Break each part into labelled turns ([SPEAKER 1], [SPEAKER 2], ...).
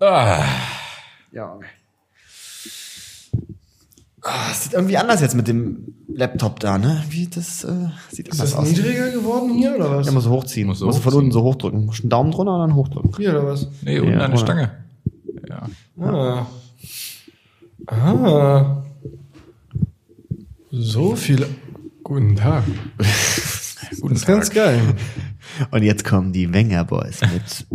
[SPEAKER 1] Ah,
[SPEAKER 2] Ja. Ah, es sieht irgendwie anders jetzt mit dem Laptop da, ne? Wie das äh, sieht
[SPEAKER 3] Ist
[SPEAKER 2] anders
[SPEAKER 3] das
[SPEAKER 2] aus.
[SPEAKER 3] niedriger geworden hier oder was?
[SPEAKER 2] Ja, muss hochziehen.
[SPEAKER 1] Muss
[SPEAKER 2] Muss
[SPEAKER 1] so
[SPEAKER 2] Musst du von
[SPEAKER 1] hochziehen.
[SPEAKER 2] unten so hochdrücken. Musst einen Daumen drunter und dann hochdrücken.
[SPEAKER 3] Hier oder was?
[SPEAKER 1] nee, unten
[SPEAKER 2] Ja,
[SPEAKER 1] eine
[SPEAKER 2] oder?
[SPEAKER 1] Stange. Ja.
[SPEAKER 3] Ah. Ah. So viel. Guten Tag.
[SPEAKER 1] Guten
[SPEAKER 3] Das ist ganz geil.
[SPEAKER 2] Und jetzt kommen die Wenger Boys mit.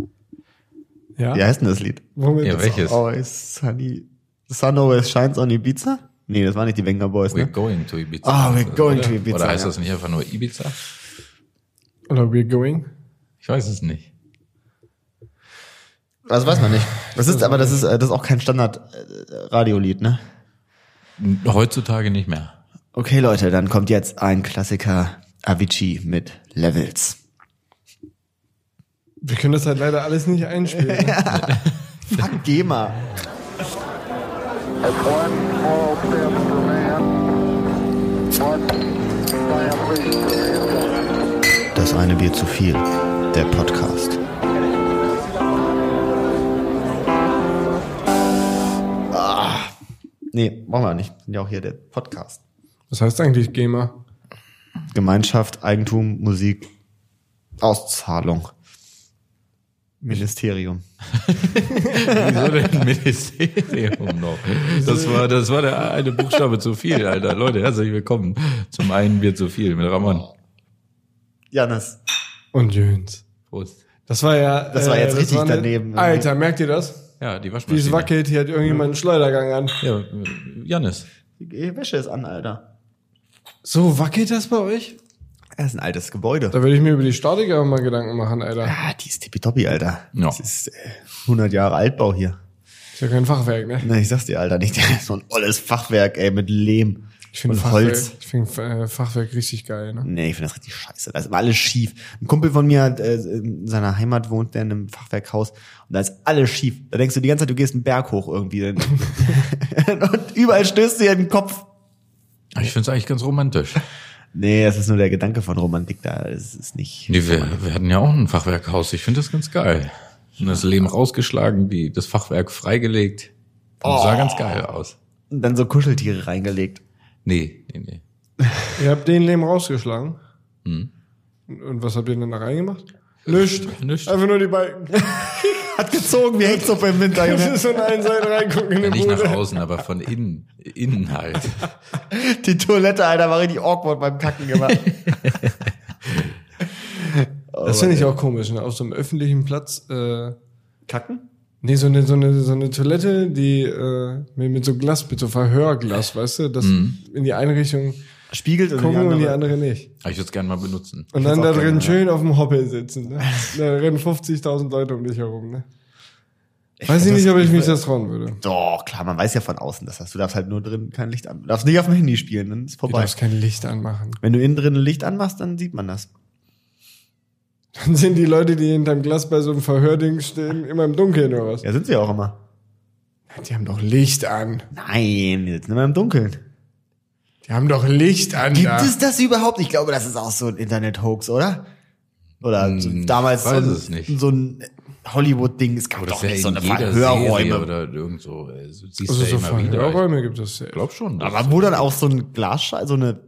[SPEAKER 3] Ja.
[SPEAKER 2] Wie heißt denn das Lied?
[SPEAKER 3] Womit
[SPEAKER 1] Ja,
[SPEAKER 3] jetzt-
[SPEAKER 1] welches?
[SPEAKER 2] Always sunny. Sun always shines on Ibiza? Nee, das waren nicht die Wenger Boys,
[SPEAKER 1] We're
[SPEAKER 2] ne?
[SPEAKER 1] going to Ibiza.
[SPEAKER 2] Ah, we're going
[SPEAKER 1] oder?
[SPEAKER 2] to Ibiza,
[SPEAKER 1] Oder heißt
[SPEAKER 2] ja.
[SPEAKER 1] das nicht einfach nur Ibiza?
[SPEAKER 3] Oder We're Going?
[SPEAKER 1] Ich weiß es nicht.
[SPEAKER 2] Das weiß man nicht. Das ist aber das ist äh, das ist auch kein Standard äh, Radiolied, ne?
[SPEAKER 1] Heutzutage nicht mehr.
[SPEAKER 2] Okay, Leute, dann kommt jetzt ein Klassiker Avicii mit Levels.
[SPEAKER 3] Wir können das halt leider alles nicht einspielen.
[SPEAKER 2] Fuck GEMA.
[SPEAKER 4] That's one small step for man, one giant leap for mankind.
[SPEAKER 2] Das eine Bier zu viel. Der Podcast. Ah. Nee, brauchen wir nicht. Sind ja auch hier der Podcast.
[SPEAKER 3] Was heißt eigentlich GEMA?
[SPEAKER 2] Gemeinschaft, Eigentum, Musik, Auszahlung. Ministerium.
[SPEAKER 1] Wieso denn Ministerium noch? Das war, das war der eine Buchstabe zu viel, Alter. Leute, herzlich willkommen zum einen Bier zu viel mit Ramon.
[SPEAKER 2] Janis.
[SPEAKER 3] Und Jöns.
[SPEAKER 1] Prost.
[SPEAKER 3] Das war ja.
[SPEAKER 2] Das war jetzt richtig
[SPEAKER 3] eine-
[SPEAKER 2] daneben.
[SPEAKER 3] Alter, merkt ihr das?
[SPEAKER 1] Ja, die
[SPEAKER 3] Wie
[SPEAKER 1] Waschmaschine.
[SPEAKER 3] es wackelt, hier hat irgendjemand einen Schleudergang an.
[SPEAKER 1] Ja, Janis.
[SPEAKER 2] Die Wäsche ist an, Alter.
[SPEAKER 3] So wackelt das bei euch?
[SPEAKER 2] Das ist ein altes Gebäude.
[SPEAKER 3] Da würde ich mir über die Statik aber mal Gedanken machen, Alter.
[SPEAKER 2] Ah, die ist tippitoppi, Alter.
[SPEAKER 1] Ja.
[SPEAKER 2] Das ist äh, 100 Jahre Altbau hier.
[SPEAKER 3] Ist ja kein Fachwerk, ne?
[SPEAKER 2] Na, ich sag's dir, Alter, nicht so ein olles Fachwerk, ey, mit Lehm
[SPEAKER 3] Ich
[SPEAKER 2] und
[SPEAKER 3] finde
[SPEAKER 2] Holz.
[SPEAKER 3] Fachwerk, ich find, äh, Fachwerk richtig geil, ne?
[SPEAKER 2] Nee, ich finde das richtig scheiße. Da ist immer alles schief. Ein Kumpel von mir hat, äh, in seiner Heimat wohnt, der in einem Fachwerkhaus und da ist alles schief. Da denkst du die ganze Zeit, du gehst einen Berg hoch irgendwie. Denn und überall stößt dir den Kopf.
[SPEAKER 1] Ich finde es eigentlich ganz romantisch.
[SPEAKER 2] Nee, das ist nur der Gedanke von Romantik da. Es ist nicht.
[SPEAKER 1] Nee, wir, wir hatten ja auch ein Fachwerkhaus. Ich finde das ganz geil. Und das Lehm rausgeschlagen, die, das Fachwerk freigelegt. Das
[SPEAKER 2] Oh.
[SPEAKER 1] sah ganz geil aus.
[SPEAKER 2] Und dann so Kuscheltiere reingelegt.
[SPEAKER 1] Nee, nee, nee.
[SPEAKER 3] Ihr habt den Lehm rausgeschlagen.
[SPEAKER 2] Hm.
[SPEAKER 3] Und was habt ihr denn da reingemacht? Nischt.
[SPEAKER 1] Nischt.
[SPEAKER 3] Einfach nur die Balken.
[SPEAKER 2] Hat gezogen wie Hecksuppe im Winter.
[SPEAKER 3] Das
[SPEAKER 2] Junge.
[SPEAKER 3] ist von allen Seiten reingucken in
[SPEAKER 1] Ja,
[SPEAKER 3] den
[SPEAKER 1] nicht nach
[SPEAKER 3] Bude.
[SPEAKER 1] außen, aber von innen. Innen halt.
[SPEAKER 2] Die Toilette, Alter, war richtig awkward beim Kacken gemacht.
[SPEAKER 3] Das finde ich auch komisch, ne? Auf so einem öffentlichen Platz, äh,
[SPEAKER 2] Kacken?
[SPEAKER 3] Nee, so eine, so eine, so eine Toilette, die äh, mit, mit so Glas, mit so Verhörglas, weißt du, das in die eine Richtung
[SPEAKER 2] Spiegelt und Mhm. Also die
[SPEAKER 3] gucken und die
[SPEAKER 2] andere.
[SPEAKER 3] andere nicht.
[SPEAKER 1] Aber ich würde es gerne mal benutzen.
[SPEAKER 3] Und dann
[SPEAKER 2] auch
[SPEAKER 3] da
[SPEAKER 2] gerne,
[SPEAKER 3] drin
[SPEAKER 2] ja.
[SPEAKER 3] schön auf dem Hoppel sitzen. Ne? Da rennen 50.000 Leute um dich herum. Ne? Weiß ich
[SPEAKER 2] find
[SPEAKER 3] nicht,
[SPEAKER 2] das-
[SPEAKER 3] ob ich
[SPEAKER 2] ich
[SPEAKER 3] mich
[SPEAKER 2] will-
[SPEAKER 3] das trauen würde.
[SPEAKER 2] Doch, klar, man weiß ja von außen, das heißt, du darfst halt nur drin kein Licht an. Du darfst nicht auf dem Handy spielen, dann ist
[SPEAKER 3] Du
[SPEAKER 2] vorbei.
[SPEAKER 3] darfst kein Licht anmachen.
[SPEAKER 2] Wenn du innen drin ein Licht anmachst, dann sieht man das.
[SPEAKER 3] Dann sind die Leute, die hinterm Glas bei so einem Verhörding stehen, immer im Dunkeln oder was?
[SPEAKER 2] Ja, sind sie auch immer.
[SPEAKER 3] Die haben doch Licht an.
[SPEAKER 2] Nein, wir sitzen immer im Dunkeln.
[SPEAKER 3] Die haben doch Licht an.
[SPEAKER 2] Gibt
[SPEAKER 3] da.
[SPEAKER 2] es das überhaupt? Ich glaube, das ist auch so ein Internet-Hoax, oder? Oder so, damals
[SPEAKER 1] Hm, weiß
[SPEAKER 2] so, ein-
[SPEAKER 1] es nicht.
[SPEAKER 2] so ein Hollywood-Ding. Es gab
[SPEAKER 1] Aber
[SPEAKER 2] doch
[SPEAKER 1] das ist ja
[SPEAKER 2] nicht
[SPEAKER 1] in
[SPEAKER 2] so eine
[SPEAKER 1] jeder Serie
[SPEAKER 2] Verhörräume.
[SPEAKER 1] oder irgend so. äh, so Siehst
[SPEAKER 3] Also
[SPEAKER 1] du ja
[SPEAKER 3] so
[SPEAKER 1] immer wieder.
[SPEAKER 3] Verhörräume gibt es.
[SPEAKER 1] Ich glaube schon. dass-
[SPEAKER 2] Aber wo dann auch so ein Glasschall, so, eine,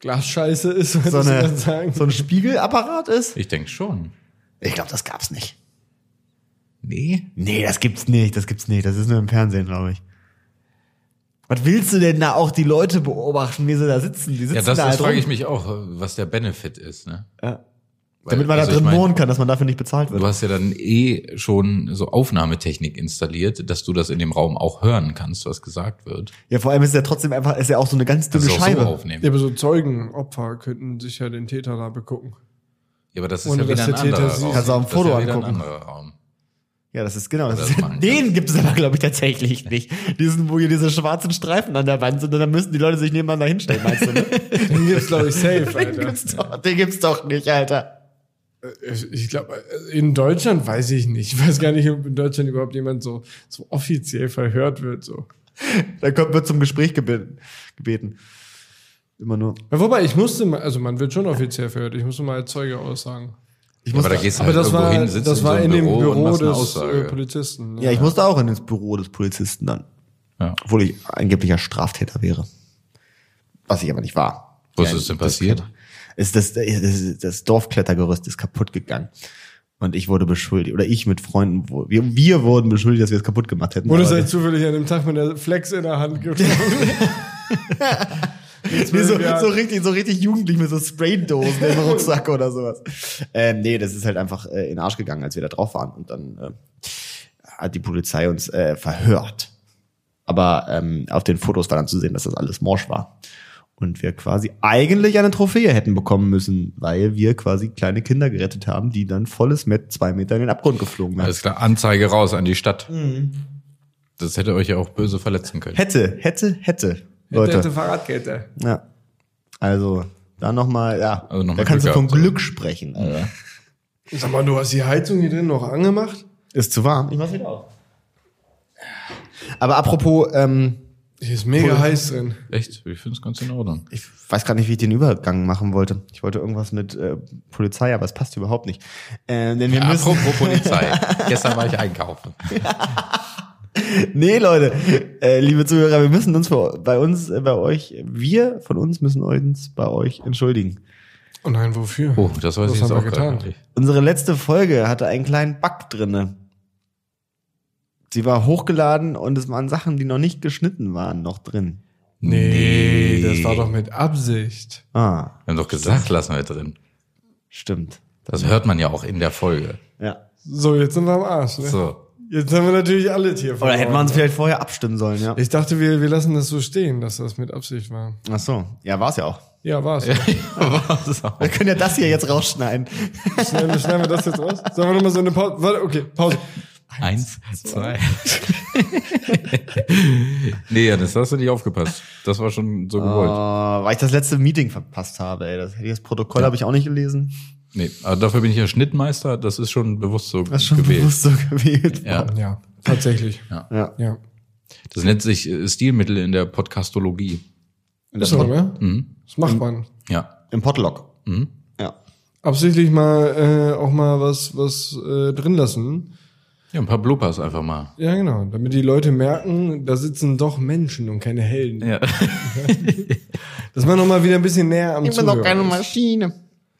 [SPEAKER 3] Glasscheiße ist, was
[SPEAKER 2] so,
[SPEAKER 3] soll ich
[SPEAKER 2] eine,
[SPEAKER 3] dann sagen?
[SPEAKER 2] so ein Spiegelapparat ist?
[SPEAKER 1] ich denke schon.
[SPEAKER 2] Ich glaube, das gab's nicht.
[SPEAKER 1] Nee.
[SPEAKER 2] Nee, das gibt's nicht, das gibt's nicht. Das ist nur im Fernsehen, glaube ich. Was willst du denn da auch die Leute beobachten, wie sie da sitzen? Die sitzen
[SPEAKER 1] Ja, das,
[SPEAKER 2] da
[SPEAKER 1] das
[SPEAKER 2] halt
[SPEAKER 1] frage
[SPEAKER 2] rum.
[SPEAKER 1] ich mich auch, äh, was der Benefit ist. Ne?
[SPEAKER 2] Ja.
[SPEAKER 1] Weil,
[SPEAKER 2] Damit man halt
[SPEAKER 1] also
[SPEAKER 2] da
[SPEAKER 1] ich
[SPEAKER 2] drin
[SPEAKER 1] mein,
[SPEAKER 2] wohnen kann, dass man dafür nicht bezahlt wird.
[SPEAKER 1] Du hast ja dann eh schon so Aufnahmetechnik installiert, dass du das in dem Raum auch hören kannst, was gesagt wird.
[SPEAKER 2] Ja, vor allem ist es ja trotzdem einfach, ist ja auch so eine ganz dünne
[SPEAKER 1] Kannst du auch so
[SPEAKER 2] Scheibe.
[SPEAKER 1] aufnehmen.
[SPEAKER 3] Ja, aber so Zeugen, Opfer könnten sich ja den Täter da begucken.
[SPEAKER 1] Ja, aber das ist
[SPEAKER 3] Ohne
[SPEAKER 1] ja wieder
[SPEAKER 3] dass
[SPEAKER 1] ein
[SPEAKER 3] der Täter
[SPEAKER 1] anderer
[SPEAKER 3] sieht.
[SPEAKER 1] Raum.
[SPEAKER 2] Kannst du auch ein
[SPEAKER 1] Das ist
[SPEAKER 2] Foto
[SPEAKER 1] ja wieder
[SPEAKER 2] angucken.
[SPEAKER 1] Ein anderer Raum.
[SPEAKER 2] ja, das ist genau. Das
[SPEAKER 1] das
[SPEAKER 2] ist,
[SPEAKER 1] machen
[SPEAKER 2] den gibt es aber, glaube ich, tatsächlich nicht. Diesen, wo hier diese schwarzen Streifen an der Wand sind und dann müssen die Leute sich nebeneinander hinstellen, meinst du, ne?
[SPEAKER 3] Den gibt's, glaube ich, safe,
[SPEAKER 2] den,
[SPEAKER 3] Alter.
[SPEAKER 2] gibt's doch, den gibt's doch nicht, Alter.
[SPEAKER 3] Ich glaube, in Deutschland weiß ich nicht. Ich weiß gar nicht, ob in Deutschland überhaupt jemand so, so offiziell verhört wird. So.
[SPEAKER 2] Da kommt, wird zum Gespräch gebeten. gebeten. Immer nur.
[SPEAKER 3] Ja, wobei, ich musste mal, also man wird schon offiziell verhört, ich musste mal als Zeuge aussagen.
[SPEAKER 1] Ich muss aber da gehst du
[SPEAKER 3] Aber
[SPEAKER 1] halt
[SPEAKER 3] das
[SPEAKER 1] irgendwo
[SPEAKER 3] war,
[SPEAKER 1] hin, sitzt
[SPEAKER 3] das
[SPEAKER 1] in so
[SPEAKER 3] war in
[SPEAKER 1] einem
[SPEAKER 3] dem
[SPEAKER 1] Büro, und
[SPEAKER 3] Büro
[SPEAKER 1] machst eine
[SPEAKER 3] des äh,
[SPEAKER 1] Aussage.
[SPEAKER 3] Polizisten.
[SPEAKER 2] Ja, ich musste auch in ins Büro des Polizisten dann.
[SPEAKER 1] Ja.
[SPEAKER 2] Obwohl ich angeblicher Straftäter wäre. Was ich aber nicht war.
[SPEAKER 1] Was ist denn passiert?
[SPEAKER 2] Ist das, das, das Dorfklettergerüst ist kaputt gegangen. Und ich wurde beschuldigt, oder ich mit Freunden, wo- wir, wir wurden beschuldigt, dass wir es kaputt gemacht hätten.
[SPEAKER 3] Wurde
[SPEAKER 2] Aber
[SPEAKER 3] seit zufällig an dem Tag mit der Flex in der Hand getroffen. Jetzt
[SPEAKER 2] Nee, so,
[SPEAKER 3] würden wir-
[SPEAKER 2] so richtig, so richtig jugendlich mit so Spraydosen im Rucksack oder sowas. Ähm, nee, das ist halt einfach äh, in den Arsch gegangen, als wir da drauf waren. Und dann äh, hat die Polizei uns äh, verhört. Aber ähm, auf den Fotos war dann zu sehen, dass das alles morsch war. Und wir quasi eigentlich eine Trophäe hätten bekommen müssen, weil wir quasi kleine Kinder gerettet haben, die dann volles Met zwei Meter in den Abgrund geflogen wären.
[SPEAKER 1] Alles klar, Anzeige raus an die Stadt. Das hätte euch ja auch böse verletzen können.
[SPEAKER 2] Hätte, hätte, hätte, Leute.
[SPEAKER 3] Hätte Fahrradkette.
[SPEAKER 2] Ja. Also, da nochmal, ja.
[SPEAKER 1] Also noch
[SPEAKER 2] da
[SPEAKER 1] mal
[SPEAKER 2] kannst
[SPEAKER 1] Glück
[SPEAKER 2] du vom
[SPEAKER 1] gehabt,
[SPEAKER 2] Glück sprechen, Alter.
[SPEAKER 3] Sag mal, du hast die Heizung hier drin noch angemacht?
[SPEAKER 2] Ist zu warm. Ich mach's wieder auf. Aber apropos, ähm,
[SPEAKER 3] Hier ist mega heiß drin.
[SPEAKER 1] Echt? Ich finde es ganz in Ordnung.
[SPEAKER 2] ich weiß gar nicht, wie ich den Übergang machen wollte. Ich wollte irgendwas mit äh, Polizei, aber es passt überhaupt nicht. Äh, denn wir müssen.
[SPEAKER 1] Apropos Polizei. Gestern war ich einkaufen.
[SPEAKER 2] Nee, Leute, äh, liebe Zuhörer, wir müssen uns vor, bei uns, äh, bei euch, wir von uns müssen uns bei euch entschuldigen.
[SPEAKER 3] Oh nein, wofür?
[SPEAKER 1] Oh, das weiß
[SPEAKER 3] Was
[SPEAKER 1] ich jetzt
[SPEAKER 3] haben
[SPEAKER 1] auch
[SPEAKER 3] wir
[SPEAKER 1] getan.
[SPEAKER 3] getan?
[SPEAKER 2] Unsere letzte Folge hatte einen kleinen Bug drinne. Sie war hochgeladen und es waren Sachen, die noch nicht geschnitten waren, noch drin.
[SPEAKER 3] Nee, das war doch mit Absicht.
[SPEAKER 2] Ah,
[SPEAKER 1] Wir haben doch gesagt, lassen wir drin.
[SPEAKER 2] stimmt.
[SPEAKER 1] Das hört man ja auch in der Folge.
[SPEAKER 2] Ja.
[SPEAKER 3] So, jetzt sind wir am Arsch. Ne?
[SPEAKER 1] So.
[SPEAKER 3] Jetzt haben wir natürlich alle Tiere
[SPEAKER 2] Oder hätten wir uns
[SPEAKER 3] verloren.
[SPEAKER 2] vielleicht vorher abstimmen sollen, ja.
[SPEAKER 3] Ich dachte, wir, wir lassen das so stehen, dass das mit Absicht war.
[SPEAKER 2] Ach so, ja, war's ja auch.
[SPEAKER 3] Ja, war's.
[SPEAKER 1] Was auch.
[SPEAKER 2] Wir können ja das hier jetzt rausschneiden.
[SPEAKER 3] Schneiden, schneiden wir das jetzt raus? Sollen wir nochmal so eine Pause? Warte, okay, Pause.
[SPEAKER 1] Eins, zwei. nee, Janis, da hast du nicht aufgepasst. Das war schon so
[SPEAKER 2] Oh,
[SPEAKER 1] gewollt.
[SPEAKER 2] weil ich das letzte Meeting verpasst habe, ey. Das, das Protokoll habe ich auch nicht gelesen.
[SPEAKER 1] Nee, aber dafür bin ich ja Schnittmeister. Das ist schon bewusst so
[SPEAKER 2] Das ist schon
[SPEAKER 1] gewählt.
[SPEAKER 2] bewusst so gewählt.
[SPEAKER 1] Ja.
[SPEAKER 3] Ja, tatsächlich.
[SPEAKER 1] Ja.
[SPEAKER 2] Ja.
[SPEAKER 3] Ja.
[SPEAKER 1] Das nennt sich äh, Stilmittel in der Podcastologie.
[SPEAKER 3] Ist so, ne?
[SPEAKER 1] mhm.
[SPEAKER 3] Das macht man.
[SPEAKER 1] Ja.
[SPEAKER 2] Im Podlog.
[SPEAKER 1] Mhm.
[SPEAKER 2] Ja.
[SPEAKER 3] Absichtlich mal äh, auch mal was, was äh, drin lassen.
[SPEAKER 1] Ja, ein paar Bloopers einfach mal.
[SPEAKER 3] Ja, genau. Damit die Leute merken, da sitzen doch Menschen und keine Helden.
[SPEAKER 1] Ja.
[SPEAKER 3] Dass man nochmal wieder ein bisschen näher am
[SPEAKER 2] Ich bin doch
[SPEAKER 3] Zuhörer
[SPEAKER 2] keine
[SPEAKER 3] ist.
[SPEAKER 2] Maschine.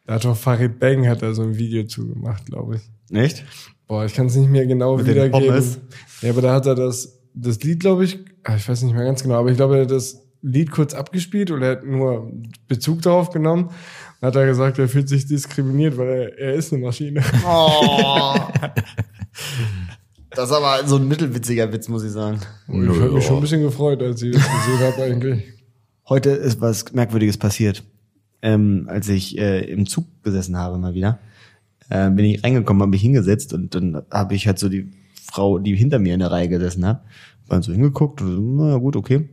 [SPEAKER 3] Da hat doch Farid Bang hat da so ein Video zugemacht, glaube ich.
[SPEAKER 2] Nicht?
[SPEAKER 3] Boah, ich kann es nicht mehr genau
[SPEAKER 2] Mit den Pommes?
[SPEAKER 3] wiedergeben. Ja, aber da hat er das, das Lied, glaube ich, ah, ich weiß nicht mehr ganz genau, aber ich glaube, er hat das Lied kurz abgespielt oder er hat nur Bezug darauf genommen. Dann hat er gesagt, er fühlt sich diskriminiert, weil er, er ist eine Maschine.
[SPEAKER 2] Oh. das ist aber so ein mittelwitziger Witz, muss ich sagen.
[SPEAKER 3] Und ich
[SPEAKER 1] Nö,
[SPEAKER 3] habe mich
[SPEAKER 1] ja.
[SPEAKER 3] schon ein bisschen gefreut, als ich das gesehen habe eigentlich.
[SPEAKER 2] Heute ist was Merkwürdiges passiert. Ähm, als ich äh, im Zug gesessen habe mal wieder, äh, bin ich reingekommen, habe mich hingesetzt und dann habe ich halt so die Frau, die hinter mir in der Reihe gesessen hat, dann so hingeguckt und so, na gut, okay.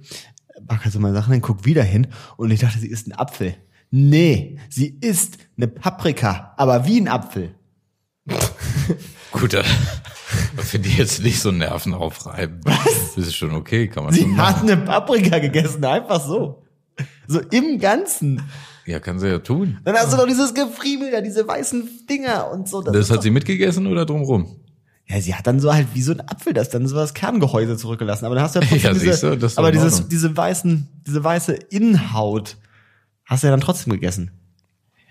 [SPEAKER 2] Pack halt so meine Sachen hin, guck wieder hin und ich dachte, sie ist ein Apfel. Nee, sie ist eine Paprika, aber wie ein Apfel.
[SPEAKER 1] Gut, dann finde ich jetzt nicht so Nerven aufreiben. Was? Das ist schon okay, kann man
[SPEAKER 2] Sie
[SPEAKER 1] schon
[SPEAKER 2] hat
[SPEAKER 1] machen.
[SPEAKER 2] eine Paprika gegessen, einfach so. So im Ganzen.
[SPEAKER 1] Ja, kann sie ja tun.
[SPEAKER 2] Dann hast du doch dieses Gefriemel da, diese weißen Dinger und so.
[SPEAKER 1] Das
[SPEAKER 2] ist
[SPEAKER 1] hat sie mitgegessen oder drumrum?
[SPEAKER 2] Ja, sie hat dann so halt wie so ein Apfel, das dann so das Kerngehäuse zurückgelassen. Aber dann hast du ja trotzdem
[SPEAKER 1] Ja,
[SPEAKER 2] diese,
[SPEAKER 1] siehst du, das ist doch
[SPEAKER 2] aber
[SPEAKER 1] in
[SPEAKER 2] dieses,
[SPEAKER 1] Ordnung.
[SPEAKER 2] diese weißen, diese weiße Innenhaut hast du ja dann trotzdem gegessen.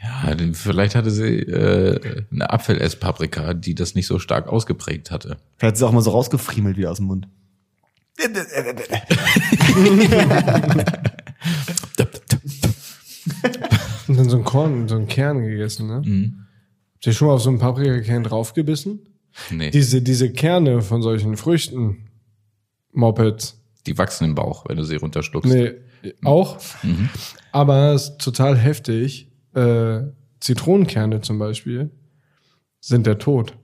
[SPEAKER 1] Ja, Ah, vielleicht hatte sie äh, eine Apfelesspaprika, die das nicht so stark ausgeprägt hatte.
[SPEAKER 2] Vielleicht hat sie auch mal so rausgefriemelt wieder aus dem Mund.
[SPEAKER 3] Und dann so ein Korn, so einen Kern gegessen, ne?
[SPEAKER 1] Mhm.
[SPEAKER 3] Habt ihr schon mal auf so einen Paprikakern draufgebissen?
[SPEAKER 1] Nee, die,
[SPEAKER 3] Diese, diese Kerne von solchen Früchten, Mopeds,
[SPEAKER 1] wachsen im Bauch, wenn du sie runterschluckst.
[SPEAKER 3] Nee,
[SPEAKER 1] Äh,
[SPEAKER 3] auch.
[SPEAKER 1] mhm.
[SPEAKER 3] Aber es ist total heftig. Äh, Zitronenkerne zum Beispiel sind der Tod.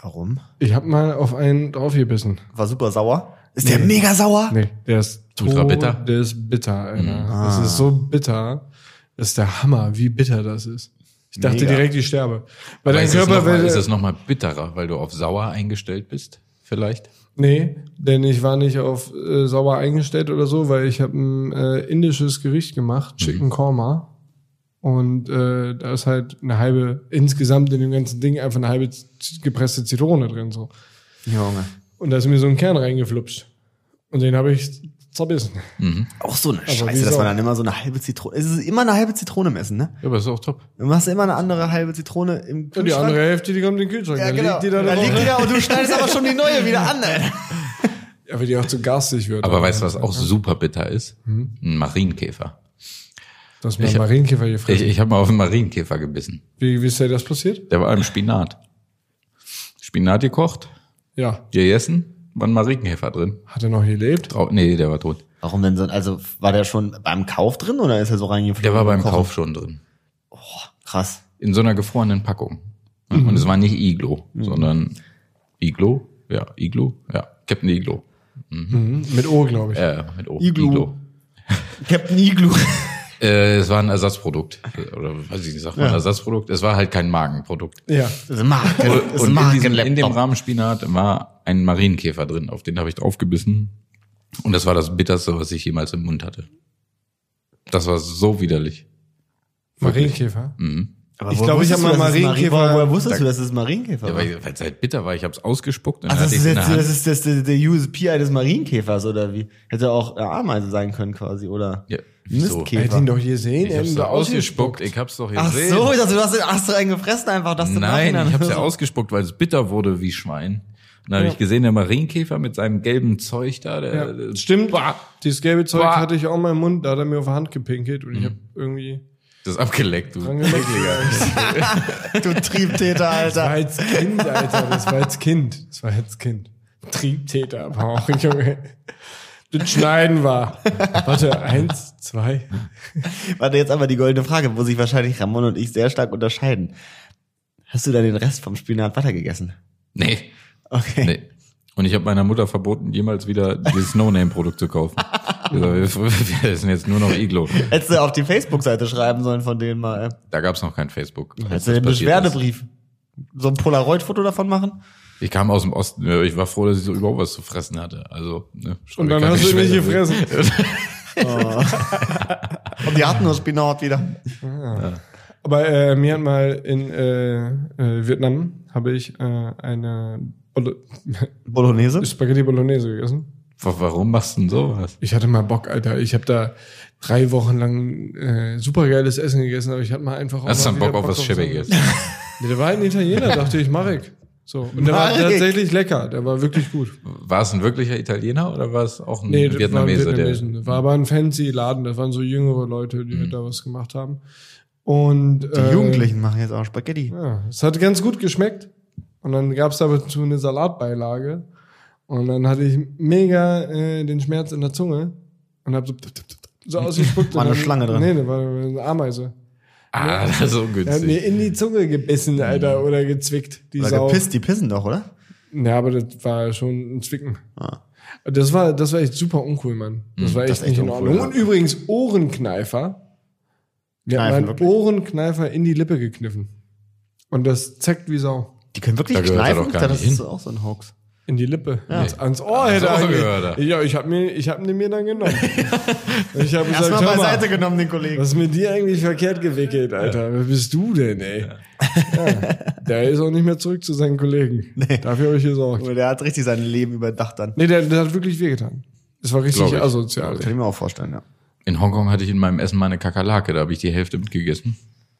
[SPEAKER 2] Warum?
[SPEAKER 3] Ich habe mal auf einen draufgebissen.
[SPEAKER 2] War super sauer. Ist der mega sauer?
[SPEAKER 3] Nee, der ist
[SPEAKER 1] Ultra bitter? Mhm.
[SPEAKER 3] Der ist bitter, Alter. Das ist so bitter. Das ist der Hammer, wie bitter das ist. Ich dachte
[SPEAKER 2] Mega.
[SPEAKER 3] direkt, ich sterbe. Weil dein
[SPEAKER 1] ist, es noch
[SPEAKER 3] Körper
[SPEAKER 1] mal, ist
[SPEAKER 3] will.
[SPEAKER 1] es nochmal bitterer, weil du auf sauer eingestellt bist? Vielleicht?
[SPEAKER 3] Nee, denn ich war nicht auf äh, Mhm. sauer eingestellt oder so, weil ich habe ein äh, indisches Gericht gemacht, Chicken Korma. Und äh, da ist halt eine halbe, insgesamt in dem ganzen Ding einfach eine halbe z- gepresste Zitrone drin. so.
[SPEAKER 2] Junge.
[SPEAKER 3] Und da ist mir so ein Kern reingeflutscht. Und den habe ich zerbissen.
[SPEAKER 2] Auch so eine
[SPEAKER 3] wieso?
[SPEAKER 2] Scheiße, dass man dann immer so eine halbe Zitrone. Es ist immer eine halbe Zitrone im Essen, ne?
[SPEAKER 1] Ja, aber ist auch top.
[SPEAKER 2] Du machst immer eine andere halbe Zitrone im
[SPEAKER 3] Und die
[SPEAKER 2] Kühlschrank.
[SPEAKER 3] andere Hälfte, die kommt in den Kühlschrank.
[SPEAKER 2] ja,
[SPEAKER 3] da
[SPEAKER 2] genau.
[SPEAKER 3] liegt die da,
[SPEAKER 2] da
[SPEAKER 3] drauf.
[SPEAKER 2] liegt die da und du schneidest aber schon die neue wieder an, Alter.
[SPEAKER 3] Ja, weil die auch zu garstig wird.
[SPEAKER 1] Aber weißt du, was auch super bitter ist? Ein Marienkäfer.
[SPEAKER 3] Du hast mir einen Marienkäfer
[SPEAKER 1] Ich,
[SPEAKER 3] gefressen.
[SPEAKER 1] ich habe mal auf einen Marienkäfer gebissen.
[SPEAKER 3] Wie, wie ist dir das passiert?
[SPEAKER 1] Der war im Spinat. Spinat gekocht,
[SPEAKER 3] Ja.
[SPEAKER 1] gegessen, war ein Marienkäfer drin.
[SPEAKER 3] Hat er noch gelebt?
[SPEAKER 1] Trau nee, der war tot.
[SPEAKER 2] Warum denn so? Also war der schon beim Kauf drin oder ist er so reingeflogen?
[SPEAKER 1] Der war beim
[SPEAKER 2] Kochen?
[SPEAKER 1] Kauf schon drin.
[SPEAKER 2] Krass.
[SPEAKER 1] In so einer gefrorenen Packung.
[SPEAKER 2] Mhm.
[SPEAKER 1] Und es war nicht Iglo, sondern Iglo, ja, Iglo, ja, Captain Iglo.
[SPEAKER 3] Mit O, glaube ich.
[SPEAKER 1] Äh, mit O.
[SPEAKER 2] Iglo. Captain Iglu.
[SPEAKER 1] Äh, es war ein Ersatzprodukt. Oder weiß ich nicht, sagt man Ersatzprodukt? Es war halt kein Magenprodukt.
[SPEAKER 3] Ja.
[SPEAKER 2] Das ist ein Marken. Das ist ein
[SPEAKER 1] Und in, diesem, in dem
[SPEAKER 2] Markenlaptop.
[SPEAKER 1] Rahmenspinat war ein Marienkäfer drin, auf den habe ich draufgebissen. Und das war das Bitterste, was ich jemals im Mund hatte. Das war so widerlich.
[SPEAKER 3] Marienkäfer.
[SPEAKER 2] Aber
[SPEAKER 3] Ich
[SPEAKER 2] woher
[SPEAKER 3] glaube, ich
[SPEAKER 2] wusstest
[SPEAKER 3] habe
[SPEAKER 2] du,
[SPEAKER 3] mal
[SPEAKER 2] dass es Mari-
[SPEAKER 3] Marienkäfer-
[SPEAKER 2] Woher wusstest du, dass es Marienkäfer
[SPEAKER 1] Ja,
[SPEAKER 2] war?
[SPEAKER 1] weil es halt bitter war, ich habe es ausgespuckt und
[SPEAKER 2] Ach,
[SPEAKER 1] dann hatte
[SPEAKER 2] das
[SPEAKER 1] ich
[SPEAKER 2] ist
[SPEAKER 1] in
[SPEAKER 2] jetzt
[SPEAKER 1] der
[SPEAKER 2] das
[SPEAKER 1] Hand.
[SPEAKER 2] ist das, der, der USP des Marienkäfers oder wie? Hätte auch eine Ameise sein können quasi oder
[SPEAKER 1] Ja, wieso?
[SPEAKER 3] Hätte
[SPEAKER 2] Mistkäfer.
[SPEAKER 3] ihn doch gesehen.
[SPEAKER 1] Ich
[SPEAKER 3] er hat
[SPEAKER 1] hab's
[SPEAKER 3] ihn
[SPEAKER 1] doch
[SPEAKER 3] doch
[SPEAKER 1] ausgespuckt, ich hab's doch
[SPEAKER 2] Ach
[SPEAKER 1] gesehen.
[SPEAKER 2] so, ich dachte, du hast den Astra eingefressen einfach, dass du
[SPEAKER 1] Nein,
[SPEAKER 2] nachhinein-
[SPEAKER 1] ich hab's ja ausgespuckt, weil es bitter wurde wie Schwein. Und dann hab habe ich gesehen, der Marienkäfer mit seinem gelben Zeug da, der,
[SPEAKER 3] Ja.
[SPEAKER 1] der-
[SPEAKER 3] Äh, Stimmt. Dieses gelbe Zeug
[SPEAKER 1] Bah.
[SPEAKER 3] hatte ich auch mal im Mund. Da hat er mir auf der Hand gepinkelt und ich habe irgendwie
[SPEAKER 1] das ist abgeleckt,
[SPEAKER 3] dran
[SPEAKER 1] du.
[SPEAKER 3] geleckt.
[SPEAKER 2] Du Triebtäter,
[SPEAKER 3] Das
[SPEAKER 2] Alter.
[SPEAKER 3] war jetzt Kind, Alter. Das war jetzt Kind. Das war jetzt Kind. Triebtäter aber auch, Junge. Das Schneiden war. Warte, eins, zwei.
[SPEAKER 2] Warte, jetzt aber die goldene Frage, wo sich wahrscheinlich Ramon und ich sehr stark unterscheiden. Hast du da den Rest vom Spinat weitergegessen?
[SPEAKER 1] Nee,
[SPEAKER 2] Okay.
[SPEAKER 1] nee. Und ich habe meiner Mutter verboten, jemals wieder dieses No-Name-Produkt zu kaufen. Ich sag, wir, wir essen jetzt nur noch Iglo.
[SPEAKER 2] Hättest du auf die Facebook-Seite schreiben sollen von denen mal. äh. ey.
[SPEAKER 1] Da gab's noch kein Facebook. als
[SPEAKER 2] Hättest du
[SPEAKER 1] das
[SPEAKER 2] den
[SPEAKER 1] passiert ist.
[SPEAKER 2] Beschwerdebrief. So ein Polaroid-Foto davon machen?
[SPEAKER 1] Ich kam aus dem Osten. Ich war froh, dass ich so überhaupt was zu fressen hatte. Also, ne,
[SPEAKER 3] Und dann hast du mich gefressen.
[SPEAKER 2] Und die hatten nur Spinat wieder.
[SPEAKER 3] Aber äh, mir hat mal in äh, äh, Vietnam habe ich äh, eine Bolo
[SPEAKER 2] Bolognese?
[SPEAKER 3] Spaghetti Bolognese gegessen.
[SPEAKER 1] Wa- Warum machst du denn sowas?
[SPEAKER 3] Ich hatte mal Bock, Alter. Ich habe da drei Wochen lang äh, supergeiles Essen gegessen, aber ich hatte mal einfach auch
[SPEAKER 1] Hast du
[SPEAKER 3] mal
[SPEAKER 1] dann Bock
[SPEAKER 3] wieder
[SPEAKER 1] auf was
[SPEAKER 3] so-
[SPEAKER 1] Schäbiges?
[SPEAKER 3] Nee, der war halt ein Italiener, dachte ich, mach ich. So. Und der war
[SPEAKER 2] Marek.
[SPEAKER 3] tatsächlich lecker. Der war wirklich gut.
[SPEAKER 1] War es ein wirklicher Italiener oder war es auch ein
[SPEAKER 3] Nee, das war ein
[SPEAKER 1] Vietnameser?
[SPEAKER 3] Vietnamesen. Das war aber ein fancy Laden. Das waren so jüngere Leute,
[SPEAKER 1] Mhm.
[SPEAKER 3] die da was gemacht haben. Und
[SPEAKER 2] Die Jugendlichen machen jetzt auch Spaghetti.
[SPEAKER 3] Ja, es hat ganz gut geschmeckt. Und dann gab es aber zu eine Salatbeilage. Und dann hatte ich mega äh, den Schmerz in der Zunge und habe so, so ausgespuckt.
[SPEAKER 2] War
[SPEAKER 3] Und
[SPEAKER 2] eine
[SPEAKER 3] dann-
[SPEAKER 2] Schlange drin.
[SPEAKER 3] Nee, da war eine Ameise.
[SPEAKER 1] Der, ah, das ist
[SPEAKER 3] Er hat mir
[SPEAKER 1] ungünstig.
[SPEAKER 3] in die Zunge gebissen, Alter, oder gezwickt. Die
[SPEAKER 2] Mhm. Oder
[SPEAKER 3] Sau.
[SPEAKER 2] gepisst, die pissen doch, oder?
[SPEAKER 3] Ja, aber das war schon ein Zwicken.
[SPEAKER 2] Ah.
[SPEAKER 3] Das war, das war echt super uncool, Mann. Das war echt
[SPEAKER 2] Mhm, das ist
[SPEAKER 3] nicht
[SPEAKER 2] echt
[SPEAKER 3] in
[SPEAKER 2] uncool,
[SPEAKER 3] Ordnung.
[SPEAKER 2] ja.
[SPEAKER 3] Und übrigens Ohrenkneifer. Wir
[SPEAKER 2] Kneifen,
[SPEAKER 3] haben einen
[SPEAKER 2] wirklich?
[SPEAKER 3] Ohrenkneifer in die Lippe gekniffen. Und das zackt wie Sau.
[SPEAKER 2] Die können wirklich
[SPEAKER 1] Da gehört er doch
[SPEAKER 2] kneifen.
[SPEAKER 1] gar
[SPEAKER 2] Das
[SPEAKER 1] nicht
[SPEAKER 2] ist auch so ein Hoax.
[SPEAKER 3] In die Lippe. Ans, ans Ohr
[SPEAKER 1] Ans
[SPEAKER 3] hätte
[SPEAKER 1] Ohr
[SPEAKER 3] er eigentlich-
[SPEAKER 1] gehört er.
[SPEAKER 3] Ja, ich habe mir, ich hab ihn mir dann genommen. ich habe gesagt,
[SPEAKER 2] Erstmal
[SPEAKER 3] hör mal,
[SPEAKER 2] beiseite genommen, den Kollegen.
[SPEAKER 3] was ist mit dir eigentlich verkehrt gewickelt, Alter? Wer bist du denn, ey? Ja. Der ist auch nicht mehr zurück zu seinen Kollegen. Dafür habe ich gesorgt.
[SPEAKER 2] Der hat richtig sein Leben überdacht dann.
[SPEAKER 3] Nee, der, der hat wirklich wehgetan. Das war richtig
[SPEAKER 1] Glaub ich.
[SPEAKER 3] asozial.
[SPEAKER 2] Kann ich mir auch vorstellen, ja.
[SPEAKER 1] In Hongkong hatte ich in meinem Essen meine Kakerlake, da habe ich die Hälfte mitgegessen.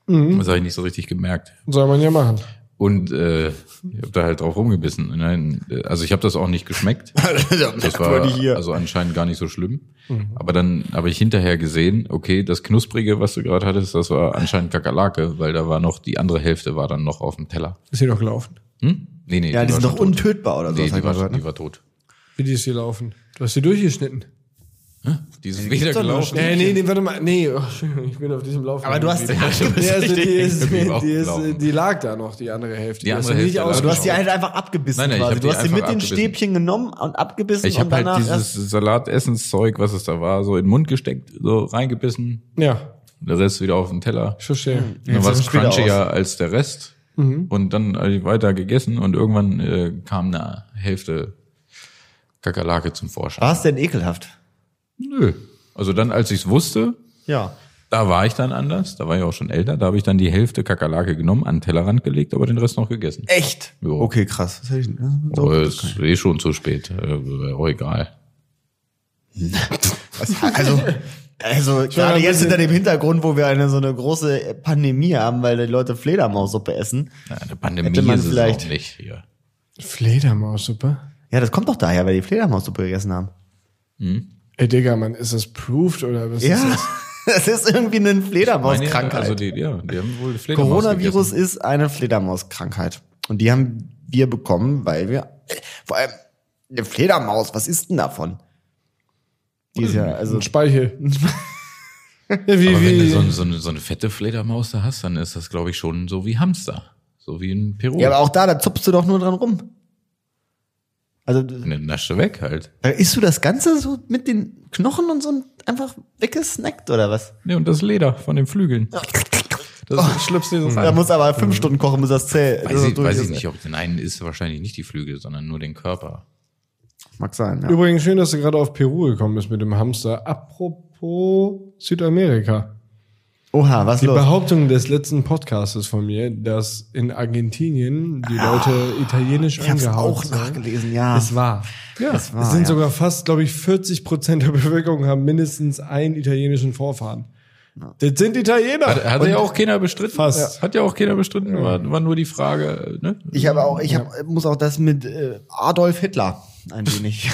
[SPEAKER 2] Mhm.
[SPEAKER 1] Das habe ich nicht so richtig gemerkt.
[SPEAKER 3] Soll man ja machen.
[SPEAKER 1] Und äh, ich habe da halt drauf rumgebissen. Nein, äh, also ich habe das auch nicht geschmeckt. Das war
[SPEAKER 2] Wollte ich hier. Mhm.
[SPEAKER 1] also anscheinend gar nicht so schlimm. Aber dann habe ich hinterher gesehen, okay, das Knusprige, was du gerade hattest, das war anscheinend Kakerlake, weil da war noch, die andere Hälfte war dann noch auf dem Teller.
[SPEAKER 3] Ist hier doch gelaufen.
[SPEAKER 1] Hm? Nee, nee,
[SPEAKER 2] Ja, die,
[SPEAKER 1] war
[SPEAKER 2] sind
[SPEAKER 1] schon
[SPEAKER 2] doch
[SPEAKER 1] tot.
[SPEAKER 2] untötbar oder
[SPEAKER 1] Nee,
[SPEAKER 2] so. hast du
[SPEAKER 1] die war,
[SPEAKER 2] gesagt,
[SPEAKER 1] die
[SPEAKER 2] ne?
[SPEAKER 1] war tot.
[SPEAKER 3] Wie die ist hier laufen. Du hast sie durchgeschnitten.
[SPEAKER 1] Die ist weder
[SPEAKER 2] doch nur
[SPEAKER 1] gelaufen.
[SPEAKER 3] Nee, nee, nee, warte mal. Nee, oh, Entschuldigung, ich bin auf diesem Lauf.
[SPEAKER 2] Aber du hast-
[SPEAKER 3] geblieben.
[SPEAKER 1] du bist
[SPEAKER 3] nee, also die,
[SPEAKER 1] richtig
[SPEAKER 3] ist, die,
[SPEAKER 1] hängen
[SPEAKER 3] ist,
[SPEAKER 1] geblieben
[SPEAKER 3] die,
[SPEAKER 1] auf dem Laufen.
[SPEAKER 3] lag da noch, die andere Hälfte.
[SPEAKER 1] Die
[SPEAKER 3] hast
[SPEAKER 1] andere
[SPEAKER 3] du nicht
[SPEAKER 1] Hälfte lag
[SPEAKER 3] ausgespuckt.
[SPEAKER 2] Aber du hast die halt einfach abgebissen
[SPEAKER 1] Nein, nein, ich
[SPEAKER 2] quasi.
[SPEAKER 1] hab
[SPEAKER 2] Du
[SPEAKER 1] die
[SPEAKER 2] hast sie mit
[SPEAKER 1] einfach
[SPEAKER 2] den
[SPEAKER 1] abgebissen.
[SPEAKER 2] Stäbchen genommen und abgebissen
[SPEAKER 1] Ich
[SPEAKER 2] und
[SPEAKER 1] habe halt
[SPEAKER 2] danach
[SPEAKER 1] dieses
[SPEAKER 2] erst.
[SPEAKER 1] Salatessenszeug, was es da war, so in den Mund gesteckt, so reingebissen.
[SPEAKER 3] Ja,
[SPEAKER 1] Der Rest wieder auf den Teller.
[SPEAKER 3] ich verstehe.
[SPEAKER 1] Dann
[SPEAKER 2] Jetzt
[SPEAKER 1] war
[SPEAKER 2] sieht's
[SPEAKER 1] es
[SPEAKER 2] später
[SPEAKER 1] crunchier als der Rest.
[SPEAKER 2] Mhm.
[SPEAKER 1] Und dann hab ich weiter gegessen und irgendwann äh, kam eine Hälfte Kakerlake zum Vorschein.
[SPEAKER 2] War es denn ekelhaft?
[SPEAKER 1] Nö. Also dann, als ich es wusste,
[SPEAKER 2] Ja.
[SPEAKER 1] Da war ich dann anders, da war ich auch schon älter, da habe ich dann die Hälfte Kakerlake genommen, an den Tellerrand gelegt, aber den Rest noch gegessen.
[SPEAKER 2] Echt?
[SPEAKER 1] Ja.
[SPEAKER 2] Okay, krass. Das hätte ich, das ist
[SPEAKER 1] Aber
[SPEAKER 2] auch-
[SPEAKER 1] es ist eh schon zu spät. Äh, Oh, egal.
[SPEAKER 2] Was- Also, also gerade
[SPEAKER 3] ein
[SPEAKER 2] jetzt
[SPEAKER 3] bisschen-
[SPEAKER 2] hinter dem Hintergrund, wo wir eine so eine große Pandemie haben, weil die Leute Fledermaussuppe essen.
[SPEAKER 1] Ja, Eine Pandemie
[SPEAKER 2] Hätte man
[SPEAKER 1] ist es
[SPEAKER 2] vielleicht-
[SPEAKER 1] auch nicht hier.
[SPEAKER 3] Fledermaussuppe?
[SPEAKER 2] Ja, das kommt doch daher, weil die Fledermaussuppe gegessen haben.
[SPEAKER 3] Ey, Digga, Mann, ist das proved oder was ist
[SPEAKER 2] Ja,
[SPEAKER 3] das?
[SPEAKER 2] das ist irgendwie eine Fledermauskrankheit.
[SPEAKER 1] Also die, ja, die haben wohl Fledermaus
[SPEAKER 2] Coronavirus
[SPEAKER 1] gegessen.
[SPEAKER 2] ist eine Fledermauskrankheit. Und die haben wir bekommen, weil wir. Vor allem, eine Fledermaus, was ist denn davon? Die ist ja,
[SPEAKER 1] Hm.
[SPEAKER 2] also.
[SPEAKER 3] Ein Speichel. ja, wie,
[SPEAKER 1] Aber wenn du so,
[SPEAKER 3] wie?
[SPEAKER 1] eine- so, eine, so eine fette Fledermaus da hast, dann ist das, glaube ich, schon so wie Hamster. So wie ein Peru.
[SPEAKER 2] Ja, aber auch da, da zupfst du doch nur dran rum. Also,
[SPEAKER 1] Eine Nasche weg halt.
[SPEAKER 2] da isst du das Ganze so mit den Knochen und so und einfach weggesnackt oder was?
[SPEAKER 1] Ne, und das Leder von den Flügeln. Das oh. schlippst du so
[SPEAKER 2] Da muss aber fünf Stunden kochen, bis das zäh.
[SPEAKER 1] Weiß,
[SPEAKER 2] also
[SPEAKER 1] ich,
[SPEAKER 2] durch
[SPEAKER 1] weiß ich
[SPEAKER 2] ist.
[SPEAKER 1] nicht, ob den einen ist wahrscheinlich nicht die Flügel, sondern nur den Körper.
[SPEAKER 2] Mag sein, ja.
[SPEAKER 3] Übrigens schön, dass du gerade auf Peru gekommen bist mit dem Hamster. Apropos Südamerika.
[SPEAKER 2] Oha, was
[SPEAKER 3] Die
[SPEAKER 2] los?
[SPEAKER 3] Behauptung des letzten Podcastes von mir, dass in Argentinien die Leute italienisch
[SPEAKER 2] Ah. Ich hab's
[SPEAKER 3] angehaucht
[SPEAKER 2] auch
[SPEAKER 3] sind. Ah.
[SPEAKER 2] nachgelesen, ja.
[SPEAKER 3] Es war. Ja, es,
[SPEAKER 2] war,
[SPEAKER 3] sind
[SPEAKER 2] ja.
[SPEAKER 3] sogar fast, glaube ich, 40 Prozent der Bevölkerung haben mindestens einen italienischen Vorfahren. Das sind Italiener.
[SPEAKER 1] Hat, hat
[SPEAKER 3] Und
[SPEAKER 1] ja auch keiner bestritten.
[SPEAKER 3] Fast.
[SPEAKER 1] Hat ja auch keiner bestritten. War, war nur die Frage, ne?
[SPEAKER 2] Ich habe auch, ich hab, muss auch das mit äh, Adolf Hitler ein wenig.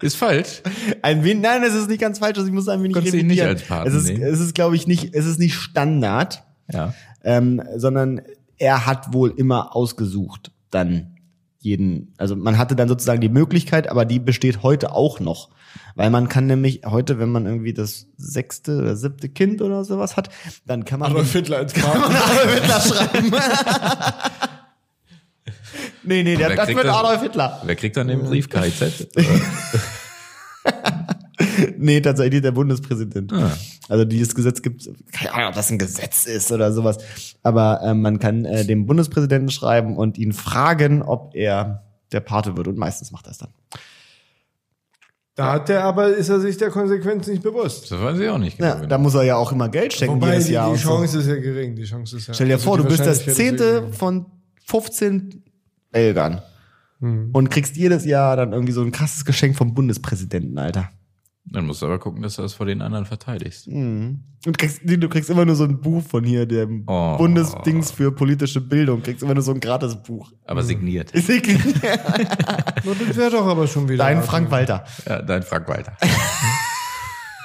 [SPEAKER 1] Ist falsch.
[SPEAKER 2] ein wenig, nein, es ist nicht ganz falsch, also ich muss ein wenig
[SPEAKER 1] Konntest du ihn nicht
[SPEAKER 2] revidieren.
[SPEAKER 1] als Paten
[SPEAKER 2] es ist,
[SPEAKER 1] nehmen?
[SPEAKER 2] es ist, glaube ich, nicht, es ist nicht Standard,
[SPEAKER 1] Ja.
[SPEAKER 2] ähm, sondern er hat wohl immer ausgesucht dann jeden, also man hatte dann sozusagen die Möglichkeit, aber die besteht heute auch noch, weil man kann nämlich heute, wenn man irgendwie das sechste oder siebte Kind oder sowas hat, dann kann man
[SPEAKER 3] Adolf Hitler als Vater.
[SPEAKER 2] Adolf Hitler schreiben. nee, nee, der,
[SPEAKER 1] Wer
[SPEAKER 2] das
[SPEAKER 1] kriegt
[SPEAKER 2] wird
[SPEAKER 1] das-
[SPEAKER 2] Adolf Hitler.
[SPEAKER 1] Wer kriegt dann den Brief? KIZ?
[SPEAKER 2] Nee, tatsächlich der Bundespräsident.
[SPEAKER 1] Ah.
[SPEAKER 2] Also dieses Gesetz gibt keine Ahnung, ob das ein Gesetz ist oder sowas. Aber äh, man kann äh, dem Bundespräsidenten schreiben und ihn fragen, ob er der Pate wird. Und meistens macht er es dann.
[SPEAKER 3] Da hat der aber, ist er sich der Konsequenz nicht bewusst.
[SPEAKER 1] Das weiß ich auch nicht.
[SPEAKER 2] Ja,
[SPEAKER 1] genau.
[SPEAKER 2] da muss er ja auch immer Geld stecken
[SPEAKER 3] Wobei die,
[SPEAKER 2] jedes Jahr.
[SPEAKER 3] die
[SPEAKER 2] und so.
[SPEAKER 3] Chance ist ja gering. Die Chance ist ja.
[SPEAKER 2] Stell dir
[SPEAKER 3] also
[SPEAKER 2] vor,
[SPEAKER 3] die
[SPEAKER 2] du bist das
[SPEAKER 3] Wahrscheinlichkeit ist
[SPEAKER 2] zehnte
[SPEAKER 3] gering.
[SPEAKER 2] von 15 Eltern
[SPEAKER 3] Hm.
[SPEAKER 2] und kriegst jedes Jahr dann irgendwie so ein krasses Geschenk vom Bundespräsidenten, Alter.
[SPEAKER 1] Dann musst du aber gucken, dass du das vor den anderen verteidigst.
[SPEAKER 2] Mhm. Und kriegst, nee, du kriegst immer nur so ein Buch von hier, dem
[SPEAKER 1] Oh.
[SPEAKER 2] Bundesdings für politische Bildung. Kriegst immer nur so ein gratis Buch.
[SPEAKER 1] Aber signiert.
[SPEAKER 3] Na, Das wäre doch aber schon wieder.
[SPEAKER 2] Dein Frank Walter.
[SPEAKER 1] Ja, dein Frank Walter.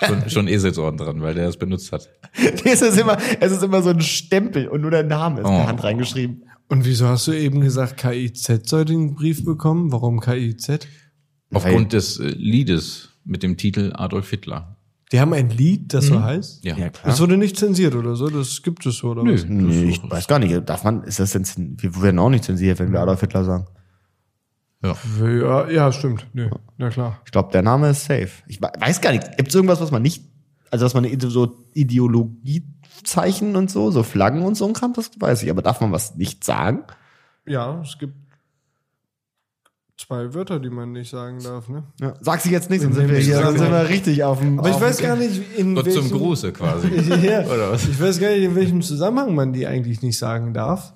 [SPEAKER 1] schon, schon Eselsohren dran, weil der es benutzt hat.
[SPEAKER 2] es, ist immer, es ist immer so ein Stempel und nur dein Name ist in der
[SPEAKER 1] Oh.
[SPEAKER 2] Hand reingeschrieben.
[SPEAKER 3] Und wieso hast du eben gesagt, KIZ soll den Brief bekommen? Warum KIZ?
[SPEAKER 1] Aufgrund des äh, Liedes mit dem Titel Adolf Hitler.
[SPEAKER 3] Die haben ein Lied, das so heißt?
[SPEAKER 1] Ja,
[SPEAKER 3] Das wurde nicht zensiert oder so, das gibt es so, oder was?
[SPEAKER 2] Nee, ich weiß gar nicht. Darf man, ist das denn, zens- wir werden auch nicht zensiert, wenn wir
[SPEAKER 3] Hm.
[SPEAKER 2] Adolf Hitler sagen.
[SPEAKER 3] Ja, ja, stimmt. Nö, na klar.
[SPEAKER 2] Ich glaube, der Name ist safe. Ich we- weiß gar nicht. Gibt es irgendwas, was man nicht, also was man in so Ideologiezeichen und so, so Flaggen und so ein Kram, das weiß ich. Aber darf man was nicht sagen?
[SPEAKER 3] Ja, es gibt zwei Wörter, die man nicht sagen darf, ne?
[SPEAKER 2] Ja. Sag sie jetzt nicht, sonst sind
[SPEAKER 3] Nee,
[SPEAKER 2] wir
[SPEAKER 3] ich
[SPEAKER 2] hier,
[SPEAKER 3] sag's
[SPEAKER 2] sonst sind
[SPEAKER 3] nicht.
[SPEAKER 2] wir richtig auf dem.
[SPEAKER 3] Aber ich
[SPEAKER 2] auf
[SPEAKER 3] weiß
[SPEAKER 2] dem-
[SPEAKER 3] gar nicht, in
[SPEAKER 1] Gott zum
[SPEAKER 3] welchem,
[SPEAKER 1] Gruße quasi.
[SPEAKER 3] Ja,
[SPEAKER 1] Oder was?
[SPEAKER 3] Ich weiß gar nicht, in welchem Zusammenhang man die eigentlich nicht sagen darf.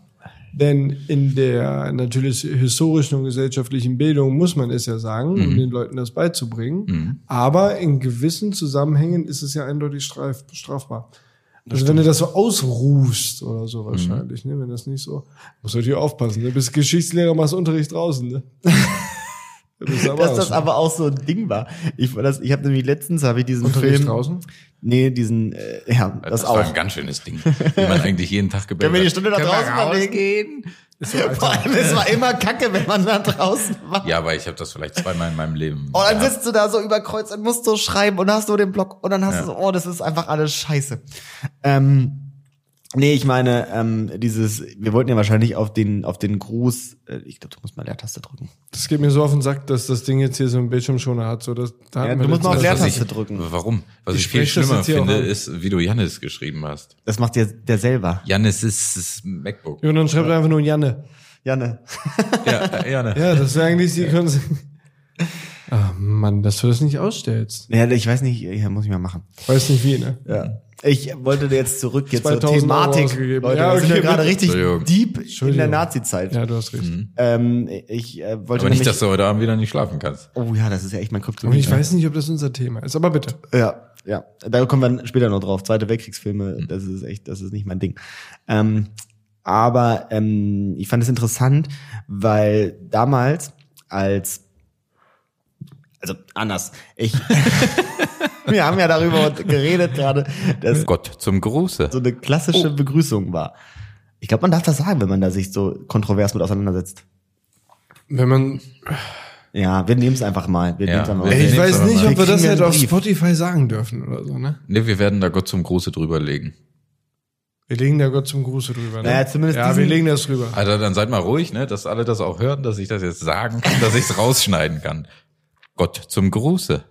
[SPEAKER 3] Denn in der natürlich historischen und gesellschaftlichen Bildung muss man es ja sagen, um den Leuten das beizubringen. Aber in gewissen Zusammenhängen ist es ja eindeutig streif, strafbar. Also wenn du das so ausrufst oder so wahrscheinlich, ne? wenn das nicht so, musst du natürlich aufpassen. Ne? Bist Geschichtslehrer, machst Unterricht draußen. Ne? Du bist aber
[SPEAKER 2] dass das
[SPEAKER 3] aus-
[SPEAKER 2] aber auch so ein Ding war. Ich, war das, ich habe nämlich letztens habe ich diesen
[SPEAKER 3] Unterricht
[SPEAKER 2] Film.
[SPEAKER 3] draußen?
[SPEAKER 2] Nee, diesen, äh, ja, das,
[SPEAKER 1] Das, war
[SPEAKER 2] auch.
[SPEAKER 1] ein ganz schönes Ding, wie man eigentlich jeden Tag gebellt
[SPEAKER 2] Können wir die
[SPEAKER 1] hat.
[SPEAKER 2] Stunde da
[SPEAKER 1] Können wir
[SPEAKER 2] draußen verlegen? Vor allem, es war immer kacke, wenn man da draußen war.
[SPEAKER 1] Ja, aber ich habe das vielleicht zweimal in meinem Leben.
[SPEAKER 2] Und Oh, dann
[SPEAKER 1] gehabt.
[SPEAKER 2] sitzt du da so überkreuzt und musst so schreiben und hast nur den Block und dann hast du so, oh, das ist einfach alles scheiße. Ähm, nee, ich meine, ähm, dieses, wir wollten ja wahrscheinlich auf den, auf den Gruß, äh, ich glaube, du musst mal Leertaste drücken.
[SPEAKER 3] Das geht mir so auf den Sack, dass das Ding jetzt hier so einen Bildschirmschoner hat. So, das, da hatten
[SPEAKER 2] du
[SPEAKER 3] wir
[SPEAKER 2] musst mal auf
[SPEAKER 3] letztes Mal-
[SPEAKER 1] Weißt du, was
[SPEAKER 2] Leertaste drücken.
[SPEAKER 1] Warum? Was ich,
[SPEAKER 3] Ich
[SPEAKER 1] viel
[SPEAKER 3] spreche das
[SPEAKER 1] schlimmer
[SPEAKER 3] jetzt hier auch
[SPEAKER 1] finde,
[SPEAKER 3] an.
[SPEAKER 1] ist, wie du Janis geschrieben hast.
[SPEAKER 2] Das macht dir der selber.
[SPEAKER 1] Janis ist, ist MacBook.
[SPEAKER 3] Ja, Und dann schreibt er einfach nur Janne.
[SPEAKER 2] Janne.
[SPEAKER 1] Ja, äh, Janne.
[SPEAKER 3] Ja, das wäre eigentlich die Konse Ach Ah, Mann, dass du das nicht ausstellst.
[SPEAKER 2] Ja, ne, ich weiß nicht, ja, muss ich mal machen.
[SPEAKER 3] Weiß nicht wie, ne?
[SPEAKER 2] Ja. Ich wollte jetzt zurück jetzt zur
[SPEAKER 3] 2000 Euro
[SPEAKER 2] Thematik.
[SPEAKER 3] ausgegeben.
[SPEAKER 2] Leute,
[SPEAKER 3] Ja,
[SPEAKER 2] wir sind ja
[SPEAKER 3] okay,
[SPEAKER 2] gerade
[SPEAKER 3] bitte.
[SPEAKER 2] richtig
[SPEAKER 1] Entschuldigung.
[SPEAKER 2] deep in der
[SPEAKER 3] Entschuldigung.
[SPEAKER 2] Nazi-Zeit.
[SPEAKER 3] Ja, du hast recht.
[SPEAKER 2] Ähm, ich äh, wollte
[SPEAKER 1] Aber nicht, dass
[SPEAKER 2] nämlich,
[SPEAKER 1] du heute Abend wieder nicht schlafen kannst.
[SPEAKER 2] Oh ja, das ist ja echt mein
[SPEAKER 3] Und
[SPEAKER 2] Kryptonit.
[SPEAKER 3] ich
[SPEAKER 2] ne?
[SPEAKER 3] weiß nicht, ob das unser Thema ist, aber bitte.
[SPEAKER 2] Ja, ja. Da kommen wir später noch drauf. Zweite Weltkriegsfilme,
[SPEAKER 1] Hm.
[SPEAKER 2] das ist echt, das ist nicht mein Ding. Ähm, aber ähm, ich fand es interessant, weil damals als also anders. Ich wir haben ja darüber geredet gerade, dass
[SPEAKER 1] Gott zum Gruße.
[SPEAKER 2] so eine klassische
[SPEAKER 1] Oh.
[SPEAKER 2] Begrüßung war. Ich glaube, man darf das sagen, wenn man da sich so kontrovers mit auseinandersetzt.
[SPEAKER 3] Wenn man.
[SPEAKER 2] Ja, wir nehmen es einfach mal. Wir
[SPEAKER 1] Ja.
[SPEAKER 2] nehmen's einfach mal.
[SPEAKER 1] Ey,
[SPEAKER 3] Ich
[SPEAKER 1] nehmen
[SPEAKER 3] weiß
[SPEAKER 1] wir
[SPEAKER 3] nicht,
[SPEAKER 1] mal.
[SPEAKER 3] ob wir
[SPEAKER 2] Wir kriegen
[SPEAKER 3] das
[SPEAKER 2] ja
[SPEAKER 3] hätte
[SPEAKER 2] einen
[SPEAKER 3] auf
[SPEAKER 2] Brief.
[SPEAKER 3] Spotify sagen dürfen oder so, ne?
[SPEAKER 1] Ne, wir werden da Gott zum Gruße drüber legen.
[SPEAKER 3] Wir legen da Gott zum Gruße drüber. Ne?
[SPEAKER 2] Naja, zumindest
[SPEAKER 3] Ja,
[SPEAKER 2] diesen-
[SPEAKER 3] wir legen das drüber.
[SPEAKER 1] Alter, dann seid mal ruhig, ne, dass alle das auch hören, dass ich das jetzt sagen kann, dass ich es rausschneiden kann. Gott zum Gruße.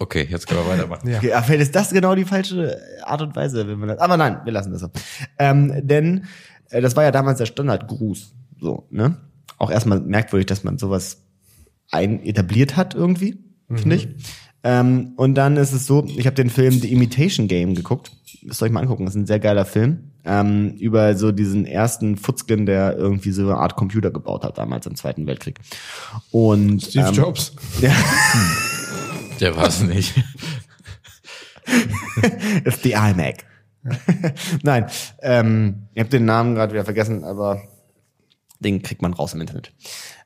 [SPEAKER 1] Okay, jetzt können wir weitermachen.
[SPEAKER 3] Ja.
[SPEAKER 2] Okay, aber vielleicht ist das genau die falsche Art und Weise, wenn man das. Aber nein, wir lassen das so. Ähm, denn äh, das war ja damals der Standardgruß. So, ne? Auch erstmal merkwürdig, dass man sowas ein etabliert hat irgendwie,
[SPEAKER 3] Mhm.
[SPEAKER 2] finde ich. Ähm, und dann ist es so, ich habe den Film The Imitation Game geguckt. Müsst ihr euch mal angucken, das ist ein sehr geiler Film. Ähm, über so diesen ersten Futzgen, der irgendwie so eine Art Computer gebaut hat, damals im Zweiten Weltkrieg. Und
[SPEAKER 3] Steve
[SPEAKER 2] ähm,
[SPEAKER 3] Jobs.
[SPEAKER 2] Ja,
[SPEAKER 1] Der war es nicht.
[SPEAKER 2] ist die iMac. Nein, ähm, ich habe den Namen gerade wieder vergessen, aber den kriegt man raus im Internet.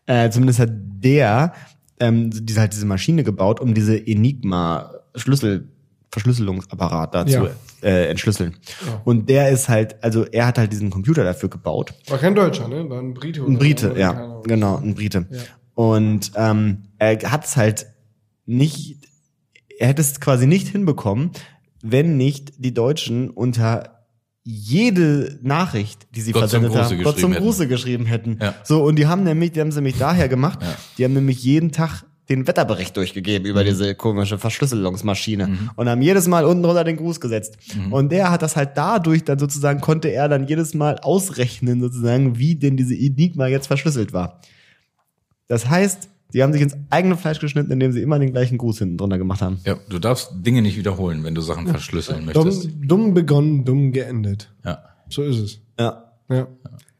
[SPEAKER 2] Äh, zumindest hat der ähm, diese, halt diese Maschine gebaut, um diese Enigma-Schlüssel, Verschlüsselungsapparat dazu äh, entschlüsseln. Und der ist halt, also er hat halt diesen Computer dafür gebaut.
[SPEAKER 3] War kein Deutscher, ne? War ein Brite.
[SPEAKER 2] Ein
[SPEAKER 3] oder
[SPEAKER 2] Brite,
[SPEAKER 3] ein
[SPEAKER 2] ja,
[SPEAKER 3] Amerikaner.
[SPEAKER 2] genau, ein Brite. Und ähm, er hat es halt nicht, er hätte es quasi nicht hinbekommen, wenn nicht die Deutschen unter jede Nachricht, die sie
[SPEAKER 1] Gott zum
[SPEAKER 2] versendet
[SPEAKER 1] Gruße
[SPEAKER 2] haben, Gott zum
[SPEAKER 1] geschrieben
[SPEAKER 2] Gruße geschrieben hätten.
[SPEAKER 1] Ja.
[SPEAKER 2] So, und die haben nämlich, die haben sie nämlich daher gemacht,
[SPEAKER 1] Ja. Mhm.
[SPEAKER 2] die haben nämlich jeden Tag den Wetterbericht durchgegeben über diese komische Verschlüsselungsmaschine und haben jedes Mal unten drunter den Gruß gesetzt.
[SPEAKER 1] Mhm.
[SPEAKER 2] Und der hat das halt dadurch dann sozusagen, konnte er dann jedes Mal ausrechnen sozusagen, wie denn diese Enigma jetzt verschlüsselt war. Das heißt, die haben sich ins eigene Fleisch geschnitten, indem sie immer den gleichen Gruß hinten drunter gemacht haben.
[SPEAKER 1] Ja, du darfst Dinge nicht wiederholen, wenn du Sachen verschlüsseln möchtest.
[SPEAKER 3] Dumm, dumm begonnen, dumm geendet.
[SPEAKER 1] Ja.
[SPEAKER 3] So ist es.
[SPEAKER 2] Ja.
[SPEAKER 3] Ja.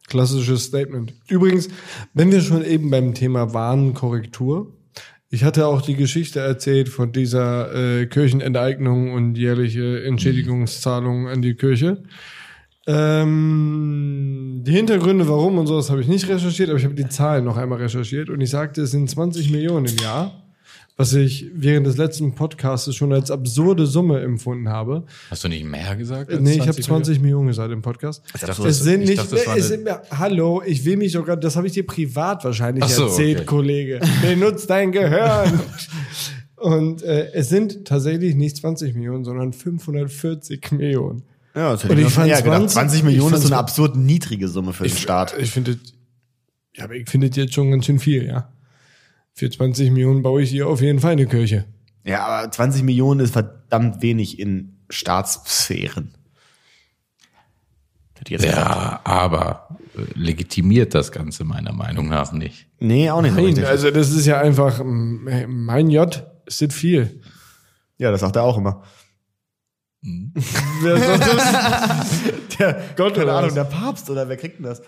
[SPEAKER 3] Klassisches Statement. Übrigens, wenn wir schon eben beim Thema waren, Korrektur. Ich hatte auch die Geschichte erzählt von dieser äh, Kirchenenteignung und jährliche Entschädigungszahlung an die Kirche. Ähm, die Hintergründe, warum und sowas, habe ich nicht recherchiert, aber ich habe die Zahlen noch einmal recherchiert und ich sagte, es sind 20 Millionen im Jahr, was ich während des letzten Podcasts schon als absurde Summe empfunden habe.
[SPEAKER 1] Hast du nicht mehr gesagt? als
[SPEAKER 3] Äh, Nee, ich habe
[SPEAKER 1] 20
[SPEAKER 3] 20 Millionen gesagt im Podcast.
[SPEAKER 1] Ich dachte, das-
[SPEAKER 3] es sind
[SPEAKER 1] ich
[SPEAKER 3] nicht.
[SPEAKER 1] dachte, das war
[SPEAKER 3] es
[SPEAKER 1] eine-
[SPEAKER 3] sind, ja, hallo, ich will mich sogar. Das habe ich dir privat wahrscheinlich
[SPEAKER 1] Ach so,
[SPEAKER 3] erzählt,
[SPEAKER 1] okay.
[SPEAKER 3] Kollege. Benutzt dein Gehirn. Und äh, es sind tatsächlich nicht 20 Millionen, sondern 540 Millionen.
[SPEAKER 2] Ja, das
[SPEAKER 3] Und ich fand
[SPEAKER 2] eher
[SPEAKER 3] 20
[SPEAKER 2] 20 Millionen
[SPEAKER 3] ich
[SPEAKER 2] ist so eine
[SPEAKER 3] fand's-
[SPEAKER 2] absurd niedrige Summe für den
[SPEAKER 3] Ich- äh,
[SPEAKER 2] Staat.
[SPEAKER 3] Ich finde, ja, aber ich finde jetzt schon ganz schön viel, ja. Für 20 Millionen baue ich hier auf jeden Fall eine Kirche.
[SPEAKER 2] Ja, aber 20 Millionen ist verdammt wenig in Staatssphären. Hätte ich jetzt gedacht.
[SPEAKER 1] Ja, aber äh, legitimiert das Ganze meiner Meinung nach nicht.
[SPEAKER 2] Nee, auch nicht so
[SPEAKER 3] Nein,
[SPEAKER 2] richtig.
[SPEAKER 3] also das ist ja einfach, mm, hey, mein J, es sind viel.
[SPEAKER 2] Ja, das sagt er auch immer.
[SPEAKER 3] Hm. Wer sagt das?
[SPEAKER 2] Der, Gott,
[SPEAKER 3] oder
[SPEAKER 2] keine Ahnung,
[SPEAKER 3] was?
[SPEAKER 2] der Papst oder wer kriegt denn das?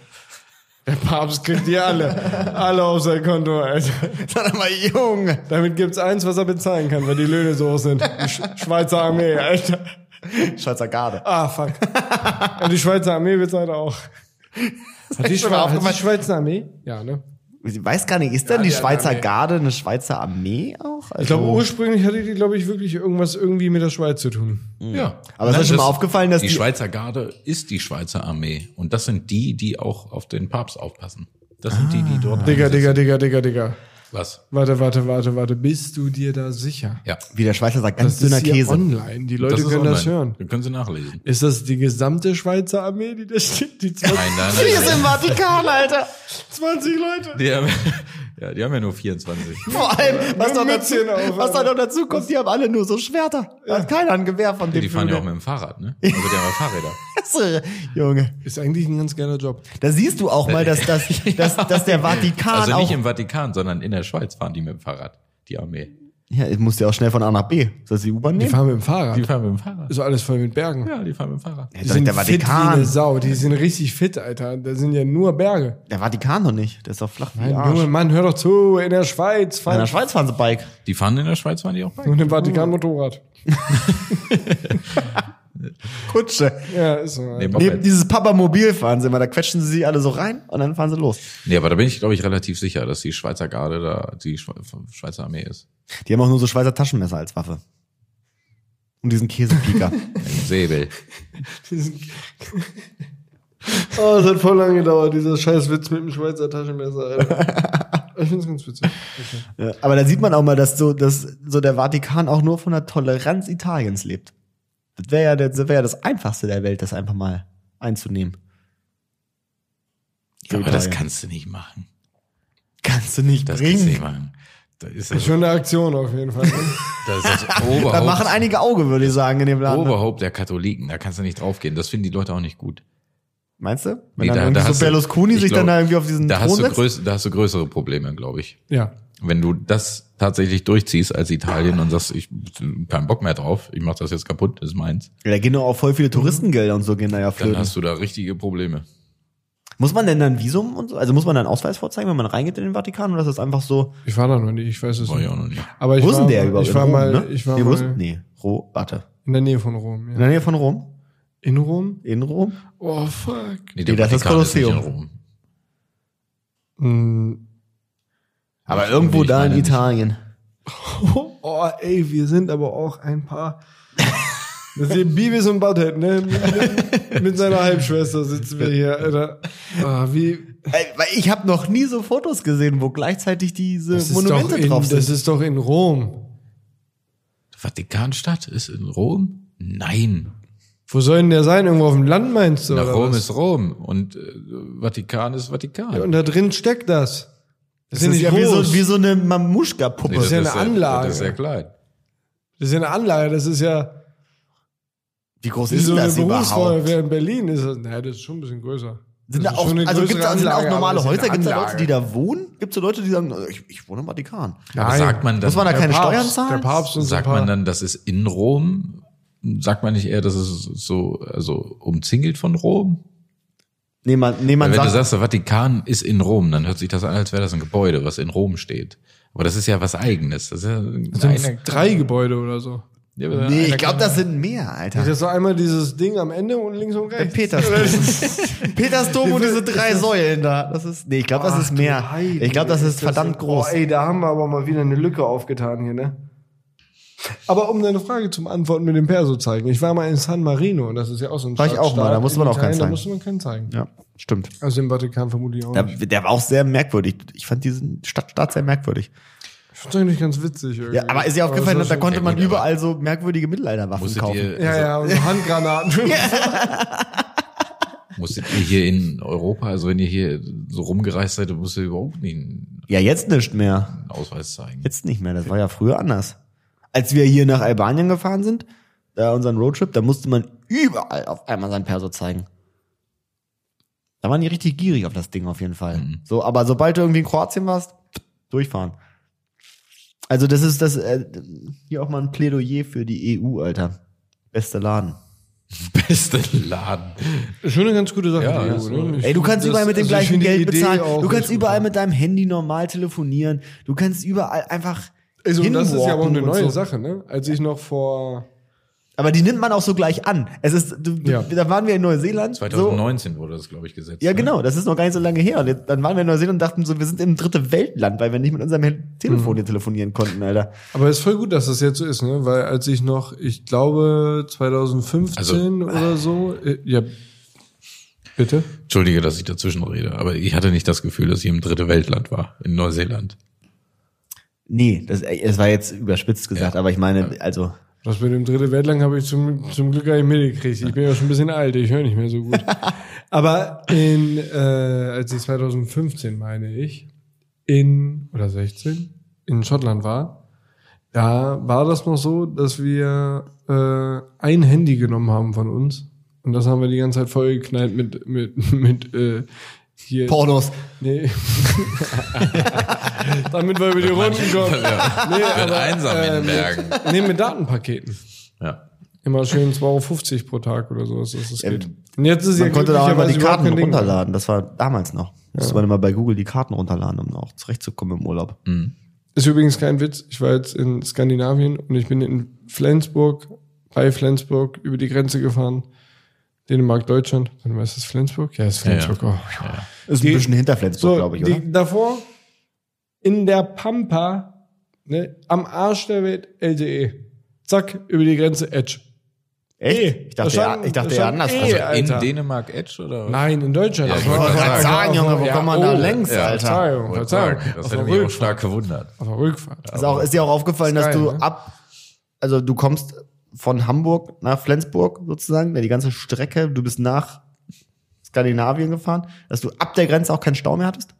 [SPEAKER 3] Der Papst kriegt die alle. Alle auf sein Konto, Alter.
[SPEAKER 2] Sag doch mal, Junge.
[SPEAKER 3] Damit gibt's eins, was er bezahlen kann, weil die Löhne so hoch sind. Die Sch Schweizer Armee, Alter.
[SPEAKER 2] Schweizer Garde.
[SPEAKER 3] Ah, fuck. Und die Schweizer Armee bezahlt auch. Hat die,
[SPEAKER 2] ist mir mal
[SPEAKER 3] Schwe hat die
[SPEAKER 2] aufgefallen.
[SPEAKER 3] Schweizer Armee? Ja, ne?
[SPEAKER 2] Ich weiß gar nicht, ist denn
[SPEAKER 3] Ja,
[SPEAKER 2] die
[SPEAKER 3] die
[SPEAKER 2] Schweizer
[SPEAKER 3] Armee.
[SPEAKER 2] Garde eine Schweizer Armee auch? Also,
[SPEAKER 3] Ich glaube, ursprünglich hatte die, glaube ich, wirklich irgendwas irgendwie mit der Schweiz zu tun.
[SPEAKER 1] Ja.
[SPEAKER 2] Aber es ist
[SPEAKER 1] Nein,
[SPEAKER 2] euch schon mal aufgefallen, dass
[SPEAKER 1] die,
[SPEAKER 2] die-
[SPEAKER 1] Schweizer Garde ist die Schweizer Armee und das sind die, die auch auf den Papst aufpassen. Das sind die, die
[SPEAKER 2] Ah.
[SPEAKER 1] dort
[SPEAKER 3] Digga,
[SPEAKER 1] eingesetzt-
[SPEAKER 3] Digga, Digga, Digga, Digga.
[SPEAKER 1] Was?
[SPEAKER 3] Warte, warte, warte, warte. Bist du dir da sicher?
[SPEAKER 1] Ja.
[SPEAKER 2] wie der Schweizer sagt, ganz
[SPEAKER 3] Das
[SPEAKER 2] dünner
[SPEAKER 3] ist hier
[SPEAKER 2] Käse.
[SPEAKER 3] online. Die Leute
[SPEAKER 1] ist
[SPEAKER 3] können das
[SPEAKER 1] online.
[SPEAKER 3] hören.
[SPEAKER 1] Dann können Sie nachlesen.
[SPEAKER 3] Ist das die gesamte Schweizer Armee, die da steht? Die 20,
[SPEAKER 1] Nein, nein,
[SPEAKER 2] Hier ist
[SPEAKER 1] nein.
[SPEAKER 2] im Vatikan, Alter.
[SPEAKER 3] 20 Leute?
[SPEAKER 1] Die haben, ja, die haben ja nur 24.
[SPEAKER 2] Vor allem, was
[SPEAKER 3] Mit
[SPEAKER 2] da noch dazu,
[SPEAKER 3] Mützchen auf,
[SPEAKER 2] was da
[SPEAKER 3] Alter.
[SPEAKER 2] noch dazu kommt, die haben alle nur so Schwerter. Hat keiner ein Gewehr von dem.
[SPEAKER 1] Die fahren ja auch
[SPEAKER 2] Flügel.
[SPEAKER 1] mit dem Fahrrad, ne? Also die haben ja Fahrräder.
[SPEAKER 2] Junge.
[SPEAKER 3] Ist eigentlich ein ganz geiler Job.
[SPEAKER 2] Da siehst du auch mal, dass, dass, dass, dass der Vatikan
[SPEAKER 1] Äh, Also
[SPEAKER 2] auch
[SPEAKER 1] nicht im Vatikan, sondern in der Schweiz fahren die mit dem Fahrrad. die Armee.
[SPEAKER 2] Ja, ich muss ja auch schnell von A nach B. Soll sie die U-Bahn
[SPEAKER 3] Die
[SPEAKER 2] nehmen?
[SPEAKER 3] fahren mit dem Fahrrad.
[SPEAKER 1] Die fahren mit dem Fahrrad.
[SPEAKER 3] ist alles voll mit Bergen.
[SPEAKER 1] Ja, die fahren mit dem Fahrrad.
[SPEAKER 2] Ja,
[SPEAKER 3] Die
[SPEAKER 2] doch,
[SPEAKER 3] sind
[SPEAKER 2] der
[SPEAKER 3] fit wie eine
[SPEAKER 2] Vatikan.
[SPEAKER 3] Sau. Die sind richtig fit, Alter. Da sind ja nur Berge.
[SPEAKER 2] Der Vatikan doch nicht. Der ist doch flach wie
[SPEAKER 3] Ein
[SPEAKER 2] Arsch.
[SPEAKER 3] junger Mann, hör doch zu. In der Schweiz
[SPEAKER 2] In der
[SPEAKER 3] fahren
[SPEAKER 2] Schweiz fahren sie Bike.
[SPEAKER 1] Die fahren in der Schweiz, fahren die auch bei.
[SPEAKER 3] und im Vatikan Motorrad.
[SPEAKER 2] Kutsche.
[SPEAKER 3] Ja, ist so.
[SPEAKER 1] Nee,
[SPEAKER 3] Alter.
[SPEAKER 1] Moped.
[SPEAKER 2] Neben dieses Papamobil fahren sie immer. Da quetschen sie sich alle so rein und dann fahren sie los.
[SPEAKER 1] nee, aber da bin ich, glaube ich, relativ sicher, dass die Schweizer Garde da die Schwe- Schweizer Armee ist.
[SPEAKER 2] Die haben auch nur so Schweizer Taschenmesser als Waffe. Und diesen Käsepieker.
[SPEAKER 1] Ein Säbel.
[SPEAKER 3] Die sind- oh, es hat voll lange gedauert, dieser scheiß Witz mit dem Schweizer Taschenmesser, Alter. Ich find's ganz witzig. Okay.
[SPEAKER 2] Ja, Aber da sieht man auch mal, dass so, dass so der Vatikan auch nur von der Toleranz Italiens lebt. Das wäre ja, der- das wär ja das Einfachste der Welt, das einfach mal einzunehmen.
[SPEAKER 1] Ja, aber das
[SPEAKER 2] Italien.
[SPEAKER 1] kannst du nicht machen.
[SPEAKER 2] kannst du nicht
[SPEAKER 1] Das kannst du
[SPEAKER 2] bringen.
[SPEAKER 1] nicht machen. Da ist
[SPEAKER 3] Das
[SPEAKER 1] das,
[SPEAKER 3] ist schon eine Aktion auf jeden Fall. ne?
[SPEAKER 1] das, ist das
[SPEAKER 2] Da machen
[SPEAKER 1] Oberhaupt,
[SPEAKER 2] einige Auge, würde ich sagen, in dem Laden.
[SPEAKER 1] Oberhaupt der Katholiken. Da kannst du nicht draufgehen. Das finden die Leute auch nicht gut.
[SPEAKER 2] Meinst du? Wenn
[SPEAKER 1] Nee,
[SPEAKER 2] dann
[SPEAKER 1] da-
[SPEAKER 2] irgendwie
[SPEAKER 1] da
[SPEAKER 2] so
[SPEAKER 1] hast du-
[SPEAKER 2] Berlusconi
[SPEAKER 1] ich
[SPEAKER 2] sich dann
[SPEAKER 1] glaub,
[SPEAKER 2] da irgendwie auf diesen
[SPEAKER 1] Da hast,
[SPEAKER 2] Thron
[SPEAKER 1] du
[SPEAKER 2] setzt?
[SPEAKER 1] größ, da hast du größere Probleme, glaube ich.
[SPEAKER 3] ja.
[SPEAKER 1] Wenn du das tatsächlich durchziehst als Italien und sagst, ich keinen Bock mehr drauf, ich mach das jetzt kaputt, das ist meins,
[SPEAKER 2] Ja, da gehen doch auch voll viele Touristengelder und so gehen da ja
[SPEAKER 1] dann
[SPEAKER 2] flöten.
[SPEAKER 1] hast du da richtige Probleme.
[SPEAKER 2] Muss man denn dann Visum und so? Also muss man dann Ausweis vorzeigen, wenn man reingeht in den Vatikan oder ist das einfach so?
[SPEAKER 3] Ich war da noch nicht, ich weiß es
[SPEAKER 1] War ich
[SPEAKER 3] nicht.
[SPEAKER 1] auch noch nicht.
[SPEAKER 3] Aber ich
[SPEAKER 2] Oh wo ist
[SPEAKER 3] war,
[SPEAKER 2] denn der überhaupt?
[SPEAKER 3] ich war
[SPEAKER 2] In Rom,
[SPEAKER 3] mal,
[SPEAKER 2] ne?
[SPEAKER 3] ich war
[SPEAKER 2] nee, wo ist-
[SPEAKER 3] mal
[SPEAKER 2] nee, Ro, warte.
[SPEAKER 3] in der Nähe von Rom.
[SPEAKER 2] In
[SPEAKER 3] Ja.
[SPEAKER 2] der Nähe von Rom?
[SPEAKER 3] In Rom?
[SPEAKER 2] In Rom?
[SPEAKER 3] Oh, fuck.
[SPEAKER 1] der
[SPEAKER 2] Nee, das ist
[SPEAKER 1] Vatikan nicht
[SPEAKER 2] Kolosseum.
[SPEAKER 1] in Rom.
[SPEAKER 3] Mm.
[SPEAKER 2] Hm. Aber
[SPEAKER 1] Ich-
[SPEAKER 2] irgendwo
[SPEAKER 1] ich
[SPEAKER 2] da in
[SPEAKER 1] meine nicht.
[SPEAKER 2] Italien.
[SPEAKER 3] Oh, ey, wir sind aber auch ein paar. Das sind Beavis und Butthead, ne? Mit, mit seiner Halbschwester sitzen wir hier, Alter. Ah, wie,
[SPEAKER 2] Ey, weil ich habe noch nie so Fotos gesehen, wo gleichzeitig diese
[SPEAKER 3] das, ist doch
[SPEAKER 2] Monumente
[SPEAKER 3] in,
[SPEAKER 2] drauf
[SPEAKER 3] das
[SPEAKER 2] sind.
[SPEAKER 3] ist doch in Rom.
[SPEAKER 1] Vatikanstadt ist in Rom? Nein.
[SPEAKER 3] Wo soll denn der sein? Irgendwo auf dem Land meinst du?
[SPEAKER 1] Na,
[SPEAKER 3] oder
[SPEAKER 1] Rom
[SPEAKER 3] was?
[SPEAKER 1] ist Rom und äh, Vatikan ist Vatikan.
[SPEAKER 3] Ja, Und da drin steckt das.
[SPEAKER 2] Das
[SPEAKER 3] Das, ist
[SPEAKER 2] ist
[SPEAKER 3] nicht
[SPEAKER 2] ja wie
[SPEAKER 3] groß.
[SPEAKER 2] so, wie so eine Mamuschka-Puppe.
[SPEAKER 1] Nee,
[SPEAKER 3] das ist ja eine Anlage.
[SPEAKER 1] Das ist ja klein.
[SPEAKER 3] das ist ja eine Anlage, das ist ja
[SPEAKER 2] wie groß
[SPEAKER 3] wie
[SPEAKER 2] ist
[SPEAKER 3] so
[SPEAKER 2] denn
[SPEAKER 3] eine
[SPEAKER 2] das überhaupt?
[SPEAKER 3] Berufsfeuerwehr in Berlin. Ist das, naja, das ist schon ein bisschen größer.
[SPEAKER 2] Sind da
[SPEAKER 3] Das ist
[SPEAKER 2] auch,
[SPEAKER 3] schon eine
[SPEAKER 2] also gibt's da,
[SPEAKER 3] größere
[SPEAKER 2] sind da auch
[SPEAKER 3] Anlage,
[SPEAKER 2] normale
[SPEAKER 3] aber das ist
[SPEAKER 2] Häuser?
[SPEAKER 3] eine
[SPEAKER 2] Gibt es da Leute,
[SPEAKER 3] Anlage.
[SPEAKER 2] die da wohnen? Gibt es Leute, die sagen, also ich, ich wohne im Vatikan?
[SPEAKER 1] Aber
[SPEAKER 3] Nein.
[SPEAKER 1] sagt man dann,
[SPEAKER 2] Muss man da
[SPEAKER 3] Der
[SPEAKER 2] keine
[SPEAKER 3] Papst,
[SPEAKER 2] Steuern zahlen?
[SPEAKER 3] Der Papst und so ein
[SPEAKER 1] sagt
[SPEAKER 3] paar.
[SPEAKER 1] man dann, das ist in Rom? Sagt man nicht eher, das ist so also umzingelt von Rom?
[SPEAKER 2] Nee, man, nee, man
[SPEAKER 1] Weil wenn
[SPEAKER 2] sagt,
[SPEAKER 1] du sagst, der Vatikan ist in Rom, dann hört sich das an, als wäre das ein Gebäude, was in Rom steht. Aber das ist ja was Eigenes. Das ist ja
[SPEAKER 3] Das sind
[SPEAKER 1] eine,
[SPEAKER 3] drei Gebäude oder so.
[SPEAKER 1] ja, aber
[SPEAKER 2] nee,
[SPEAKER 1] einer
[SPEAKER 2] ich glaube,
[SPEAKER 1] kann-
[SPEAKER 2] das sind mehr, Alter.
[SPEAKER 3] Das ist so einmal dieses Ding am Ende und links und rechts.
[SPEAKER 2] Petersdom. Petersdom und diese drei Säulen da. Das ist, nee, ich glaube, das
[SPEAKER 3] Ach,
[SPEAKER 2] ist
[SPEAKER 3] du
[SPEAKER 2] mehr.
[SPEAKER 3] Heilige,
[SPEAKER 2] Ich glaube, das ist
[SPEAKER 3] das
[SPEAKER 2] verdammt groß.
[SPEAKER 3] Oh, ey, da haben wir aber mal wieder eine Lücke aufgetan hier, ne? Aber um deine Frage zum Antworten mit dem Perso zeigen. Ich war mal in San Marino, das ist ja auch so ein
[SPEAKER 2] War ich auch
[SPEAKER 3] Stadtstaat
[SPEAKER 2] mal, da musste
[SPEAKER 3] in
[SPEAKER 2] man auch keinen
[SPEAKER 3] Italien, Da
[SPEAKER 2] zeigen.
[SPEAKER 3] musste man keinen zeigen.
[SPEAKER 2] Ja, stimmt.
[SPEAKER 3] Also im Vatikan vermutlich auch
[SPEAKER 2] Der,
[SPEAKER 3] nicht.
[SPEAKER 2] der war auch sehr merkwürdig. Ich fand diesen Stadtstaat sehr merkwürdig.
[SPEAKER 3] Ich find's eigentlich ganz witzig irgendwie.
[SPEAKER 2] Ja, aber ist ja aufgefallen,
[SPEAKER 3] das
[SPEAKER 2] da
[SPEAKER 3] war
[SPEAKER 2] konnte
[SPEAKER 1] Ja,
[SPEAKER 2] man
[SPEAKER 1] gut, aber-
[SPEAKER 2] überall so merkwürdige Mittelalterwaffen
[SPEAKER 1] Musstet
[SPEAKER 2] kaufen.
[SPEAKER 1] ihr,
[SPEAKER 3] schon- Ja, ja, und so Handgranaten.
[SPEAKER 1] also, musstet ihr hier in Europa, also wenn ihr hier so rumgereist seid, musstet ihr überhaupt nicht einen
[SPEAKER 2] Ja, jetzt nicht mehr.
[SPEAKER 1] Ausweis zeigen.
[SPEAKER 2] Jetzt nicht mehr. Das war ja früher anders. Als wir hier nach Albanien gefahren sind, da unseren Roadtrip, da musste man überall auf einmal sein Perso zeigen. Da waren die richtig gierig auf das Ding auf jeden Fall.
[SPEAKER 1] Mhm.
[SPEAKER 2] So, aber sobald du irgendwie in Kroatien warst, durchfahren. Also das ist das äh, hier auch mal ein Plädoyer für die EU, Alter. Beste Laden.
[SPEAKER 1] Beste Laden.
[SPEAKER 3] Ist Schon eine ganz gute Sache,
[SPEAKER 1] Ja,
[SPEAKER 3] die EU,
[SPEAKER 1] das
[SPEAKER 3] ne?
[SPEAKER 1] war-
[SPEAKER 3] Ich
[SPEAKER 2] Ey, du
[SPEAKER 3] find
[SPEAKER 2] kannst
[SPEAKER 3] das-
[SPEAKER 2] überall mit dem
[SPEAKER 3] also ich
[SPEAKER 2] gleichen
[SPEAKER 3] find die
[SPEAKER 2] Geld
[SPEAKER 3] Idee
[SPEAKER 2] bezahlen.
[SPEAKER 3] auch
[SPEAKER 2] Du kannst
[SPEAKER 3] ganz gut.
[SPEAKER 2] überall mit deinem Handy normal telefonieren. Du kannst überall einfach
[SPEAKER 3] Also, und das ist ja auch
[SPEAKER 2] hinwalken
[SPEAKER 3] eine
[SPEAKER 2] und
[SPEAKER 3] neue
[SPEAKER 2] so.
[SPEAKER 3] Sache, ne? Als ich noch vor
[SPEAKER 2] Aber die nimmt man auch so gleich an. Es ist, du,
[SPEAKER 3] Ja.
[SPEAKER 2] du, da waren wir in Neuseeland. So,
[SPEAKER 1] 2019 wurde das, glaube ich, gesetzt.
[SPEAKER 2] ja,
[SPEAKER 1] ne?
[SPEAKER 2] genau. Das ist noch gar nicht so lange her. Und jetzt, dann waren wir in Neuseeland und dachten so, wir sind im dritte Weltland, weil wir nicht mit unserem
[SPEAKER 3] Hm.
[SPEAKER 2] Hand- Telefon hier telefonieren konnten, Alter.
[SPEAKER 3] Aber ist voll gut, dass das jetzt so ist, ne? Weil als ich noch, ich glaube 2015
[SPEAKER 1] Also-
[SPEAKER 3] oder so, äh, ja, bitte.
[SPEAKER 1] Entschuldige, dass ich dazwischen rede, aber ich hatte nicht das Gefühl, dass ich im dritte Weltland war, in Neuseeland.
[SPEAKER 2] Nee, das, ey, es war jetzt überspitzt gesagt, aber ich meine, also,
[SPEAKER 3] Das mit dem dritten Weltlang habe ich zum, zum Glück gar nicht mitgekriegt. Ich bin ja schon ein bisschen alt, ich höre nicht mehr so gut. Aber in, äh, als ich 2015 meine ich, in, oder 16, in Schottland war, da war das noch so, dass wir äh, ein Handy genommen haben von uns. Und das haben wir die ganze Zeit vollgeknallt mit, mit, mit äh, Hier.
[SPEAKER 2] Pornos.
[SPEAKER 3] Nee. Damit wir über die Runden kommen. Nee, ähm,
[SPEAKER 1] Wird einsam in den Bergen.
[SPEAKER 3] nee, äh, mit Datenpaketen.
[SPEAKER 1] Ja.
[SPEAKER 3] Immer schön 2,50 Euro pro Tag oder so, dass das
[SPEAKER 2] Ähm,
[SPEAKER 3] geht. Und jetzt ist ja
[SPEAKER 2] Man konnte da auch immer die
[SPEAKER 3] glücklicherweise überhaupt
[SPEAKER 2] Karten
[SPEAKER 3] kein Ding mehr.
[SPEAKER 2] runterladen. Das war damals noch. Musste man immer bei Google die Karten runterladen, um auch zurechtzukommen im Urlaub.
[SPEAKER 3] Ist übrigens kein Witz. Ich war jetzt in Skandinavien und ich bin in Flensburg, bei Flensburg, über die Grenze gefahren. Dänemark, Deutschland. Warte mal, ist das Flensburg? Ja, ist Flensburg. Oh.
[SPEAKER 2] Ist
[SPEAKER 3] Die-
[SPEAKER 2] ein bisschen hinter Flensburg,
[SPEAKER 3] So,
[SPEAKER 2] glaube ich, oder?
[SPEAKER 3] die, davor, in der Pampa, ne, am Arsch der Welt, LTE. Zack, über die Grenze, Edge.
[SPEAKER 2] Echt?
[SPEAKER 3] Nee,
[SPEAKER 2] Ich dachte,
[SPEAKER 3] da
[SPEAKER 2] ja,
[SPEAKER 3] stand-
[SPEAKER 2] ich dachte
[SPEAKER 3] da
[SPEAKER 2] ja
[SPEAKER 3] stand
[SPEAKER 2] anders.
[SPEAKER 3] eh,
[SPEAKER 2] Also,
[SPEAKER 3] Alter.
[SPEAKER 1] In Dänemark Edge oder?
[SPEAKER 3] Nein, in Deutschland.
[SPEAKER 1] Ja,
[SPEAKER 3] Das
[SPEAKER 1] ich
[SPEAKER 3] war-
[SPEAKER 1] wollte gerade
[SPEAKER 2] sagen, Junge, wo kommt man da längst,
[SPEAKER 1] ja.
[SPEAKER 2] Alter?
[SPEAKER 3] oh, Verzeihung,
[SPEAKER 1] Wollte
[SPEAKER 3] Verzeihung.
[SPEAKER 1] sagen, Das
[SPEAKER 3] Auf
[SPEAKER 1] hätte
[SPEAKER 3] der
[SPEAKER 1] mich auch
[SPEAKER 3] Rückfahrt.
[SPEAKER 1] stark gewundert.
[SPEAKER 3] Auf der Rückfahrt.
[SPEAKER 2] ist, auch, ist dir auch aufgefallen,
[SPEAKER 3] Ist
[SPEAKER 2] dass
[SPEAKER 3] geil,
[SPEAKER 2] du
[SPEAKER 3] ne?
[SPEAKER 2] ab, also du kommst von Hamburg nach Flensburg sozusagen, ne, die ganze Strecke, du bist nach Skandinavien gefahren, dass du ab der Grenze auch keinen Stau mehr hattest?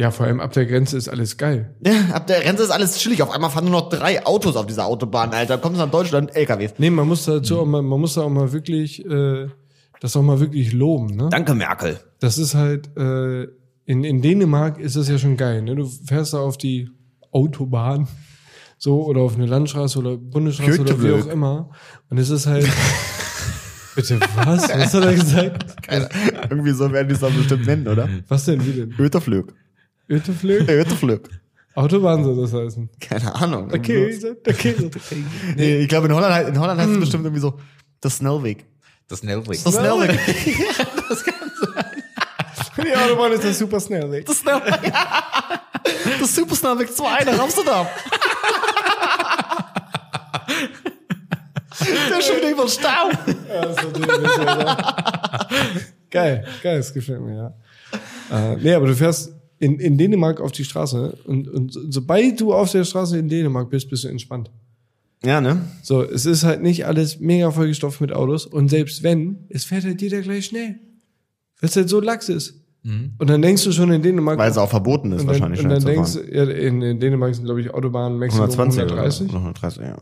[SPEAKER 3] Ja, vor allem ab der Grenze ist alles geil.
[SPEAKER 2] Ja, ab der Grenze ist alles chillig. Auf einmal fahren nur noch drei Autos auf dieser Autobahn, Alter. Kommst du nach Deutschland, LKWs.
[SPEAKER 3] Nee, man muss dazu auch mal, man muss da auch mal wirklich, äh, das auch mal wirklich loben, ne?
[SPEAKER 2] Danke, Merkel.
[SPEAKER 3] Das ist halt, äh, in, in Dänemark ist das ja schon geil, ne? Du fährst da auf die Autobahn, so, oder auf eine Landstraße oder Bundesstraße oder wie
[SPEAKER 2] Göteborg.
[SPEAKER 3] auch immer. Und es ist halt, bitte was? Was hat er gesagt?
[SPEAKER 2] Irgendwie so werden die es dann bestimmt nennen, oder?
[SPEAKER 3] Was denn, wie denn?
[SPEAKER 2] Öteflög.
[SPEAKER 3] Öteflög?
[SPEAKER 2] Öteflög.
[SPEAKER 3] Autobahn soll das heißen.
[SPEAKER 2] Keine Ahnung.
[SPEAKER 3] Der Käse, der Käse.
[SPEAKER 2] Nee, ich glaube, in Holland, halt- in Holland
[SPEAKER 3] Hm.
[SPEAKER 2] heißt es bestimmt irgendwie so, das Snellweg.
[SPEAKER 1] Das Nelwig.
[SPEAKER 2] Das Snellweg.
[SPEAKER 3] Die Autobahn ist ja super schnell weg.
[SPEAKER 2] Das Snellweg. Das Super Snellweg 2 nach Amsterdam. Der schöne über den Stau.
[SPEAKER 3] geil, geil, das gefällt mir, ja. Äh, nee, aber du fährst in, in Dänemark auf die Straße und, und so- sobald du auf der Straße in Dänemark bist, bist du entspannt.
[SPEAKER 2] Ja, ne?
[SPEAKER 3] So, es ist halt nicht alles mega vollgestopft mit Autos und selbst wenn, es fährt halt jeder gleich schnell. Weil es halt so lax ist. Und dann denkst du schon in Dänemark.
[SPEAKER 2] Weil es auch verboten ist,
[SPEAKER 3] und dann,
[SPEAKER 2] wahrscheinlich.
[SPEAKER 3] und dann
[SPEAKER 2] schnell zu
[SPEAKER 3] denkst
[SPEAKER 2] fahren.
[SPEAKER 3] du, ja, in, in Dänemark sind, glaube ich, Autobahnen Mexiko
[SPEAKER 2] 120 oder
[SPEAKER 3] 130.
[SPEAKER 2] 130, ja.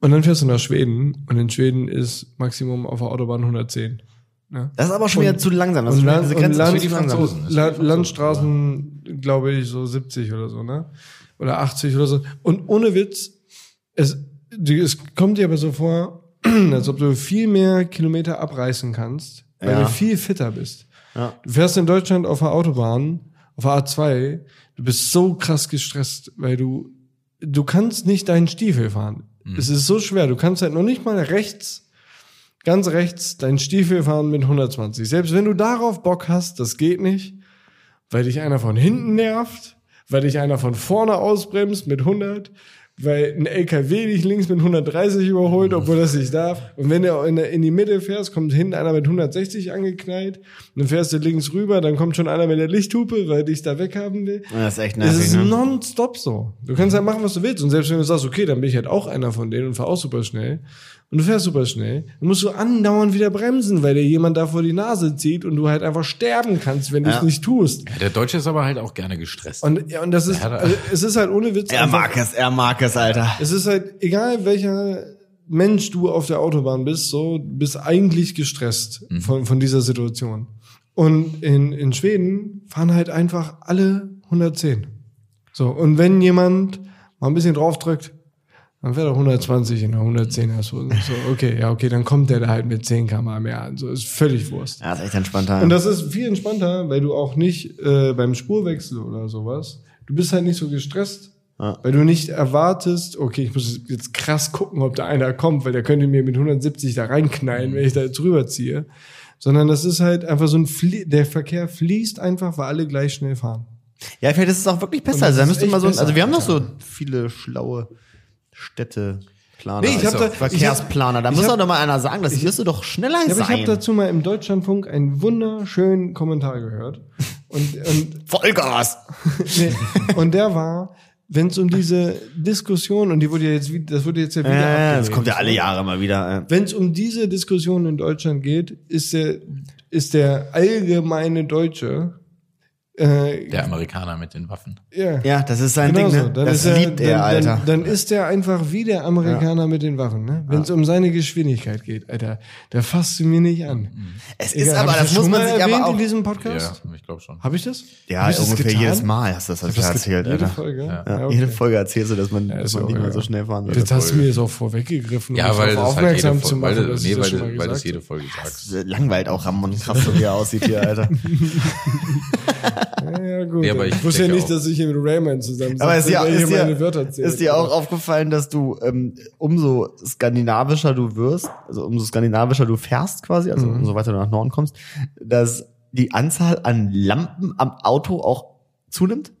[SPEAKER 3] Und dann fährst du nach Schweden und in Schweden ist Maximum auf der Autobahn 110. Ne?
[SPEAKER 2] Das ist aber schon wieder zu langsam. Das
[SPEAKER 3] und
[SPEAKER 2] ist schon wieder
[SPEAKER 3] Land-
[SPEAKER 2] diese
[SPEAKER 3] und
[SPEAKER 2] Grenze. das
[SPEAKER 3] Land-
[SPEAKER 2] ist
[SPEAKER 1] die
[SPEAKER 2] schon langsam.
[SPEAKER 1] Franzosen. Das ist
[SPEAKER 3] La
[SPEAKER 1] einfach so.
[SPEAKER 3] Landstraßen, glaube ich, so 70 oder so, ne? Oder 80 oder so. Und ohne Witz, es, die, es kommt dir aber so vor, als ob du viel mehr Kilometer abreißen kannst, weil
[SPEAKER 2] Ja.
[SPEAKER 3] du viel fitter bist.
[SPEAKER 2] Ja.
[SPEAKER 3] Du fährst in Deutschland auf der Autobahn, auf der A2, du bist so krass gestresst, weil du, du kannst nicht deinen Stiefel fahren. Es
[SPEAKER 2] Mhm.
[SPEAKER 3] ist so schwer. Du kannst halt noch nicht mal rechts ganz rechts dein Stiefel fahren mit 120. Selbst wenn du darauf Bock hast, das geht nicht, weil dich einer von hinten nervt, weil dich einer von vorne ausbremst mit 100, weil ein LKW dich links mit 130 überholt, obwohl das nicht darf. Und wenn du in, der- in die Mitte fährst, kommt hinten einer mit 160 angeknallt, dann fährst du links rüber, dann kommt schon einer mit der Lichthupe, weil dich da weghaben will.
[SPEAKER 2] Ja, Das ist echt
[SPEAKER 3] Es
[SPEAKER 2] nervig,
[SPEAKER 3] ist
[SPEAKER 2] ne?
[SPEAKER 3] nonstop so. Du kannst halt machen, was du willst. Und selbst wenn du sagst, okay, dann bin ich halt auch einer von denen und fahr auch super schnell. Und du fährst super schnell. Dann musst du andauernd wieder bremsen, weil dir jemand da vor die Nase zieht und du halt einfach sterben kannst, wenn du
[SPEAKER 2] Ja.
[SPEAKER 3] es nicht tust.
[SPEAKER 1] Der Deutsche ist aber halt auch gerne gestresst.
[SPEAKER 3] Und, ja, und das ist,
[SPEAKER 1] Ja, da-
[SPEAKER 3] also, es ist halt ohne Witz.
[SPEAKER 2] Er
[SPEAKER 3] einfach-
[SPEAKER 2] mag es, er mag es, Alter.
[SPEAKER 3] es ist halt, egal welcher Mensch du auf der Autobahn bist, so, du bist eigentlich gestresst von, von dieser Situation. Und in, in Schweden fahren halt einfach alle 110. So, und wenn jemand mal ein bisschen draufdrückt, dann fährt er 120 in der 110er. So, so, okay, ja, okay, dann kommt der da halt mit 10 km mehr an. So, ist völlig Wurst.
[SPEAKER 2] Ja, das ist echt entspannter.
[SPEAKER 3] Und das ist viel entspannter, weil du auch nicht äh, beim Spurwechsel oder sowas, du bist halt nicht so gestresst,
[SPEAKER 2] Ja.
[SPEAKER 3] weil du nicht erwartest, okay, ich muss jetzt krass gucken, ob da einer kommt, weil der könnte mir mit 170 da reinknallen, wenn ich da jetzt rüberziehe. Sondern das ist halt einfach so ein, Flie der Verkehr fließt einfach, weil alle gleich schnell fahren.
[SPEAKER 2] Ja, vielleicht ist es auch wirklich
[SPEAKER 3] Und
[SPEAKER 2] besser.
[SPEAKER 3] das
[SPEAKER 2] Also, da
[SPEAKER 3] ist
[SPEAKER 2] müsste
[SPEAKER 3] echt
[SPEAKER 2] man so,
[SPEAKER 3] besser,
[SPEAKER 2] also wir haben noch so
[SPEAKER 3] Alter.
[SPEAKER 2] viele schlaue Städte. Planer,
[SPEAKER 3] Nee, ich hab da-
[SPEAKER 2] Verkehrsplaner. Da
[SPEAKER 3] ich
[SPEAKER 2] muss
[SPEAKER 3] hab-
[SPEAKER 2] doch doch mal einer sagen, das müsste doch schneller
[SPEAKER 3] Ja, aber ich habe
[SPEAKER 2] sein.
[SPEAKER 3] dazu mal im Deutschlandfunk einen wunderschönen Kommentar gehört. Und, und
[SPEAKER 2] Vollgas!
[SPEAKER 3] Nee. Und der war, wenn es um diese Diskussion, und die wurde ja jetzt, wie- das wurde jetzt ja wieder.
[SPEAKER 2] Äh, das
[SPEAKER 3] abgelehnt.
[SPEAKER 2] kommt ja alle Jahre mal wieder. äh.
[SPEAKER 3] Wenn es um diese Diskussion in Deutschland geht, ist der, ist der allgemeine Deutsche Äh,
[SPEAKER 1] Der Amerikaner mit den Waffen.
[SPEAKER 3] ja.
[SPEAKER 2] Ja, das ist sein
[SPEAKER 3] Genau
[SPEAKER 2] Ding,
[SPEAKER 3] so.
[SPEAKER 2] ne? Das liebt
[SPEAKER 3] dann,
[SPEAKER 2] er, Alter.
[SPEAKER 3] Dann, dann ist er einfach wie der Amerikaner mit den Waffen, ne? Wenn es um seine Geschwindigkeit geht, Alter, da fasst du mir nicht an.
[SPEAKER 2] es ist
[SPEAKER 3] Egal, hab
[SPEAKER 2] aber,
[SPEAKER 3] ich
[SPEAKER 2] das muss
[SPEAKER 3] schon
[SPEAKER 2] man
[SPEAKER 3] mal
[SPEAKER 2] sich
[SPEAKER 3] erwähnt
[SPEAKER 2] aber auch.
[SPEAKER 3] in diesem Podcast.
[SPEAKER 1] Mhm. Ja, ich glaube schon.
[SPEAKER 3] Habe ich das?
[SPEAKER 2] Ja,
[SPEAKER 3] Hab ich das
[SPEAKER 2] ungefähr
[SPEAKER 3] getan?
[SPEAKER 2] jedes Mal hast du das,
[SPEAKER 3] Ich
[SPEAKER 2] das
[SPEAKER 3] hab das
[SPEAKER 2] erzählt,
[SPEAKER 3] ge- jede
[SPEAKER 2] Alter.
[SPEAKER 3] Folge.
[SPEAKER 1] Ja.
[SPEAKER 3] Ja, okay.
[SPEAKER 2] Jede Folge erzählst du, dass man, dass
[SPEAKER 3] ist
[SPEAKER 2] man
[SPEAKER 3] auch
[SPEAKER 2] nicht mehr
[SPEAKER 3] egal.
[SPEAKER 2] so schnell fahren soll.
[SPEAKER 3] Jetzt hast du
[SPEAKER 1] Folge.
[SPEAKER 3] mir das auch vorweggegriffen,
[SPEAKER 1] Ja,
[SPEAKER 3] um
[SPEAKER 1] weil
[SPEAKER 3] mich darauf
[SPEAKER 1] das halt
[SPEAKER 3] aufmerksam
[SPEAKER 1] jede
[SPEAKER 3] zu
[SPEAKER 1] Folge,
[SPEAKER 3] machen,
[SPEAKER 1] weil,
[SPEAKER 3] dass
[SPEAKER 1] nee,
[SPEAKER 3] ich das
[SPEAKER 1] weil,
[SPEAKER 3] schon
[SPEAKER 1] du-
[SPEAKER 3] mal
[SPEAKER 1] weil das
[SPEAKER 3] gesagt
[SPEAKER 1] jede Folge sagst.
[SPEAKER 2] Langweilt auch Ramon Kraft, so wie er aussieht hier, Alter.
[SPEAKER 3] habe. Ja, gut.
[SPEAKER 1] Ja, aber ich
[SPEAKER 3] ich wusste ja
[SPEAKER 1] denke
[SPEAKER 3] nicht,
[SPEAKER 1] auch-
[SPEAKER 3] dass ich hier mit Rayman zusammen
[SPEAKER 2] Aber ist
[SPEAKER 3] sitze,
[SPEAKER 2] dir,
[SPEAKER 3] der
[SPEAKER 2] ist,
[SPEAKER 3] hier meine
[SPEAKER 2] dir,
[SPEAKER 3] Wörter zählt.
[SPEAKER 2] ist dir auch aufgefallen, dass du ähm, umso skandinavischer du wirst, also umso skandinavischer du fährst quasi, also
[SPEAKER 3] Mhm.
[SPEAKER 2] umso weiter du nach Norden kommst, dass die Anzahl an Lampen am Auto auch zunimmt?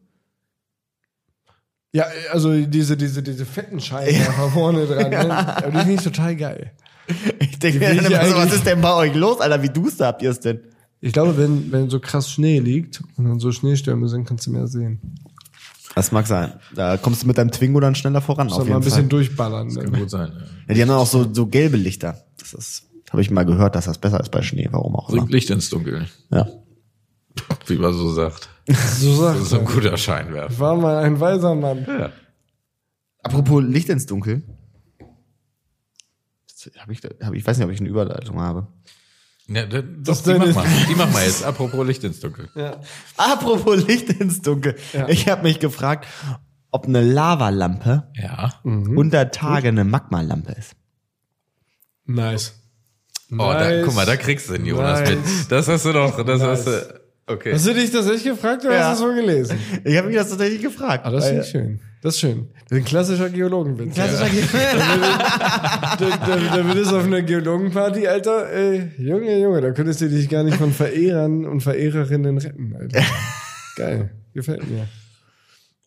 [SPEAKER 3] Ja, also diese, diese, diese fetten Scheinwerfer vorne dran. Ne? Aber die finde ich total geil.
[SPEAKER 2] Ich denke mir
[SPEAKER 3] will
[SPEAKER 2] dann
[SPEAKER 3] ich
[SPEAKER 2] immer so, was
[SPEAKER 3] eigentlich-
[SPEAKER 2] ist denn bei euch los, Alter? Wie duster habt ihr es denn?
[SPEAKER 3] Ich glaube, wenn, wenn so krass Schnee liegt und dann so Schneestürme sind, kannst du mehr sehen.
[SPEAKER 2] Das mag sein. Da kommst du mit deinem Twingo dann schneller voran,
[SPEAKER 3] Soll
[SPEAKER 2] auf
[SPEAKER 3] mal ein
[SPEAKER 2] jeden
[SPEAKER 3] bisschen
[SPEAKER 2] Fall.
[SPEAKER 3] durchballern.
[SPEAKER 1] Kann
[SPEAKER 3] Ne?
[SPEAKER 1] gut sein. Ja.
[SPEAKER 2] Ja, die haben dann auch so, so gelbe Lichter. Das ist, habe ich mal gehört, dass das besser ist bei Schnee, warum auch immer.
[SPEAKER 1] Bringt Licht ins Dunkel,
[SPEAKER 2] Ja.
[SPEAKER 1] wie man so sagt.
[SPEAKER 3] So
[SPEAKER 1] Das
[SPEAKER 3] sagt
[SPEAKER 1] ist ein
[SPEAKER 3] er.
[SPEAKER 1] guter Scheinwerfer.
[SPEAKER 3] War mal ein weiser Mann.
[SPEAKER 1] Ja.
[SPEAKER 2] Apropos Licht ins Dunkel. Jetzt Hab ich, da- hab, ich weiß nicht, ob ich eine Überleitung habe.
[SPEAKER 1] Ja, da- doch, die
[SPEAKER 3] denn
[SPEAKER 1] mach
[SPEAKER 3] ist-
[SPEAKER 1] mal. Die mach mal jetzt. Apropos Licht ins Dunkel.
[SPEAKER 3] Ja.
[SPEAKER 2] Apropos Licht ins Dunkel.
[SPEAKER 3] Ja.
[SPEAKER 2] Ich habe mich gefragt, ob eine Lavalampe
[SPEAKER 1] Ja.
[SPEAKER 3] Mhm.
[SPEAKER 2] unter Tage eine Magmalampe ist.
[SPEAKER 3] Nice.
[SPEAKER 1] Oh, da, guck mal, da kriegst du den Jonas
[SPEAKER 3] Nice.
[SPEAKER 1] mit. Das hast du doch. Das
[SPEAKER 3] Nice.
[SPEAKER 1] hast du. Okay.
[SPEAKER 3] Hast du dich das echt gefragt oder
[SPEAKER 2] Ja.
[SPEAKER 3] hast du es so gelesen?
[SPEAKER 2] Ich habe mich das tatsächlich gefragt.
[SPEAKER 3] Ah, das
[SPEAKER 2] weil-
[SPEAKER 3] finde ich schön. Das ist schön. Das ist ein klassischer Geologenwitz.
[SPEAKER 2] Klassischer Ge-
[SPEAKER 3] Da, da, da würdest du auf einer Geologenparty, Alter, ey, Junge, Junge, da könntest du dich gar nicht von Verehrern und Verehrerinnen retten, Alter. Geil, gefällt mir.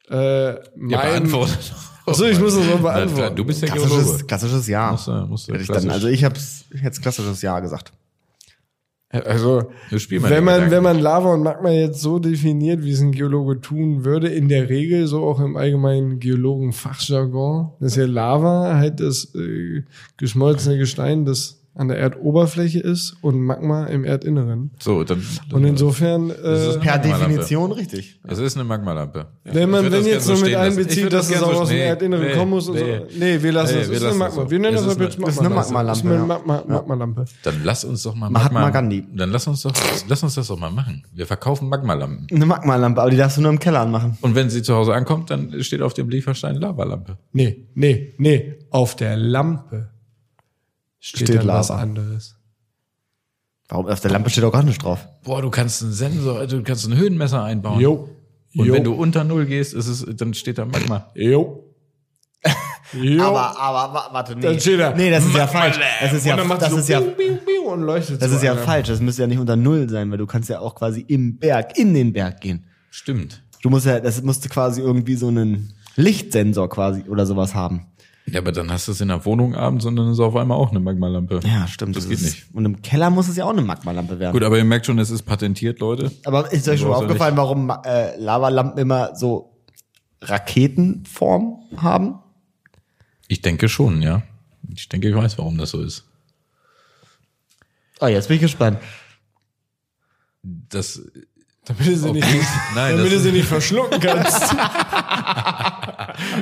[SPEAKER 3] Äh, mein,
[SPEAKER 1] ja, beantwortet.
[SPEAKER 3] Achso, ich muss das auch
[SPEAKER 1] Na
[SPEAKER 3] beantworten.
[SPEAKER 1] klar, du bist ja Geologe.
[SPEAKER 2] klassisches, klassisches Ja.
[SPEAKER 1] Musst du- musst du
[SPEAKER 2] Hätte ich
[SPEAKER 1] klassisch.
[SPEAKER 2] dann, also ich habe jetzt klassisches Ja gesagt.
[SPEAKER 3] also,
[SPEAKER 1] Du spielst mal
[SPEAKER 3] wenn
[SPEAKER 1] den
[SPEAKER 3] man,
[SPEAKER 1] Gedanken.
[SPEAKER 3] wenn man Lava und Magma jetzt so definiert, wie es ein Geologe tun würde, in der Regel, so auch im allgemeinen Geologenfachjargon, dass ja Lava halt das äh, geschmolzene Gestein, das an der Erdoberfläche ist und Magma im Erdinneren.
[SPEAKER 1] So, dann.
[SPEAKER 3] Und insofern,
[SPEAKER 1] ist
[SPEAKER 3] äh,
[SPEAKER 1] per-
[SPEAKER 2] Per
[SPEAKER 1] Magmalampe.
[SPEAKER 2] Definition richtig.
[SPEAKER 1] Es ist eine Magmalampe.
[SPEAKER 3] wenn
[SPEAKER 1] Ich
[SPEAKER 3] man
[SPEAKER 1] würd das
[SPEAKER 3] wenn
[SPEAKER 1] gern
[SPEAKER 3] jetzt
[SPEAKER 1] so
[SPEAKER 3] so mit
[SPEAKER 1] stehen lassen. Ich
[SPEAKER 3] einbezieht,
[SPEAKER 1] würd
[SPEAKER 3] dass es
[SPEAKER 1] gern so
[SPEAKER 3] auch aus dem
[SPEAKER 1] stehen-
[SPEAKER 3] Erdinneren
[SPEAKER 1] nee,
[SPEAKER 3] kommen muss und
[SPEAKER 1] nee.
[SPEAKER 3] so. Nee, wir lassen
[SPEAKER 1] Nee,
[SPEAKER 3] das.
[SPEAKER 1] wir lassen
[SPEAKER 3] ist eine
[SPEAKER 1] das
[SPEAKER 3] Magma.
[SPEAKER 1] so.
[SPEAKER 3] Wir nennen
[SPEAKER 1] Es
[SPEAKER 3] das
[SPEAKER 1] ist
[SPEAKER 3] ab jetzt
[SPEAKER 1] eine-
[SPEAKER 2] das ist eine
[SPEAKER 3] Magmalampe. Das ist eine
[SPEAKER 2] Magmalampe,
[SPEAKER 3] Magma- Magmalampe.
[SPEAKER 1] Dann lass uns doch mal
[SPEAKER 2] Mahatma Gandhi.
[SPEAKER 1] Dann lass uns doch, lass uns das doch mal machen. Wir verkaufen Magmalampen.
[SPEAKER 2] Eine Magmalampe, aber die darfst du nur im Keller anmachen.
[SPEAKER 1] Und wenn sie zu Hause ankommt, dann steht auf dem Lieferstein Lavalampe.
[SPEAKER 3] Nee, nee, nee. Auf der Lampe steht,
[SPEAKER 2] Steht
[SPEAKER 3] dann was
[SPEAKER 2] Lava.
[SPEAKER 3] anderes.
[SPEAKER 2] Warum? Auf der Lampe steht auch gar nicht drauf.
[SPEAKER 1] Boah, du kannst einen Sensor, du kannst ein Höhenmesser einbauen.
[SPEAKER 3] Jo.
[SPEAKER 1] Und
[SPEAKER 3] jo.
[SPEAKER 1] wenn du unter Null gehst, ist es, dann steht da Magma.
[SPEAKER 3] Jo. jo.
[SPEAKER 2] Aber, aber, wa- warte, nee.
[SPEAKER 3] Dann steht er.
[SPEAKER 2] Nee, das ist ja falsch. Das ist ja,
[SPEAKER 3] Und dann macht
[SPEAKER 2] das
[SPEAKER 3] so
[SPEAKER 2] ist ja,
[SPEAKER 3] biu, biu, biu und leuchtet
[SPEAKER 2] das
[SPEAKER 3] so
[SPEAKER 2] ist ja
[SPEAKER 3] einer.
[SPEAKER 2] falsch. Das müsste ja nicht unter Null sein, weil du kannst ja auch quasi im Berg, in den Berg gehen.
[SPEAKER 1] Stimmt.
[SPEAKER 2] Du musst ja, das musste quasi irgendwie so einen Lichtsensor quasi oder sowas haben.
[SPEAKER 1] Ja, aber dann hast du es in der Wohnung abends und dann ist auf einmal auch eine Magmalampe.
[SPEAKER 2] Ja, stimmt.
[SPEAKER 1] Das, geht
[SPEAKER 2] ist,
[SPEAKER 1] nicht.
[SPEAKER 2] Und im Keller muss es ja auch eine Magmalampe werden.
[SPEAKER 1] Gut, aber ihr merkt schon, es ist patentiert, Leute.
[SPEAKER 2] Aber ist euch schon mal
[SPEAKER 1] Brauchst du
[SPEAKER 2] aufgefallen, warum Ma- äh, Lavalampen immer so Raketenform haben?
[SPEAKER 1] Ich denke schon, ja. Ich denke, ich weiß, warum das so ist.
[SPEAKER 2] Oh, jetzt bin ich gespannt.
[SPEAKER 1] Das,
[SPEAKER 3] Damit du sie
[SPEAKER 1] Ob-
[SPEAKER 3] nicht,
[SPEAKER 1] Nein,
[SPEAKER 3] damit
[SPEAKER 1] das-
[SPEAKER 3] du sie nicht verschlucken kannst.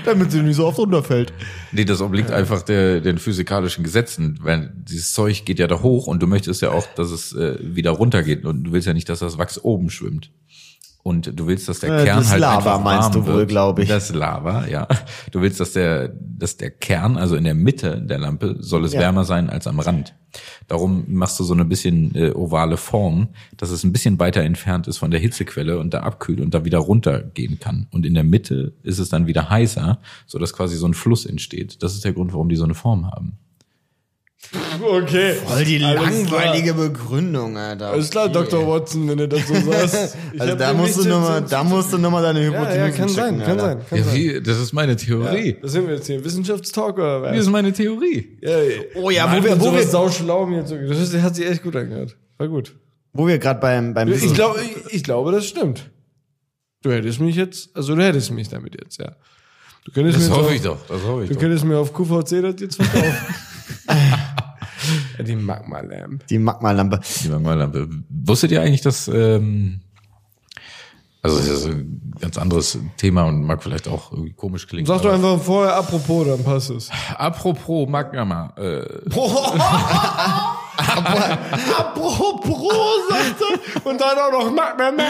[SPEAKER 2] Damit sie nicht so oft runterfällt.
[SPEAKER 1] nee, das obliegt einfach der, den physikalischen Gesetzen, weil dieses Zeug geht ja da hoch und du möchtest ja auch, dass es äh, wieder runtergeht und du willst ja nicht, dass das Wachs oben schwimmt. Und du willst, dass der
[SPEAKER 2] Äh,
[SPEAKER 1] Kern
[SPEAKER 2] das
[SPEAKER 1] halt
[SPEAKER 2] Lava
[SPEAKER 1] einfach warm
[SPEAKER 2] meinst du
[SPEAKER 1] wird.
[SPEAKER 2] wohl, glaub ich.
[SPEAKER 1] Das Lava, ja. Du willst, dass der, dass der Kern, also in der Mitte der Lampe, soll es
[SPEAKER 2] Ja.
[SPEAKER 1] wärmer sein als am Rand. Darum machst du so eine bisschen äh, ovale Form, dass es ein bisschen weiter entfernt ist von der Hitzequelle und da abkühlt und da wieder runtergehen kann. Und in der Mitte ist es dann wieder heißer, so dass quasi so ein Fluss entsteht. Das ist der Grund, warum die so eine Form haben.
[SPEAKER 3] Okay.
[SPEAKER 2] Voll die
[SPEAKER 3] Alles klar.
[SPEAKER 2] langweilige Begründung, Alter.
[SPEAKER 3] Alles klar, Dr. Watson, wenn du das so sagst. Ich
[SPEAKER 2] Also
[SPEAKER 3] hab
[SPEAKER 2] da
[SPEAKER 3] dir
[SPEAKER 2] musst, du
[SPEAKER 3] nichts
[SPEAKER 2] noch mal,
[SPEAKER 3] hinzu-
[SPEAKER 2] da musst du nochmal deine
[SPEAKER 3] Ja,
[SPEAKER 2] Hypothese
[SPEAKER 3] ja, kann sein,
[SPEAKER 2] checken,
[SPEAKER 3] kann
[SPEAKER 2] Alter.
[SPEAKER 3] sein, kann sein.
[SPEAKER 1] wie, das ist meine Theorie.
[SPEAKER 3] Das sind wir jetzt hier. Wissenschaftstalk oder
[SPEAKER 1] Das
[SPEAKER 3] was?
[SPEAKER 1] ist meine Theorie.
[SPEAKER 3] Ja, ja.
[SPEAKER 2] Oh ja,
[SPEAKER 3] Mann,
[SPEAKER 2] wo wir,
[SPEAKER 3] bin
[SPEAKER 2] wo
[SPEAKER 3] sowas
[SPEAKER 2] wir,
[SPEAKER 3] sauschlau mir jetzt so- Das ist, hat sich echt gut angehört. War gut.
[SPEAKER 2] wo wir gerade beim, beim
[SPEAKER 3] Ich,
[SPEAKER 2] Wissen-
[SPEAKER 3] glaube, ich, ich glaube, das stimmt. Du hättest mich jetzt, also du hättest mich damit jetzt, ja. Du könntest
[SPEAKER 1] Das
[SPEAKER 3] mir jetzt
[SPEAKER 1] hoffe
[SPEAKER 3] auch-
[SPEAKER 1] ich doch. Das hoffe ich
[SPEAKER 3] Du
[SPEAKER 1] doch.
[SPEAKER 3] könntest mir auf QVC das jetzt verkaufen. Ja, Die Magma Lamp.
[SPEAKER 2] die Magmalampe.
[SPEAKER 1] Die Magmalampe. Wusstet ihr eigentlich, dass ähm, Also das ist ein ganz anderes Thema und mag vielleicht auch irgendwie komisch klingen.
[SPEAKER 3] Sag doch
[SPEAKER 1] aber-
[SPEAKER 3] einfach vorher apropos, dann passt es.
[SPEAKER 1] Apropos Magma. Äh,
[SPEAKER 3] Apropos, sagt er. Und dann auch noch Magma.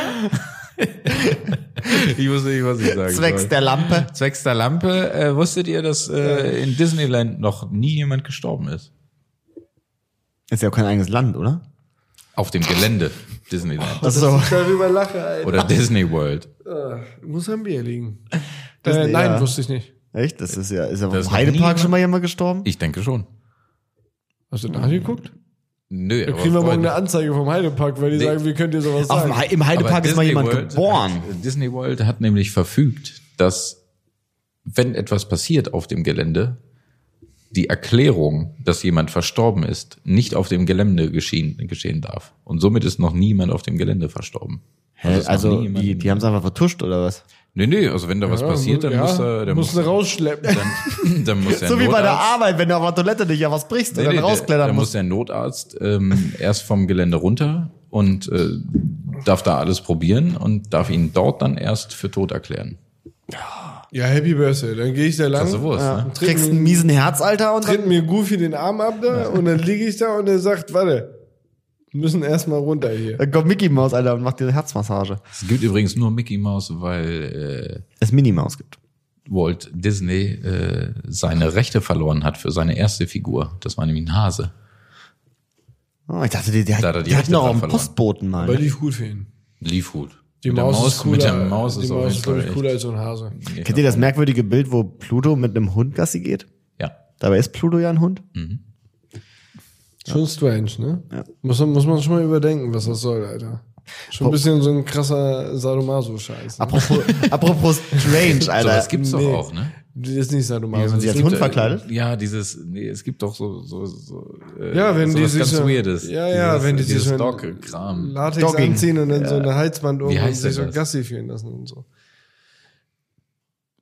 [SPEAKER 1] ich wusste nicht, was ich sagen
[SPEAKER 2] Zwecks
[SPEAKER 1] soll.
[SPEAKER 2] der Lampe.
[SPEAKER 1] Zwecks der Lampe. Äh, wusstet ihr, dass äh, in Disneyland noch nie jemand gestorben ist?
[SPEAKER 2] Ist ja auch kein eigenes Land, oder?
[SPEAKER 1] Auf dem Gelände Disneyland
[SPEAKER 2] Ach so.
[SPEAKER 3] Ich darüber lache, Alter.
[SPEAKER 1] oder Disney World.
[SPEAKER 3] Muss am Bier liegen.
[SPEAKER 2] Das-
[SPEAKER 3] äh, nein,
[SPEAKER 2] ja.
[SPEAKER 3] wusste ich nicht.
[SPEAKER 2] Echt? Das ist ja, ist ja
[SPEAKER 1] Das
[SPEAKER 2] im
[SPEAKER 1] noch
[SPEAKER 2] Heidepark
[SPEAKER 1] nie-
[SPEAKER 2] schon mal jemand gestorben?
[SPEAKER 1] Ich denke schon.
[SPEAKER 3] Hast du
[SPEAKER 1] Hm.
[SPEAKER 3] nachgeguckt?
[SPEAKER 1] Nö,
[SPEAKER 3] Da kriegen wir morgen eine
[SPEAKER 1] Freunde,
[SPEAKER 3] Anzeige vom Heidepark, weil die
[SPEAKER 1] Nee.
[SPEAKER 3] sagen, wie könnt ihr sowas
[SPEAKER 2] Auf
[SPEAKER 3] sagen?
[SPEAKER 2] dem, Hei- Im Heidepark
[SPEAKER 1] aber
[SPEAKER 2] ist mal
[SPEAKER 1] Disney
[SPEAKER 2] jemand
[SPEAKER 1] World
[SPEAKER 2] geboren.
[SPEAKER 1] Hat, Disney World hat nämlich verfügt, dass wenn etwas passiert auf dem Gelände, die Erklärung, dass jemand verstorben ist, nicht auf dem Gelände geschehen, geschehen darf. Und somit ist noch niemand auf dem Gelände verstorben.
[SPEAKER 2] Hä,
[SPEAKER 1] ist noch
[SPEAKER 2] also,
[SPEAKER 1] nie jemand-
[SPEAKER 2] die, die haben es einfach vertuscht, oder was?
[SPEAKER 1] Nee, nee, also wenn da was
[SPEAKER 3] Ja,
[SPEAKER 1] passiert, dann
[SPEAKER 3] ja,
[SPEAKER 1] muss er, dann
[SPEAKER 3] musst
[SPEAKER 1] muss,
[SPEAKER 3] du rausschleppen.
[SPEAKER 1] dann, dann muss der
[SPEAKER 2] So wie bei der
[SPEAKER 1] Notarzt-
[SPEAKER 2] Arbeit, wenn du auf der Toilette dich ja was brichst und dann
[SPEAKER 1] da
[SPEAKER 2] rausklettern
[SPEAKER 1] muss
[SPEAKER 2] musst.
[SPEAKER 1] der Notarzt ähm, erst vom Gelände runter und äh, darf da alles probieren und darf ihn dort dann erst für tot erklären.
[SPEAKER 3] ja, Happy Birthday. Dann gehe ich da lang,
[SPEAKER 1] Das ist Wurst, ne?
[SPEAKER 2] Kriegst einen miesen Herzalter und dann,
[SPEAKER 3] tritt mir Goofy den Arm ab da und dann liege ich da und er sagt, warte, wir müssen erstmal runter hier.
[SPEAKER 2] dann Äh, kommt Mickey Mouse, Alter, und macht dir eine Herzmassage.
[SPEAKER 1] Es gibt übrigens nur Mickey Mouse, weil
[SPEAKER 2] Es Minnie Maus gibt.
[SPEAKER 1] äh, Walt Disney äh, seine Rechte verloren hat für seine erste Figur. Das war nämlich ein Hase.
[SPEAKER 2] Oh, ich dachte, die, die,
[SPEAKER 1] Da hat er
[SPEAKER 2] hat,
[SPEAKER 1] die
[SPEAKER 2] die hatten
[SPEAKER 1] Rechte
[SPEAKER 2] auch
[SPEAKER 1] dran
[SPEAKER 2] einen
[SPEAKER 1] verloren.
[SPEAKER 2] Postboten mal.
[SPEAKER 3] Aber
[SPEAKER 2] ne?
[SPEAKER 3] lief gut für ihn.
[SPEAKER 1] Lief gut.
[SPEAKER 3] Die
[SPEAKER 1] mit
[SPEAKER 3] Maus,
[SPEAKER 1] der Maus,
[SPEAKER 3] ist cooler.
[SPEAKER 1] mit der Maus ist
[SPEAKER 3] die
[SPEAKER 1] auf
[SPEAKER 3] Maus
[SPEAKER 1] jeden
[SPEAKER 3] ist,
[SPEAKER 1] Fall
[SPEAKER 3] glaube ich,
[SPEAKER 1] echt-
[SPEAKER 3] cooler als so ein Hase.
[SPEAKER 2] Kennt ihr das merkwürdige Bild, wo Pluto mit einem Hund Gassi geht?
[SPEAKER 1] Ja.
[SPEAKER 2] Dabei ist Pluto ja ein Hund.
[SPEAKER 1] Hm.
[SPEAKER 3] Schon strange, ne? Muss, man- muss man schon mal überdenken, was das soll, Alter. Schon ein bisschen so ein krasser Sadomaso-Scheiß. Ne?
[SPEAKER 2] Apropos, apropos strange,
[SPEAKER 1] So,
[SPEAKER 2] Alter.
[SPEAKER 1] das gibt's doch
[SPEAKER 3] Nee.
[SPEAKER 1] auch, ne? Äh,
[SPEAKER 3] Das ist nicht Sadomaso.
[SPEAKER 2] man
[SPEAKER 3] das
[SPEAKER 2] sie als
[SPEAKER 3] ist-
[SPEAKER 2] Hund verkleidet?
[SPEAKER 1] Ja, dieses, nee, es gibt doch so, so, so äh,
[SPEAKER 3] ja, wenn
[SPEAKER 1] so
[SPEAKER 3] die
[SPEAKER 1] was
[SPEAKER 3] sich
[SPEAKER 1] ganz
[SPEAKER 3] so,
[SPEAKER 1] Weirdes.
[SPEAKER 3] Ja, ja,
[SPEAKER 1] dieses,
[SPEAKER 3] wenn die sich
[SPEAKER 1] dieses
[SPEAKER 3] so ein
[SPEAKER 1] Dog-Kram.
[SPEAKER 3] Latex
[SPEAKER 2] Dogging.
[SPEAKER 3] anziehen und dann so eine Halsband um und
[SPEAKER 1] heißt
[SPEAKER 3] sich so
[SPEAKER 1] denn das?
[SPEAKER 3] Gassi führen lassen und so.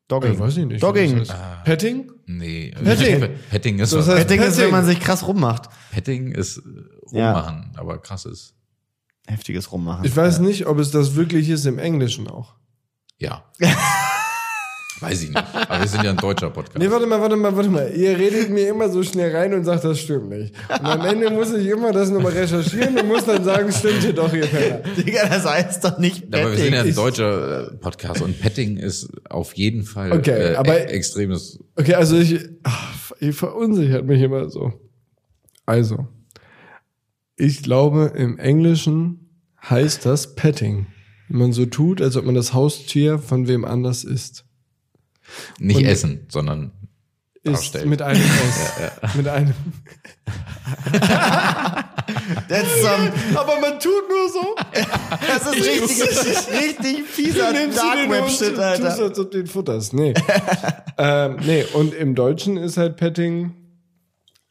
[SPEAKER 2] Dogging.
[SPEAKER 1] Äh,
[SPEAKER 3] Ja, weiß ich nicht.
[SPEAKER 2] Dogging.
[SPEAKER 3] was das ist. Petting?
[SPEAKER 1] Nee,
[SPEAKER 3] Petting.
[SPEAKER 1] Petting, Petting ist
[SPEAKER 3] Das
[SPEAKER 1] was-
[SPEAKER 3] heißt-
[SPEAKER 2] Petting ist, wenn
[SPEAKER 3] Petting.
[SPEAKER 2] man sich krass rummacht.
[SPEAKER 1] Petting ist äh,
[SPEAKER 2] Ja.
[SPEAKER 1] rummachen, aber krass ist.
[SPEAKER 2] Heftiges Rummachen.
[SPEAKER 3] Ich weiß nicht, ob es das wirklich ist im Englischen auch.
[SPEAKER 1] Ja. Weiß ich nicht. Aber wir sind ja ein deutscher Podcast.
[SPEAKER 3] Nee, warte mal, warte mal, warte mal. Ihr redet mir immer so schnell rein und sagt, das stimmt nicht. Und am Ende muss ich immer das nochmal recherchieren und muss dann sagen, stimmt hier doch, ihr Penner.
[SPEAKER 2] Digga, das heißt doch nicht
[SPEAKER 1] aber wir sind ja
[SPEAKER 2] Petting.
[SPEAKER 1] ein deutscher äh, Podcast und Petting ist auf jeden Fall
[SPEAKER 3] Okay, aber-
[SPEAKER 1] e- extremes.
[SPEAKER 3] Okay, also ich, ach, ihr verunsichert mich immer so. Also, ich glaube, im Englischen heißt das Petting. Wenn man so tut, als ob man das Haustier von wem anders ist.
[SPEAKER 1] Nicht
[SPEAKER 3] Und-
[SPEAKER 1] Essen, sondern
[SPEAKER 3] Ist
[SPEAKER 1] Darstellt.
[SPEAKER 3] mit einem S. Mit einem.
[SPEAKER 2] That's some,
[SPEAKER 3] Aber man tut nur so.
[SPEAKER 2] das ist richtig, richtig fieser
[SPEAKER 3] Nimmst du
[SPEAKER 2] Dark
[SPEAKER 3] den
[SPEAKER 2] Web
[SPEAKER 3] und
[SPEAKER 2] Shit,
[SPEAKER 3] Tust,
[SPEAKER 2] Alter.
[SPEAKER 3] als ob du den futterst. Nee. ähm, nee, und im Deutschen ist halt Petting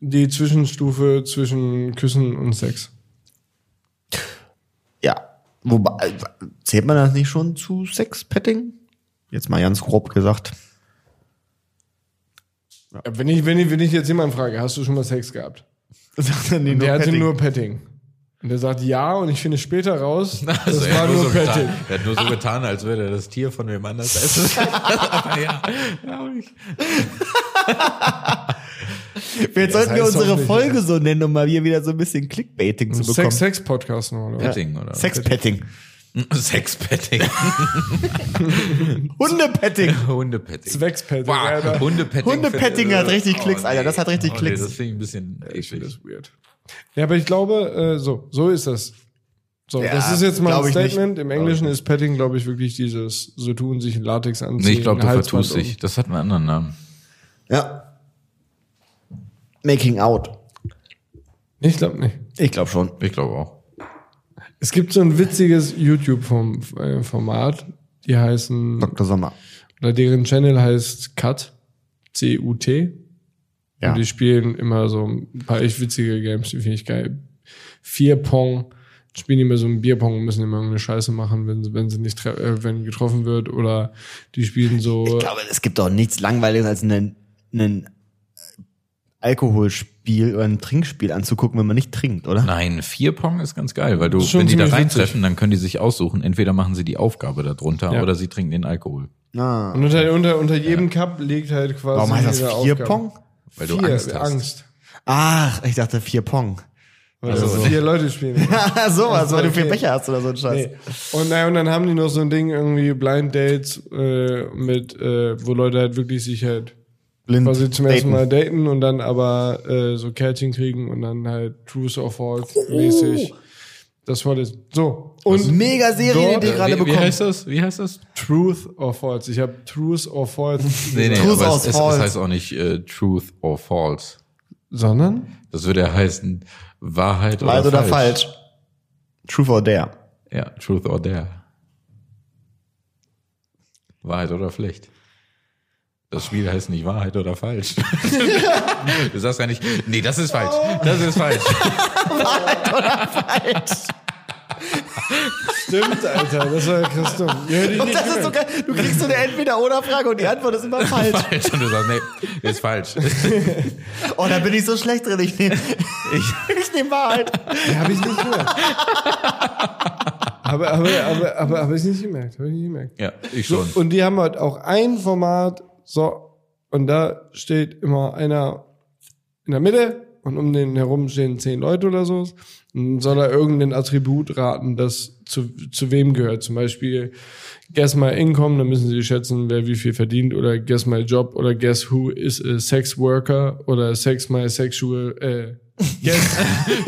[SPEAKER 3] die Zwischenstufe zwischen Küssen und Sex.
[SPEAKER 2] Ja. Wobei, zählt man das nicht schon zu Sex, Petting? Jetzt mal ganz grob gesagt.
[SPEAKER 3] Äh, Wenn ich, wenn ich, wenn ich jetzt jemanden frage, hast du schon mal Sex gehabt?
[SPEAKER 2] Sagt er nee,
[SPEAKER 3] Der hatte
[SPEAKER 2] Petting.
[SPEAKER 3] nur Petting. Und der sagt ja, und ich finde später raus, das
[SPEAKER 1] Also er,
[SPEAKER 3] war
[SPEAKER 1] hat
[SPEAKER 3] nur
[SPEAKER 1] so
[SPEAKER 3] Petting.
[SPEAKER 1] getan, er hat nur so getan, als würde er das Tier von wem anders essen. aber ja, ja, ich-
[SPEAKER 2] Jetzt sollten wir
[SPEAKER 3] heißt doch
[SPEAKER 2] unsere
[SPEAKER 3] nicht,
[SPEAKER 2] Folge so nennen, um mal hier wieder so ein bisschen Clickbaiting zu bekommen.
[SPEAKER 3] Sex, Sex Podcast noch, oder? was?
[SPEAKER 1] Petting, oder?
[SPEAKER 2] Sexpetting.
[SPEAKER 1] Sexpetting.
[SPEAKER 2] Hundepetting.
[SPEAKER 1] Hundepetting.
[SPEAKER 3] Zweckspetting,
[SPEAKER 1] Wow,
[SPEAKER 3] Alter.
[SPEAKER 1] Hundepetting. Oh,
[SPEAKER 2] Hundepetting hat richtig Klicks, Alter, das hat richtig Klicks.
[SPEAKER 1] das finde ich ein bisschen
[SPEAKER 3] Ich finde
[SPEAKER 1] eklig.
[SPEAKER 3] das weird. Ja, aber ich glaube, äh, so, so ist das. So,
[SPEAKER 2] Ja,
[SPEAKER 3] das ist jetzt mal
[SPEAKER 2] glaub
[SPEAKER 3] ein
[SPEAKER 2] ich nicht.
[SPEAKER 3] Statement. Im Englischen ist Petting, glaube ich, wirklich dieses, so tun sich in Latex anziehen.
[SPEAKER 1] Nee, ich glaube, du
[SPEAKER 3] ein Halsband
[SPEAKER 1] vertust dich. Das hat einen anderen Namen.
[SPEAKER 2] Ja. Making out.
[SPEAKER 3] Um. Ich glaube nicht.
[SPEAKER 2] Ich glaube schon.
[SPEAKER 1] Ich glaube auch.
[SPEAKER 3] Es gibt so ein witziges YouTube-Format, die heißen,
[SPEAKER 2] Dr. Sommer.
[SPEAKER 3] oder deren Channel heißt Cut, C-U-T.
[SPEAKER 2] Ja.
[SPEAKER 3] Und die spielen immer so ein paar echt witzige Games, die finde ich geil. Vier Pong, spielen immer so ein Bierpong und müssen immer irgendeine Scheiße machen, wenn, sie- wenn sie nicht tre- äh, wenn getroffen wird. Oder die spielen so.
[SPEAKER 2] Ich glaube, es gibt doch nichts Langweiliges als einen, einen äh, Alkoholspiel. Spiel oder ein Trinkspiel anzugucken, wenn man nicht trinkt, oder?
[SPEAKER 1] Nein, Vierpong ist ganz geil, weil du,
[SPEAKER 3] Schon
[SPEAKER 1] wenn die da
[SPEAKER 3] ziemlich
[SPEAKER 1] reintreffen, dann können die sich aussuchen. Entweder machen sie die Aufgabe darunter
[SPEAKER 3] Ja.
[SPEAKER 1] oder sie trinken den Alkohol.
[SPEAKER 2] Ah.
[SPEAKER 3] Und unter, unter, unter jedem Cup liegt halt quasi.
[SPEAKER 2] Warum heißt das
[SPEAKER 3] diese Aufgabe.
[SPEAKER 2] Vierpong?
[SPEAKER 1] Weil du
[SPEAKER 3] vier,
[SPEAKER 1] Angst hast.
[SPEAKER 3] Angst.
[SPEAKER 2] Ach, ich dachte Vierpong.
[SPEAKER 3] Weil
[SPEAKER 1] Also,
[SPEAKER 3] das vier Leute spielen.
[SPEAKER 2] Ah, sowas, weil du vier
[SPEAKER 3] Okay.
[SPEAKER 2] Becher hast oder so ein Scheiß.
[SPEAKER 3] Nee. Und, naja, und dann haben die noch so ein Ding irgendwie Blind Dates äh, mit, äh, wo Leute halt wirklich sich halt
[SPEAKER 2] Blind
[SPEAKER 3] quasi zum ersten
[SPEAKER 2] daten.
[SPEAKER 3] Mal daten und dann aber äh, so Kärtchen kriegen und dann halt Truth or False mäßig. Das war das. So. Und
[SPEAKER 2] Mega Serienidee
[SPEAKER 3] Dort-
[SPEAKER 2] gerade
[SPEAKER 1] Äh, wie, wie
[SPEAKER 2] bekommen.
[SPEAKER 1] heißt das? Wie heißt das?
[SPEAKER 3] Truth or False. Ich habe Truth or False.
[SPEAKER 1] Nee, nee,
[SPEAKER 2] Truth
[SPEAKER 1] aber
[SPEAKER 2] or
[SPEAKER 1] es, es, es
[SPEAKER 2] false.
[SPEAKER 1] heißt auch nicht äh, Truth or False.
[SPEAKER 3] Sondern?
[SPEAKER 1] Das würde ja heißen Wahrheit oder
[SPEAKER 2] Wahrheit
[SPEAKER 1] falsch.
[SPEAKER 2] oder falsch? Truth or dare.
[SPEAKER 1] Ja, Truth or Dare. Wahrheit oder Pflicht. Das Spiel heißt nicht Wahrheit oder falsch. du sagst ja nicht, nee, das ist falsch. Das ist falsch.
[SPEAKER 3] Stimmt, Alter. Das war krass dumm. Ja, hätte ich nicht
[SPEAKER 2] Das ist so
[SPEAKER 3] gemerkt.
[SPEAKER 2] geil. Du kriegst so eine Entweder-Oder-Frage und die Antwort ist immer falsch.
[SPEAKER 1] falsch. Und du sagst, nee, ist falsch.
[SPEAKER 2] Oh, da bin ich so schlecht drin. Ich nehme ich, ich nehm Wahrheit.
[SPEAKER 3] Ja, habe ich nicht gemerkt. aber aber, aber, aber habe ich nicht gemerkt. Habe ich nicht gemerkt.
[SPEAKER 1] Ja, ich schon.
[SPEAKER 3] Und die haben halt auch ein Format, so, und da steht immer einer in der Mitte und um den herum stehen zehn Leute oder so. Und soll er irgendein Attribut raten, das zu, zu wem gehört. Zum Beispiel Guess My Income, dann müssen sie schätzen, wer wie viel verdient, oder Guess My Job, oder Guess Who is a Sex Worker, oder Sex My Sexual, äh, Guess,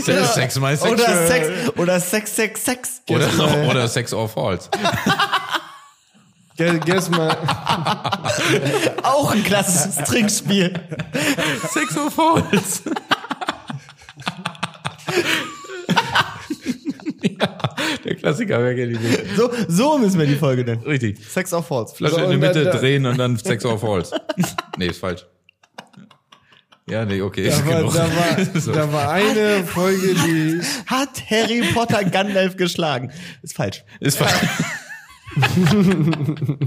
[SPEAKER 1] Sex, Sex, my Sex.
[SPEAKER 2] Oder Sex, oder Sex, Sex, Sex.
[SPEAKER 1] Oder, oder Sex or False.
[SPEAKER 3] guess, guess My,
[SPEAKER 2] Auch ein klassisches Trinkspiel.
[SPEAKER 1] Sex or False. ja, der Klassiker wäre gerne die Idee.
[SPEAKER 2] So, so müssen wir die Folge nennen.
[SPEAKER 1] Richtig.
[SPEAKER 2] Sex or False.
[SPEAKER 1] Flasche
[SPEAKER 3] So,
[SPEAKER 1] in die
[SPEAKER 3] und dann-
[SPEAKER 1] Mitte
[SPEAKER 3] da-
[SPEAKER 1] drehen und dann Sex or False. nee, ist falsch. Ja, nee, okay.
[SPEAKER 3] da
[SPEAKER 1] ist
[SPEAKER 3] war,
[SPEAKER 1] genug.
[SPEAKER 3] da war,
[SPEAKER 1] Genau. so.
[SPEAKER 3] da war eine Folge, die,
[SPEAKER 2] Hat Harry Potter Gandalf geschlagen? Ist falsch.
[SPEAKER 1] Ist falsch.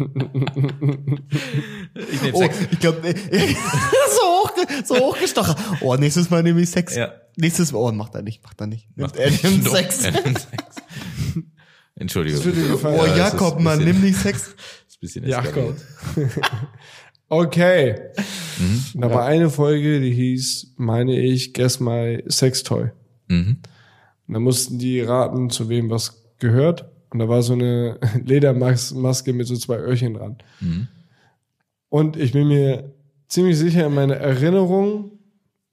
[SPEAKER 1] ich nehme
[SPEAKER 2] Oh,
[SPEAKER 1] Sex.
[SPEAKER 2] ich glaube, so, hoch, so hochgestochen. Oh, nächstes Mal nehme ich Sex.
[SPEAKER 1] Ja.
[SPEAKER 2] Nächstes Mal, oh, macht er nicht, macht er nicht.
[SPEAKER 1] Macht
[SPEAKER 2] er nimmt
[SPEAKER 1] Doch,
[SPEAKER 2] Sex.
[SPEAKER 1] Er nimmt Sex. Entschuldigung.
[SPEAKER 3] Das würde dir gefallen.
[SPEAKER 2] Oh,
[SPEAKER 1] Ja, es ist
[SPEAKER 2] Jakob,
[SPEAKER 1] ein
[SPEAKER 2] Mann,
[SPEAKER 1] bisschen-
[SPEAKER 2] nimm nicht Sex.
[SPEAKER 1] ist ein bisschen
[SPEAKER 3] Ja,
[SPEAKER 1] eskaliert.
[SPEAKER 3] Okay.
[SPEAKER 1] Mhm.
[SPEAKER 3] Da war eine Folge, die hieß, meine ich, Guess My Sextoy.
[SPEAKER 1] Mhm.
[SPEAKER 3] Und da mussten die raten, zu wem was gehört. Und da war so eine Ledermaske mit so zwei Öhrchen dran.
[SPEAKER 1] Mhm.
[SPEAKER 3] Und ich bin mir ziemlich sicher in meiner Erinnerung,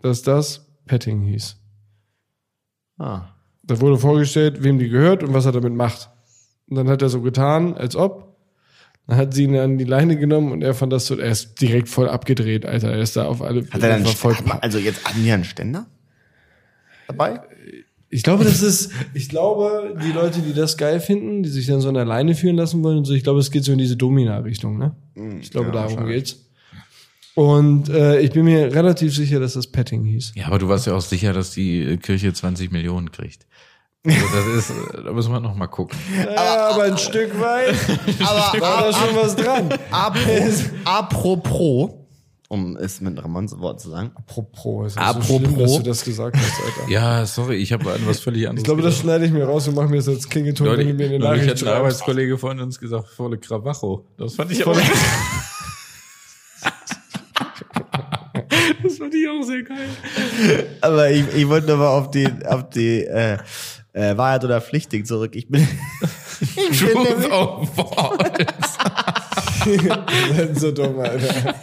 [SPEAKER 3] dass das Petting hieß.
[SPEAKER 2] Ah.
[SPEAKER 3] Da wurde vorgestellt, wem die gehört und was er damit macht. Und dann hat er so getan, als ob. Dann hat sie ihn an die Leine genommen und er fand das so, er ist direkt voll abgedreht, Alter. Er ist da auf alle
[SPEAKER 2] Hat er dann,
[SPEAKER 3] war voll-
[SPEAKER 2] hat man, also jetzt hatten die einen Ständer? Dabei?
[SPEAKER 3] Ich glaube, das ist, ich glaube, die Leute, die das geil finden, die sich dann so an der Leine führen lassen wollen und so, ich glaube, es geht so in diese Domina-Richtung, ne?
[SPEAKER 2] Hm,
[SPEAKER 3] Ich glaube, darum geht's. Und äh, ich bin mir relativ sicher, dass das Petting hieß.
[SPEAKER 1] Ja, aber du warst ja auch sicher, dass die äh, Kirche 20 Millionen kriegt. Also das ist, äh, da müssen wir noch mal gucken.
[SPEAKER 3] Ja, aber ein Stück weit
[SPEAKER 2] Aber,
[SPEAKER 3] war da
[SPEAKER 2] aber
[SPEAKER 3] schon was dran.
[SPEAKER 2] apropos, apropos, um es mit Ramons Wort zu sagen,
[SPEAKER 3] Apropos, ist
[SPEAKER 2] das so
[SPEAKER 3] das
[SPEAKER 2] schlimm, Apropos. dass
[SPEAKER 3] dass
[SPEAKER 2] du
[SPEAKER 3] du das gesagt hast, Alter.
[SPEAKER 1] Ja, sorry, ich habe an was völlig anderes.
[SPEAKER 3] Ich glaube, das schneide ich mir raus und mache mir das als Klingelton, wenn
[SPEAKER 1] Leute,
[SPEAKER 3] du mir eine
[SPEAKER 1] neulich
[SPEAKER 3] Nachricht
[SPEAKER 1] hat ein
[SPEAKER 3] schreibst.
[SPEAKER 1] Arbeitskollege von uns gesagt, volle Krawacho. Das fand ich aber. das fand ich auch sehr geil.
[SPEAKER 2] Aber ich, ich wollte nochmal auf die, auf die äh, äh, Wahrheit oder Pflichtding zurück. Ich bin, ich bin
[SPEAKER 1] Truth
[SPEAKER 2] nämlich,
[SPEAKER 1] or false.
[SPEAKER 3] Ihr seid so dumm, Alter.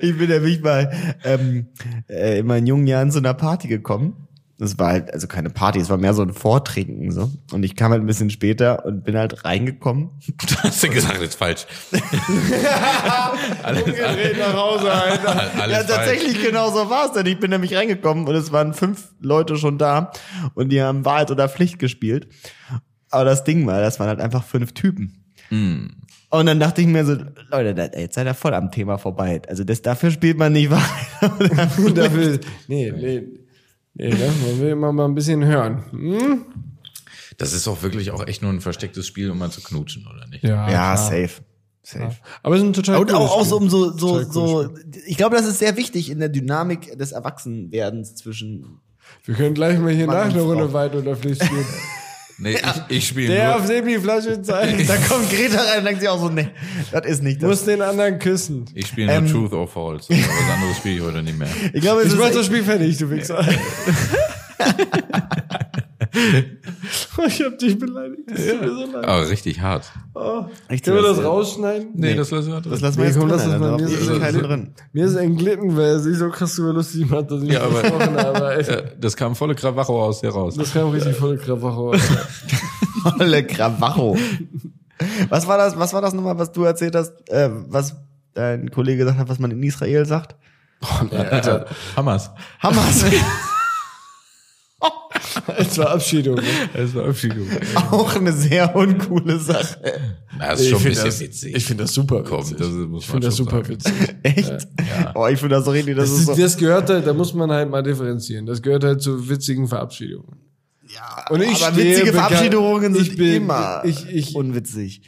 [SPEAKER 2] ich bin nämlich mal ähm, äh, in meinen jungen Jahren zu einer Party gekommen. Das war halt, also keine Party, es war mehr so ein Vortrinken so. Und ich kam halt ein bisschen später und bin halt reingekommen.
[SPEAKER 1] Hast du gesagt, ist falsch. alles, alles,
[SPEAKER 3] Geht nach Hause, Alter.
[SPEAKER 1] alles
[SPEAKER 2] Ja,
[SPEAKER 1] falsch.
[SPEAKER 2] tatsächlich genau so war es denn. Ich bin nämlich reingekommen und es waren fünf Leute schon da und die haben Wahrheit oder Pflicht gespielt. Aber das Ding war, das waren halt einfach fünf Typen.
[SPEAKER 3] Mm.
[SPEAKER 2] Und dann dachte ich mir so, Leute, da- jetzt seid ihr voll am Thema vorbei. Also das, dafür spielt man nicht Wahrheit. oder
[SPEAKER 3] Und dafür, nee, nee, nee, ne? man will immer mal ein bisschen hören. Hm?
[SPEAKER 1] Das ist auch wirklich auch echt nur ein verstecktes Spiel, um mal zu knutschen, oder nicht?
[SPEAKER 2] ja, safe. Safe.
[SPEAKER 3] Aber es ist ein total
[SPEAKER 2] Und
[SPEAKER 3] cooles
[SPEAKER 2] auch, auch so
[SPEAKER 3] Spiel.
[SPEAKER 2] um so, so,
[SPEAKER 3] Total cooles
[SPEAKER 2] so, ich glaube, das ist sehr wichtig in der Dynamik des Erwachsenwerdens zwischen.
[SPEAKER 3] Wir können gleich mal hier
[SPEAKER 2] Mann
[SPEAKER 3] nach
[SPEAKER 2] und
[SPEAKER 3] eine
[SPEAKER 2] Frau.
[SPEAKER 3] Runde weit oder Pflicht spielen.
[SPEAKER 1] Nee, ich, ich spiele
[SPEAKER 3] Der
[SPEAKER 1] nur,
[SPEAKER 3] auf dem die Flasche zeigt,
[SPEAKER 2] Da kommt Greta rein und denkt sich auch so, nee, das ist nicht das.
[SPEAKER 3] muss den anderen küssen.
[SPEAKER 1] ich spiel
[SPEAKER 3] Ähm.
[SPEAKER 1] nur Truth or False. Aber was anderes spiele ich heute nicht mehr.
[SPEAKER 2] Ich glaube, es
[SPEAKER 3] Ich mach
[SPEAKER 2] ist
[SPEAKER 3] das Spiel fertig, du Wichser. ich hab dich beleidigt. Das tut mir so leid.
[SPEAKER 1] Aber richtig hart.
[SPEAKER 3] Oh.
[SPEAKER 2] Echt,
[SPEAKER 3] Können wir
[SPEAKER 2] das-
[SPEAKER 3] das rausschneiden?
[SPEAKER 1] Nee, das lassen wir drin.
[SPEAKER 2] Das lassen wir
[SPEAKER 3] Nee,
[SPEAKER 2] jetzt
[SPEAKER 3] komm,
[SPEAKER 2] drin.
[SPEAKER 3] lass das mal.
[SPEAKER 2] Alter,
[SPEAKER 3] Also, Mir
[SPEAKER 2] da
[SPEAKER 3] ist
[SPEAKER 2] ist keine
[SPEAKER 3] es-
[SPEAKER 2] drin.
[SPEAKER 3] Mir ist entglitten, weil er sich so krass drüber lustig macht, dass ich
[SPEAKER 1] Ja, aber-
[SPEAKER 3] gesprochen habe. Alter.
[SPEAKER 1] Ja, das kam volle Krawacho aus dir raus.
[SPEAKER 3] Das kam richtig volle Krawache.
[SPEAKER 2] Volle Krawacho. Was war das, was war das nochmal, was du erzählt hast, äh, was dein Kollege gesagt hat, was man in Israel sagt?
[SPEAKER 1] Alter. Hamas.
[SPEAKER 2] Hamas.
[SPEAKER 3] Es war Abschiedung.
[SPEAKER 1] Das war Abschiedung.
[SPEAKER 2] auch eine sehr uncoole Sache.
[SPEAKER 1] Na, das ist schon ein bisschen
[SPEAKER 3] das,
[SPEAKER 1] witzig.
[SPEAKER 3] ich find das super
[SPEAKER 1] Komm,
[SPEAKER 3] witzig.
[SPEAKER 1] das muss
[SPEAKER 3] ich
[SPEAKER 1] man
[SPEAKER 3] finde das
[SPEAKER 1] schon
[SPEAKER 3] super
[SPEAKER 1] sagen.
[SPEAKER 3] witzig.
[SPEAKER 2] Echt? Oh, ich finde das so richtig, das,
[SPEAKER 3] Äh, Das,
[SPEAKER 2] ist so.
[SPEAKER 3] das gehört halt, da muss man halt mal differenzieren. Das gehört halt zu witzigen Verabschiedungen.
[SPEAKER 2] Ja,
[SPEAKER 3] Und ich
[SPEAKER 2] aber
[SPEAKER 3] stehe
[SPEAKER 2] witzige
[SPEAKER 3] bekannt-
[SPEAKER 2] Verabschiedungen
[SPEAKER 3] ich
[SPEAKER 2] sind
[SPEAKER 3] bin-
[SPEAKER 2] immer
[SPEAKER 3] ich- ich-
[SPEAKER 2] unwitzig.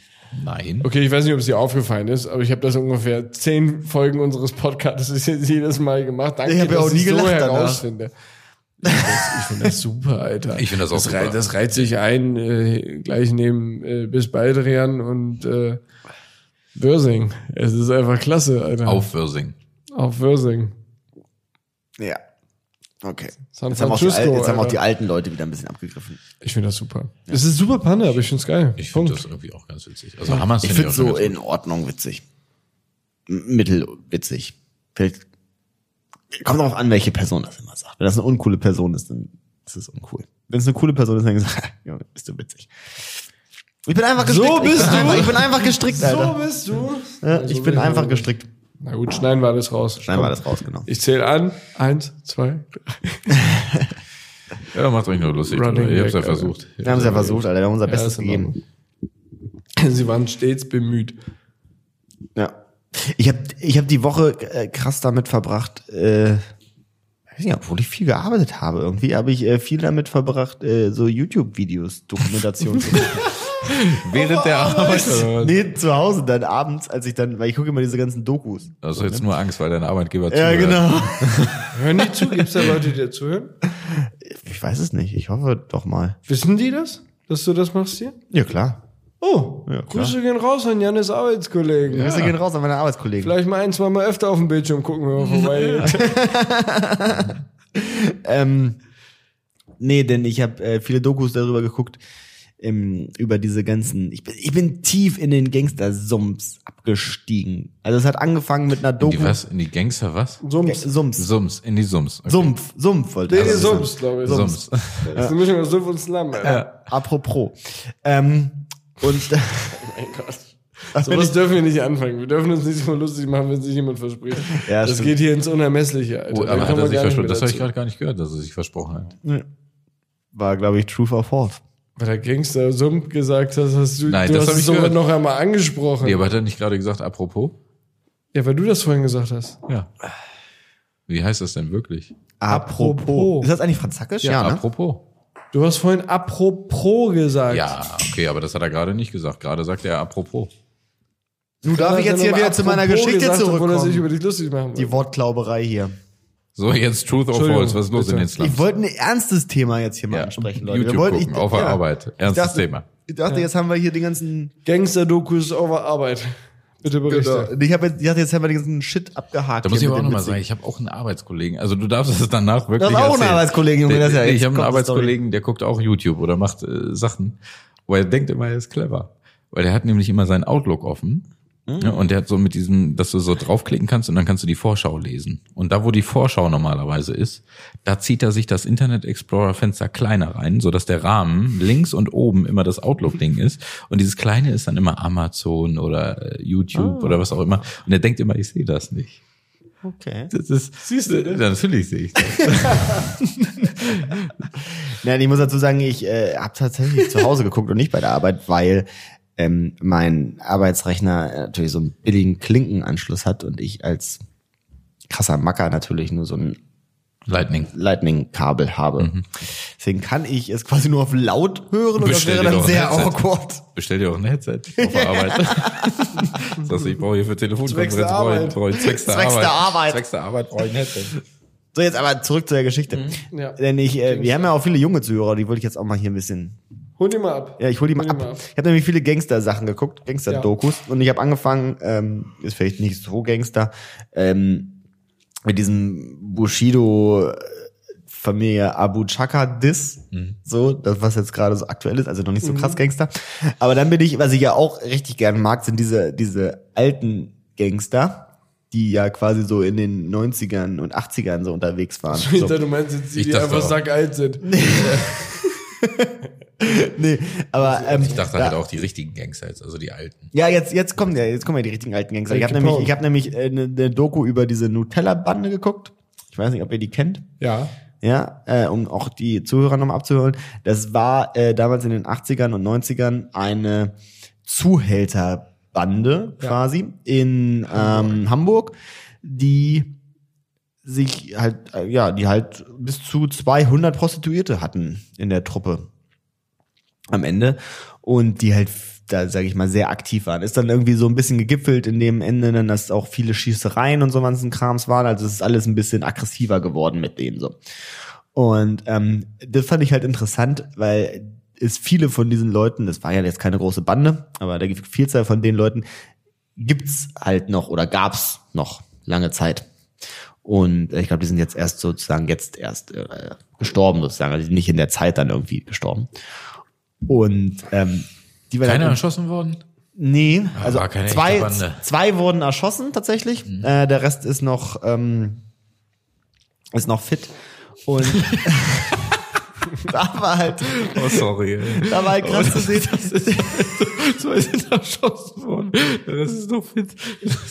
[SPEAKER 1] Nein.
[SPEAKER 3] Okay, ich weiß nicht, ob es dir aufgefallen ist, aber ich habe das ungefähr zehn Folgen unseres Podcasts jetzt jedes Mal gemacht. Danke,
[SPEAKER 2] Ich hab ja
[SPEAKER 3] dass
[SPEAKER 2] auch nie
[SPEAKER 3] ich's so
[SPEAKER 2] gelacht danach.
[SPEAKER 3] herausfinde. Ich finde das, ich find das super, Alter.
[SPEAKER 1] Ich find das auch
[SPEAKER 3] das
[SPEAKER 1] super.
[SPEAKER 3] Reiht, das reiht sich ein, äh, gleich neben äh, bis Baldrian und äh, Börsing. Es ist einfach klasse, Alter.
[SPEAKER 1] Auf Wörsing.
[SPEAKER 3] Auf Börsing.
[SPEAKER 2] Ja. Okay.
[SPEAKER 3] San
[SPEAKER 2] Jetzt haben, auch die,
[SPEAKER 3] Francisco,
[SPEAKER 2] Al- jetzt haben auch
[SPEAKER 3] Alter.
[SPEAKER 2] die alten Leute wieder ein bisschen abgegriffen.
[SPEAKER 3] Ich finde das super. Es ist super Panne, aber ich finde es geil.
[SPEAKER 1] Ich
[SPEAKER 3] Punkt.
[SPEAKER 1] finde das irgendwie auch ganz witzig. Also Hamas
[SPEAKER 2] Ich
[SPEAKER 1] finde ich
[SPEAKER 2] finde
[SPEAKER 1] auch schon
[SPEAKER 2] so
[SPEAKER 1] ganz
[SPEAKER 2] in Ordnung witzig. M- Mittelwitzig. Vielleicht kommt darauf an, welche Person das immer sagt. Wenn das eine uncoole Person ist, dann ist es uncool. Wenn es eine coole Person ist, dann gesagt, Junge, bist du witzig. Ich bin einfach
[SPEAKER 3] So
[SPEAKER 2] gestrickt. ich,
[SPEAKER 3] bist
[SPEAKER 2] bin
[SPEAKER 3] du.
[SPEAKER 2] Einfach, ich bin einfach gestrickt,
[SPEAKER 3] So
[SPEAKER 2] Alter.
[SPEAKER 3] bist du.
[SPEAKER 2] Ja, ich bin einfach
[SPEAKER 3] gestrickt.
[SPEAKER 2] gestrickt.
[SPEAKER 3] Na gut, schneiden wir alles raus.
[SPEAKER 2] Schneiden wir
[SPEAKER 3] Komm.
[SPEAKER 2] das raus, genau.
[SPEAKER 3] Ich zähle an. Eins, zwei.
[SPEAKER 1] witzig. Ja, macht euch nur lustig.
[SPEAKER 3] Running
[SPEAKER 1] drüber. Ihr habt's ja
[SPEAKER 3] back,
[SPEAKER 1] versucht.
[SPEAKER 2] Wir haben es ja versucht, Alter. Wir haben unser
[SPEAKER 3] Ja,
[SPEAKER 2] Bestes
[SPEAKER 3] ist in Ordnung.
[SPEAKER 2] gegeben.
[SPEAKER 3] Sie waren stets bemüht.
[SPEAKER 2] Ja. Ich habe ich hab die Woche äh, krass damit verbracht, äh, ich weiß nicht, obwohl ich viel gearbeitet habe irgendwie, habe ich äh, viel damit verbracht, äh, so YouTube-Videos, Dokumentationen zu gucken.
[SPEAKER 1] Während der Arbeit. oder was?
[SPEAKER 2] Nee, zu Hause dann abends, als ich dann, weil ich gucke immer diese ganzen Dokus.
[SPEAKER 1] Also jetzt nur Angst, weil dein Arbeitgeber
[SPEAKER 2] Ja,
[SPEAKER 1] zuhört.
[SPEAKER 2] genau.
[SPEAKER 3] Hören die zu? Gibt es da Leute, die dazuhören?
[SPEAKER 2] Ich weiß es nicht, ich hoffe doch mal.
[SPEAKER 3] Wissen die das, dass du das machst hier?
[SPEAKER 2] Ja, klar.
[SPEAKER 3] Oh,
[SPEAKER 2] Ja, klar.
[SPEAKER 3] Grüße gehen raus an Jannes Arbeitskollegen.
[SPEAKER 2] Grüße gehen raus an meine Arbeitskollegen.
[SPEAKER 3] Vielleicht mal ein, zwei Mal öfter auf dem Bildschirm gucken, wenn wir vorbei sind.
[SPEAKER 2] Ähm, nee, denn ich habe äh, viele Dokus darüber geguckt, ähm, über diese ganzen. Ich bin, ich bin tief in den Gangster-Sumps abgestiegen. Also es hat angefangen mit einer
[SPEAKER 1] In
[SPEAKER 2] Doku.
[SPEAKER 1] die was? In die Gangster was?
[SPEAKER 3] Sumps.
[SPEAKER 2] Sumps.
[SPEAKER 1] Sums. In die Sums. Okay.
[SPEAKER 2] Sumpf, Sumpf wollte
[SPEAKER 3] Nee,
[SPEAKER 2] ich
[SPEAKER 3] nee,
[SPEAKER 2] sagen.
[SPEAKER 3] Sumps, glaube ich.
[SPEAKER 1] Sums.
[SPEAKER 2] Oh,
[SPEAKER 3] Das ist eine Mischung aus Sumpf und Slum, Alter.
[SPEAKER 2] Apropos. Ähm, und
[SPEAKER 3] Oh Mein Gott.
[SPEAKER 2] was bin
[SPEAKER 3] Sowas
[SPEAKER 2] ich,
[SPEAKER 3] dürfen wir nicht anfangen. Wir dürfen uns nicht so lustig machen, wenn sich jemand verspricht.
[SPEAKER 2] Ja,
[SPEAKER 3] das
[SPEAKER 2] stimmt.
[SPEAKER 3] geht hier ins Unermessliche, Alter.
[SPEAKER 1] Oh,
[SPEAKER 3] Da
[SPEAKER 1] aber hat
[SPEAKER 3] kommen wir
[SPEAKER 1] er sich
[SPEAKER 3] gar nicht
[SPEAKER 1] versprochen?
[SPEAKER 3] mehr
[SPEAKER 1] Das habe ich
[SPEAKER 3] dazu.
[SPEAKER 1] gerade gar nicht gehört, dass er sich versprochen hat.
[SPEAKER 2] war, glaube ich, Truth or False.
[SPEAKER 3] Weil der Gangster Sump gesagt hat, hast du,
[SPEAKER 1] Nein,
[SPEAKER 3] du
[SPEAKER 1] das
[SPEAKER 3] hast
[SPEAKER 1] hab
[SPEAKER 3] es
[SPEAKER 1] ich
[SPEAKER 3] sogar
[SPEAKER 1] gehört.
[SPEAKER 3] noch einmal angesprochen.
[SPEAKER 1] Nee, aber hat er nicht gerade gesagt, apropos?
[SPEAKER 3] Ja, weil du das vorhin gesagt hast.
[SPEAKER 1] Ja. Wie heißt das denn wirklich?
[SPEAKER 2] Apropos.
[SPEAKER 3] Apropos.
[SPEAKER 2] Ist das eigentlich Französisch? Ja, ne?
[SPEAKER 1] apropos.
[SPEAKER 3] Du hast vorhin apropos gesagt.
[SPEAKER 1] Ja, okay, aber das hat er gerade nicht gesagt. Gerade sagt er apropos.
[SPEAKER 2] Nun darf ich jetzt hier wieder zu meiner Geschichte
[SPEAKER 3] Obwohl er sich
[SPEAKER 2] zurückkommen.
[SPEAKER 3] über dich lustig machen
[SPEAKER 2] Die
[SPEAKER 3] wollte.
[SPEAKER 2] Wortklauberei hier.
[SPEAKER 1] So, jetzt Truth or
[SPEAKER 3] Entschuldigung,
[SPEAKER 1] False. Was ist los
[SPEAKER 3] bitte.
[SPEAKER 1] in den Slums?
[SPEAKER 2] Ich wollte ein ernstes Thema jetzt hier mal
[SPEAKER 1] Ja,
[SPEAKER 2] ansprechen, Leute.
[SPEAKER 1] YouTube
[SPEAKER 2] Wir wollten,
[SPEAKER 1] gucken, auf der
[SPEAKER 2] ja.
[SPEAKER 1] Arbeit.
[SPEAKER 2] Ich
[SPEAKER 1] Ernstes
[SPEAKER 2] dachte-
[SPEAKER 1] Thema.
[SPEAKER 2] Ich dachte, jetzt haben wir hier den ganzen.
[SPEAKER 3] Gangster-Dokus over Arbeit. Bitte berichte.
[SPEAKER 2] Genau. Ich, hab jetzt, ich dachte, jetzt haben wir den ganzen Shit abgehakt.
[SPEAKER 1] Da muss ich
[SPEAKER 2] hier
[SPEAKER 1] aber auch
[SPEAKER 2] mit dem
[SPEAKER 1] nochmal
[SPEAKER 2] witzigen-
[SPEAKER 1] sagen, ich habe auch einen Arbeitskollegen. Also du darfst es danach wirklich
[SPEAKER 2] Du hast auch einen
[SPEAKER 1] erzählen.
[SPEAKER 2] Arbeitskollegen, Junge,
[SPEAKER 1] Der-
[SPEAKER 2] das ist ja
[SPEAKER 1] der-
[SPEAKER 2] jetzt
[SPEAKER 1] Ich habe einen
[SPEAKER 2] kommt die
[SPEAKER 1] Arbeitskollegen, der guckt auch YouTube oder macht äh, Sachen, wo er denkt immer, er ist clever. Weil der hat nämlich immer seinen Outlook offen.
[SPEAKER 2] Mhm.
[SPEAKER 1] Ja, und der hat so mit diesem, dass du so draufklicken kannst und dann kannst du die Vorschau lesen. Und da, wo die Vorschau normalerweise ist, da zieht er sich das Internet Explorer Fenster kleiner rein, sodass der Rahmen links und oben immer das Outlook-Ding ist. Und dieses kleine ist dann immer Amazon oder äh,
[SPEAKER 2] Ah.
[SPEAKER 1] YouTube oder was auch immer. Und er denkt immer, ich sehe das nicht.
[SPEAKER 2] Okay.
[SPEAKER 1] Das ist,
[SPEAKER 3] Siehst du, ne?
[SPEAKER 1] natürlich sehe ich das.
[SPEAKER 2] Nein, ich muss dazu sagen, ich äh, habe tatsächlich zu Hause geguckt und nicht bei der Arbeit, weil ähm, mein Arbeitsrechner äh, natürlich so einen billigen Klinkenanschluss hat und ich als krasser Macker natürlich nur so einen
[SPEAKER 1] Lightning.
[SPEAKER 2] Lightning-Kabel habe.
[SPEAKER 1] Mhm.
[SPEAKER 2] Deswegen kann ich es quasi nur auf laut hören und
[SPEAKER 1] Bestell dir
[SPEAKER 2] das wäre
[SPEAKER 1] doch
[SPEAKER 2] dann
[SPEAKER 1] ein
[SPEAKER 2] sehr
[SPEAKER 1] Headset.
[SPEAKER 2] awkward.
[SPEAKER 1] Bestell dir auch ein Headset auf der Arbeit. Sagst du, ich brauche hier für Telefonkonferenz,
[SPEAKER 3] Zwecks der
[SPEAKER 1] brauche ich,
[SPEAKER 3] Arbeit.
[SPEAKER 1] brauche ich zwecks der
[SPEAKER 2] Zwecks
[SPEAKER 1] Arbeit.
[SPEAKER 2] der Arbeit.
[SPEAKER 1] Zwecks der Arbeit brauche ich ein Headset.
[SPEAKER 2] So, jetzt aber zurück zu der Geschichte.
[SPEAKER 3] ja.
[SPEAKER 2] Denn ich, äh, wir haben ja auch viele junge Zuhörer, die wollte ich jetzt auch mal hier ein bisschen.
[SPEAKER 3] Hol die mal ab.
[SPEAKER 2] Ja, ich hol die mal ab. Ich habe nämlich viele Gangster-Sachen geguckt, Gangster-Dokus. Und ich habe angefangen, ähm, ist vielleicht nicht so Gangster, ähm, mit diesem Bushido äh, Familie Abu Chaka Diss, so, das was jetzt gerade so aktuell ist, also noch nicht so krass Gangster. Aber dann bin ich, was ich ja auch richtig gerne mag, sind diese, diese alten Gangster, die ja quasi so in den 90ern und 80ern so unterwegs waren. So.
[SPEAKER 3] Peter, du meinst jetzt die,
[SPEAKER 1] Ich
[SPEAKER 3] die
[SPEAKER 1] dachte
[SPEAKER 3] einfach
[SPEAKER 1] auch.
[SPEAKER 3] sackalt sind.
[SPEAKER 2] Nee, aber ähm,
[SPEAKER 1] Ich dachte
[SPEAKER 2] da-
[SPEAKER 1] halt auch die richtigen Gangster jetzt, also die alten.
[SPEAKER 2] Ja, jetzt, jetzt kommen ja, jetzt kommen ja die richtigen alten Gangster. Ich habe
[SPEAKER 3] Jackie
[SPEAKER 2] nämlich,
[SPEAKER 3] Brown.
[SPEAKER 2] ich habe nämlich äh, eine eine Doku über diese Nutella-Bande geguckt. Ich weiß nicht, ob ihr die kennt.
[SPEAKER 3] Ja.
[SPEAKER 2] Ja, äh, um auch die Zuhörer nochmal abzuhören. Das war äh, damals in den 80ern und 90ern eine Zuhälterbande
[SPEAKER 3] Ja.
[SPEAKER 2] quasi in ähm, Hamburg, die sich halt, äh, ja, die halt bis zu 200 Prostituierte hatten in der Truppe am Ende und die halt f- da sage ich mal sehr aktiv waren. Ist dann irgendwie so ein bisschen gegipfelt in dem Ende, dann dass auch viele Schießereien und so ganzen Krams waren. Also es ist alles ein bisschen aggressiver geworden mit denen so. Und ähm, das fand ich halt interessant, weil es viele von diesen Leuten, das war ja jetzt keine große Bande, aber der Vielzahl von den Leuten gibt's halt noch oder gab's noch lange Zeit. Und äh, ich glaube, die sind jetzt erst sozusagen jetzt erst äh, gestorben sozusagen, also nicht in der Zeit dann irgendwie gestorben. Und ähm, die waren
[SPEAKER 1] Keiner
[SPEAKER 2] halt-
[SPEAKER 1] erschossen worden?
[SPEAKER 2] Nee, also
[SPEAKER 1] Ah, war keine
[SPEAKER 2] zwei,
[SPEAKER 1] echte Bande. Mhm.
[SPEAKER 2] zwei wurden erschossen tatsächlich. Äh, der Rest ist noch ähm, ist noch fit. Und da war halt,
[SPEAKER 1] Oh, sorry.
[SPEAKER 2] da war halt krass zu sehen.
[SPEAKER 1] Zwei sind erschossen worden. Das ist doch fit.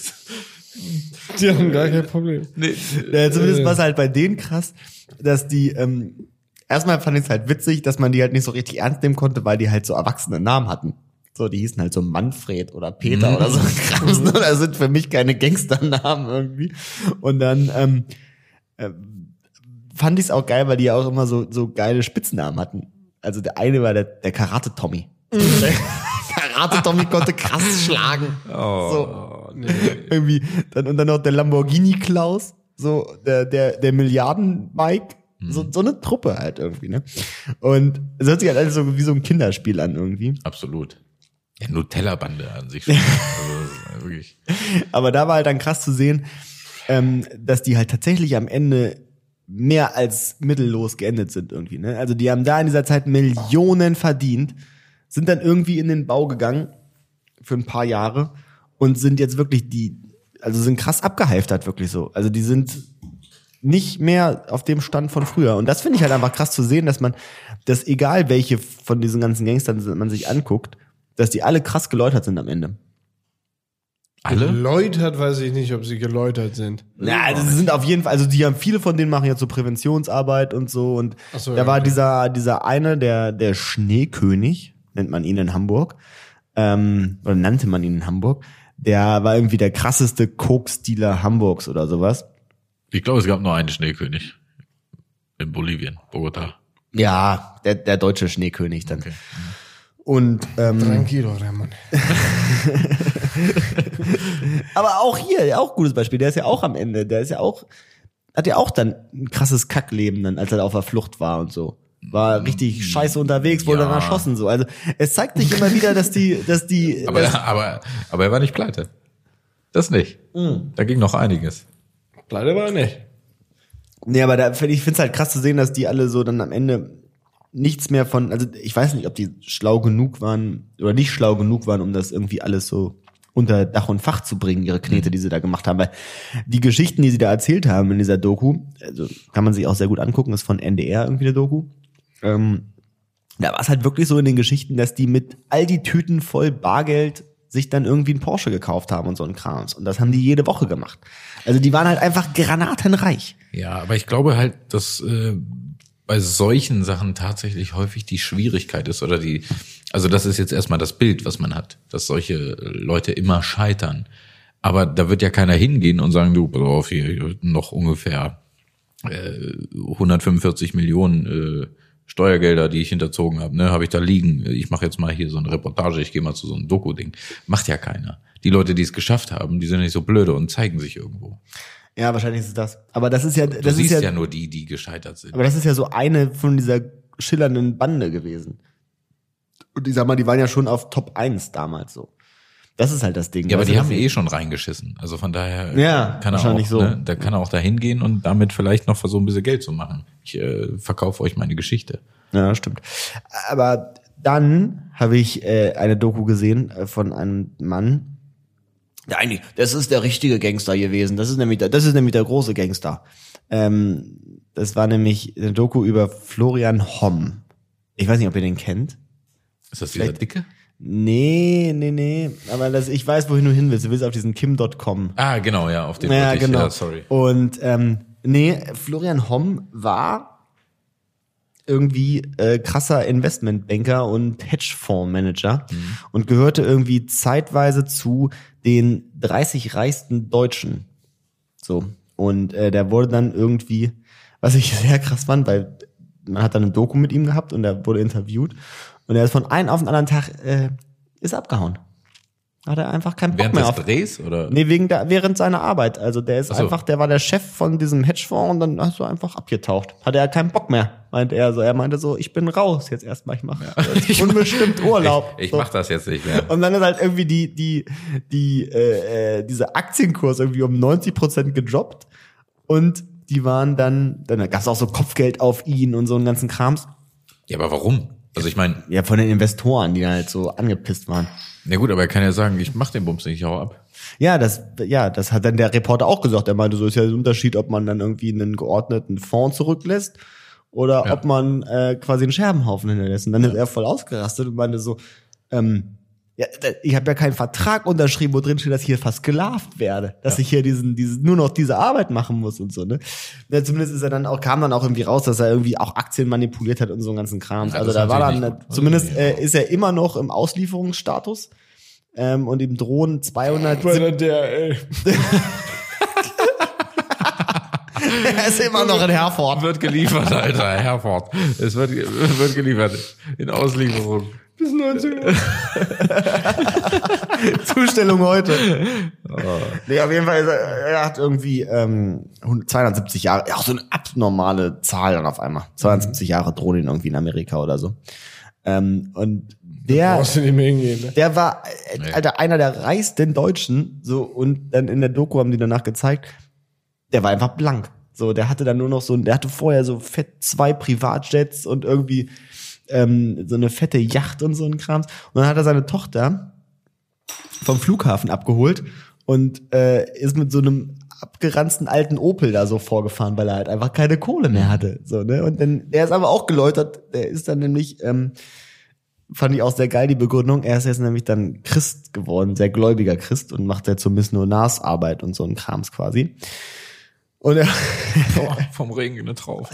[SPEAKER 3] Die haben gar kein Problem.
[SPEAKER 1] Nee.
[SPEAKER 2] Ja, zumindest war es halt bei denen krass, dass die, ähm, erstmal fand ich es halt witzig, dass man die halt nicht so richtig ernst nehmen konnte, weil die halt so erwachsene Namen hatten. So, die hießen halt so Manfred oder Peter oder so Krams, ne? Das sind für mich keine Gangsternamen irgendwie. Und dann, ähm, fand ich es auch geil, weil die ja auch immer so, so geile Spitznamen hatten. Also der eine war der, der Karate-Tommy. Der Karate-Tommy konnte krass schlagen. so. Irgendwie. Dann, und dann noch der Lamborghini-Klaus. So, der, der, der Milliarden-Mike. So, so eine Truppe halt irgendwie, ne? Und es hört sich halt alles so wie so ein Kinderspiel an irgendwie.
[SPEAKER 1] Absolut. Ja, Nutella-Bande an sich schon. also, wirklich.
[SPEAKER 2] Aber da war halt dann krass zu sehen, ähm, dass die halt tatsächlich am Ende mehr als mittellos geendet sind irgendwie. Ne? Also die haben da in dieser Zeit Millionen verdient, sind dann irgendwie in den Bau gegangen für ein paar Jahre und sind jetzt wirklich die, also sind krass abgehalftert wirklich so. Also die sind nicht mehr auf dem Stand von früher. Und das finde ich halt einfach krass zu sehen, dass man, dass egal welche von diesen ganzen Gangstern man sich anguckt, dass die alle krass geläutert sind am Ende.
[SPEAKER 1] Alle?
[SPEAKER 3] Geläutert weiß ich nicht, ob sie geläutert sind.
[SPEAKER 2] Na, also sie sind auf jeden Fall, also die haben viele von denen machen jetzt so Präventionsarbeit und so und
[SPEAKER 3] Ach so,
[SPEAKER 2] da
[SPEAKER 3] ja,
[SPEAKER 2] war
[SPEAKER 3] okay.
[SPEAKER 2] dieser dieser eine, der der Schneekönig nennt man ihn in Hamburg ähm, oder nannte man ihn in Hamburg, der war irgendwie der krasseste Koks-Dealer Hamburgs oder sowas.
[SPEAKER 1] Ich glaube, es gab nur einen Schneekönig. In Bolivien, Bogota.
[SPEAKER 2] Ja, der der deutsche Schneekönig dann.
[SPEAKER 1] Okay.
[SPEAKER 2] Und ähm,
[SPEAKER 3] Tranquilo, der Mann.
[SPEAKER 2] aber auch hier auch gutes Beispiel, der ist ja auch am Ende, der ist ja auch hat ja auch dann ein krasses Kackleben dann, als er auf der Flucht war und so. War richtig scheiße unterwegs, wurde
[SPEAKER 1] Mhm. Ja.
[SPEAKER 2] dann erschossen so. Also es zeigt sich immer wieder, dass die, dass die,
[SPEAKER 1] Aber,
[SPEAKER 2] dass,
[SPEAKER 1] aber, aber er war nicht pleite. Das nicht. Da ging noch einiges.
[SPEAKER 3] Pleite war er nicht.
[SPEAKER 2] nee, aber da finde ich finde es halt krass zu sehen, dass die alle so dann am Ende nichts mehr von, also ich weiß nicht, ob die schlau genug waren oder nicht schlau genug waren, um das irgendwie alles so unter Dach und Fach zu bringen, ihre Knete, die sie da gemacht haben. Weil die Geschichten, die sie da erzählt haben in dieser Doku, also kann man sich auch sehr gut angucken, ist von NDR irgendwie eine Doku. Ähm, Da war es halt wirklich so in den Geschichten, dass die mit all die Tüten voll Bargeld sich dann irgendwie einen Porsche gekauft haben und so ein Krams. Und das haben die jede Woche gemacht. Also die waren halt einfach granatenreich.
[SPEAKER 1] Ja, aber ich glaube halt, dass äh, bei solchen Sachen tatsächlich häufig die Schwierigkeit ist oder die, also das ist jetzt erstmal das Bild, was man hat, dass solche Leute immer scheitern. Aber da wird ja keiner hingehen und sagen, du, pass auf, hier noch ungefähr äh, 145 Millionen äh, Steuergelder, die ich hinterzogen habe, ne, habe ich da liegen. Ich mache jetzt mal hier so eine Reportage, ich gehe mal zu so einem Doku-Ding. Macht ja keiner. Die Leute, die es geschafft haben, die sind nicht so blöde und zeigen sich irgendwo.
[SPEAKER 2] Ja, wahrscheinlich ist es das. Aber das ist ja,
[SPEAKER 1] Du
[SPEAKER 2] das ist
[SPEAKER 1] siehst
[SPEAKER 2] ja,
[SPEAKER 1] ja, nur die, die gescheitert sind.
[SPEAKER 2] aber das ist ja so eine von dieser schillernden Bande gewesen. Und ich sag mal, die waren ja schon auf Top 1 damals so. Das ist halt das Ding.
[SPEAKER 1] Ja, aber
[SPEAKER 2] Weißt
[SPEAKER 1] die
[SPEAKER 2] du,
[SPEAKER 1] haben
[SPEAKER 2] das-
[SPEAKER 1] eh schon reingeschissen. Also von daher
[SPEAKER 2] Ja,
[SPEAKER 1] kann er auch,
[SPEAKER 2] wahrscheinlich so.
[SPEAKER 1] ne, da kann er auch da hingehen und damit vielleicht noch versuchen, ein bisschen Geld zu machen. Ich äh, verkaufe euch meine Geschichte.
[SPEAKER 2] Ja, stimmt. Aber dann habe ich äh, eine Doku gesehen äh, von einem Mann. Der eigentlich, das ist der richtige Gangster gewesen. Das ist nämlich der, das ist nämlich der große Gangster. Ähm, das war nämlich eine Doku über Florian Homm. Ich weiß nicht, ob ihr den kennt.
[SPEAKER 1] Ist das dieser
[SPEAKER 2] Vielleicht-
[SPEAKER 1] Dicke?
[SPEAKER 2] Nee, nee, nee. Aber das, ich weiß, wohin du hin willst. Du willst auf diesen Kim.com.
[SPEAKER 1] Ah, genau, ja, auf den
[SPEAKER 2] Ja,
[SPEAKER 1] wollte ich-
[SPEAKER 2] genau.
[SPEAKER 1] ja, sorry.
[SPEAKER 2] Und ähm, nee, Florian Homm war irgendwie äh, krasser Investmentbanker und Hedgefondsmanager
[SPEAKER 1] Mhm.
[SPEAKER 2] und gehörte irgendwie zeitweise zu den 30 reichsten Deutschen. So. Und äh, der wurde dann irgendwie, was ich sehr krass fand, weil man hat dann eine Doku mit ihm gehabt und er wurde interviewt und er ist von einem auf den anderen Tag äh, ist abgehauen. Hat er einfach keinen Bock
[SPEAKER 1] Während
[SPEAKER 2] mehr
[SPEAKER 1] des
[SPEAKER 2] auf
[SPEAKER 1] Drehs oder?
[SPEAKER 2] Nee, wegen der, während seiner Arbeit. Also der ist
[SPEAKER 1] Ach so.
[SPEAKER 2] einfach, der war der Chef von diesem Hedgefonds und dann hast du einfach abgetaucht. Hatte er keinen Bock mehr, meinte er so. Er meinte so, ich bin raus jetzt erstmal, ich mache
[SPEAKER 1] Ich mach-
[SPEAKER 2] unbestimmt Urlaub.
[SPEAKER 1] Ich, ich
[SPEAKER 2] so.
[SPEAKER 1] mach das jetzt nicht mehr.
[SPEAKER 2] Und dann ist halt irgendwie die, die, die, äh, äh, dieser Aktienkurs irgendwie um 90 Prozent gedroppt. Und die waren dann, dann gab es auch so Kopfgeld auf ihn und so einen ganzen Krams.
[SPEAKER 1] Ja, aber warum? Also ich meine,
[SPEAKER 2] Ja, von den Investoren, die dann halt so angepisst waren.
[SPEAKER 1] na gut, aber er kann ja sagen, ich mach den Bums nicht, ich hau ab.
[SPEAKER 2] Ja, das, ja, das hat dann der Reporter auch gesagt. Er meinte, so ist ja der Unterschied, ob man dann irgendwie einen geordneten Fonds zurücklässt oder
[SPEAKER 1] Ja.
[SPEAKER 2] ob man äh, quasi einen Scherbenhaufen hinterlässt. Und dann ist er voll ausgerastet und meinte so, ähm, ja, da- ich habe ja keinen Vertrag unterschrieben, wo drin steht, dass ich hier fast gelarvt werde, dass ich hier diesen, diesen, nur noch diese Arbeit machen muss und so, ne? Ja, zumindest ist er dann auch, kam dann auch irgendwie raus, dass er irgendwie auch Aktien manipuliert hat und so einen ganzen Kram.
[SPEAKER 1] Ja,
[SPEAKER 2] also
[SPEAKER 1] das
[SPEAKER 2] da
[SPEAKER 1] ist
[SPEAKER 2] war
[SPEAKER 1] natürlich
[SPEAKER 2] dann,
[SPEAKER 1] nicht gut.
[SPEAKER 2] zumindest
[SPEAKER 1] Nee,
[SPEAKER 2] äh, ist er immer noch im Auslieferungsstatus. Ähm, und ihm drohen 200
[SPEAKER 3] Bei der DRL.
[SPEAKER 2] Er ist immer noch in Herford.
[SPEAKER 1] Wird geliefert, Alter, Herford. Es wird, wird geliefert. In Auslieferung.
[SPEAKER 3] Bis 19 Uhr.
[SPEAKER 2] Zustellung heute. Oh. Nee, auf jeden Fall, ist er er hat irgendwie ähm, 100 270 Jahre, ja, auch so eine abnormale Zahl dann auf einmal. 270 Jahre drohen ihn irgendwie in Amerika oder so. Ähm, und der,
[SPEAKER 3] Brauchst du nicht mehr hingehen, ne?
[SPEAKER 2] der war, äh,
[SPEAKER 1] Nee.
[SPEAKER 2] Alter, einer der reichsten Deutschen, so, und dann in der Doku haben die danach gezeigt, der war einfach blank. So, der hatte dann nur noch so, ein- der hatte vorher so fett zwei Privatjets und irgendwie ähm, so eine fette Yacht und so ein Krams. Und dann hat er seine Tochter vom Flughafen abgeholt und äh, ist mit so einem abgeranzten alten Opel da so vorgefahren, weil er halt einfach keine Kohle mehr hatte. So, ne? Und dann, der ist aber auch geläutert, der ist dann nämlich, ähm, fand ich auch sehr geil, die Begründung, er ist jetzt nämlich dann Christ geworden, sehr gläubiger Christ und macht jetzt so Missionarsarbeit und so ein Krams quasi. Und er,
[SPEAKER 1] Boah, vom Regen in eine Traufe.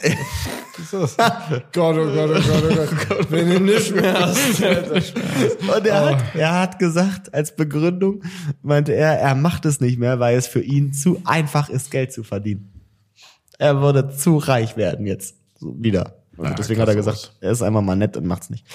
[SPEAKER 3] Was ist das? Gott, oh Gott, oh Gott, oh Gott. Wenn du nicht mehr hast. Alter.
[SPEAKER 2] Und er,
[SPEAKER 1] Oh.
[SPEAKER 2] hat, er hat gesagt, als Begründung meinte er, er macht es nicht mehr, weil es für ihn zu einfach ist, Geld zu verdienen. Er würde zu reich werden jetzt. So wieder. Also
[SPEAKER 1] Ja,
[SPEAKER 2] deswegen hat er
[SPEAKER 1] krass
[SPEAKER 2] gesagt, er ist einfach mal nett und macht's nicht.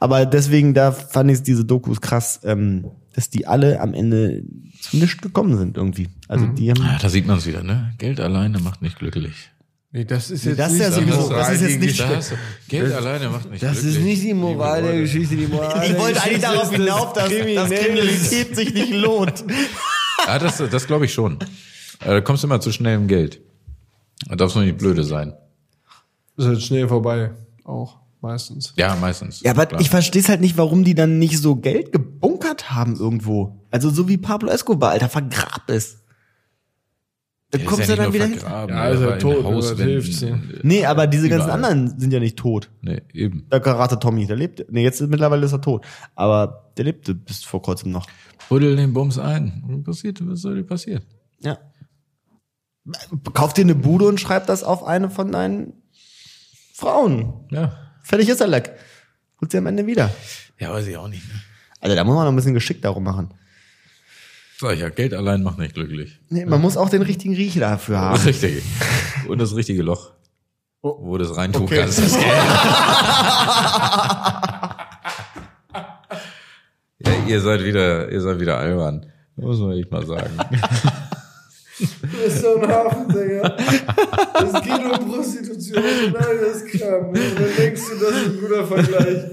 [SPEAKER 2] Aber deswegen, da fand ich diese Dokus krass, ähm, dass die alle am Ende zu nichts gekommen sind irgendwie. Also die haben.
[SPEAKER 1] Ah, da sieht man es wieder, ne? Geld alleine macht nicht glücklich.
[SPEAKER 3] Nee, das ist
[SPEAKER 2] Nee,
[SPEAKER 3] jetzt
[SPEAKER 2] das ist ja
[SPEAKER 3] nicht
[SPEAKER 2] sowieso- das ist jetzt nicht-
[SPEAKER 1] Da hast du- Geld alleine macht nicht
[SPEAKER 3] Das
[SPEAKER 1] glücklich.
[SPEAKER 3] ist nicht die Moral der Geschichte. Die Moral der Geschichte ist, kriminell ist.
[SPEAKER 2] sich nicht lohnt.
[SPEAKER 1] Ah, das, das glaube ich schon. Äh, Da kommst du immer zu schnell im Geld. Da darfst du nicht blöde sein.
[SPEAKER 3] Ist halt schnell vorbei. Auch meistens.
[SPEAKER 1] Ja, meistens.
[SPEAKER 2] Ja, aber
[SPEAKER 1] Klar.
[SPEAKER 2] ich verstehe es halt nicht, warum die dann nicht so Geld gebunkert haben irgendwo. Also so wie Pablo Escobar, Alter, vergrabt es.
[SPEAKER 1] Der
[SPEAKER 2] Dann
[SPEAKER 1] ist
[SPEAKER 2] kommst
[SPEAKER 1] ja
[SPEAKER 2] du dann
[SPEAKER 1] nicht
[SPEAKER 2] wieder
[SPEAKER 1] nur
[SPEAKER 2] hin.
[SPEAKER 1] vergraben,
[SPEAKER 3] Ja,
[SPEAKER 1] der
[SPEAKER 2] also
[SPEAKER 3] ist ja
[SPEAKER 1] war in
[SPEAKER 3] tot, aber
[SPEAKER 1] Hauswänden.
[SPEAKER 3] hilft's, ne?
[SPEAKER 2] Nee, aber diese ganzen
[SPEAKER 1] Überall.
[SPEAKER 2] anderen sind ja nicht tot.
[SPEAKER 1] Nee, eben.
[SPEAKER 2] Der Karate Tommy, der lebt. Nee, jetzt ist, mittlerweile ist er tot. Aber der lebte bis vor kurzem noch.
[SPEAKER 1] Buddel den Bums ein. Was passiert? Was soll dir passieren?
[SPEAKER 2] Ja. Kauf dir eine Bude und schreib das auf eine von deinen Frauen.
[SPEAKER 1] Ja.
[SPEAKER 2] Fertig ist der Lack. Holt sie am Ende wieder.
[SPEAKER 1] Ja, weiß ich auch nicht. Ne?
[SPEAKER 2] Also da muss man noch ein bisschen geschick darum machen.
[SPEAKER 1] Sag ich ja, Geld allein macht nicht glücklich.
[SPEAKER 2] Nee, man muss auch den richtigen Riecher dafür haben.
[SPEAKER 1] Richtig. Und das richtige Loch, wo du es reintun
[SPEAKER 3] Oh. Okay.
[SPEAKER 1] kannst. Das Geld. ja, ihr seid wieder, ihr seid wieder albern. Muss man echt mal sagen.
[SPEAKER 3] Du bist so ein Hafensänger. Es geht um Prostitution und all das Kram. Und dann denkst du, das ist ein guter Vergleich.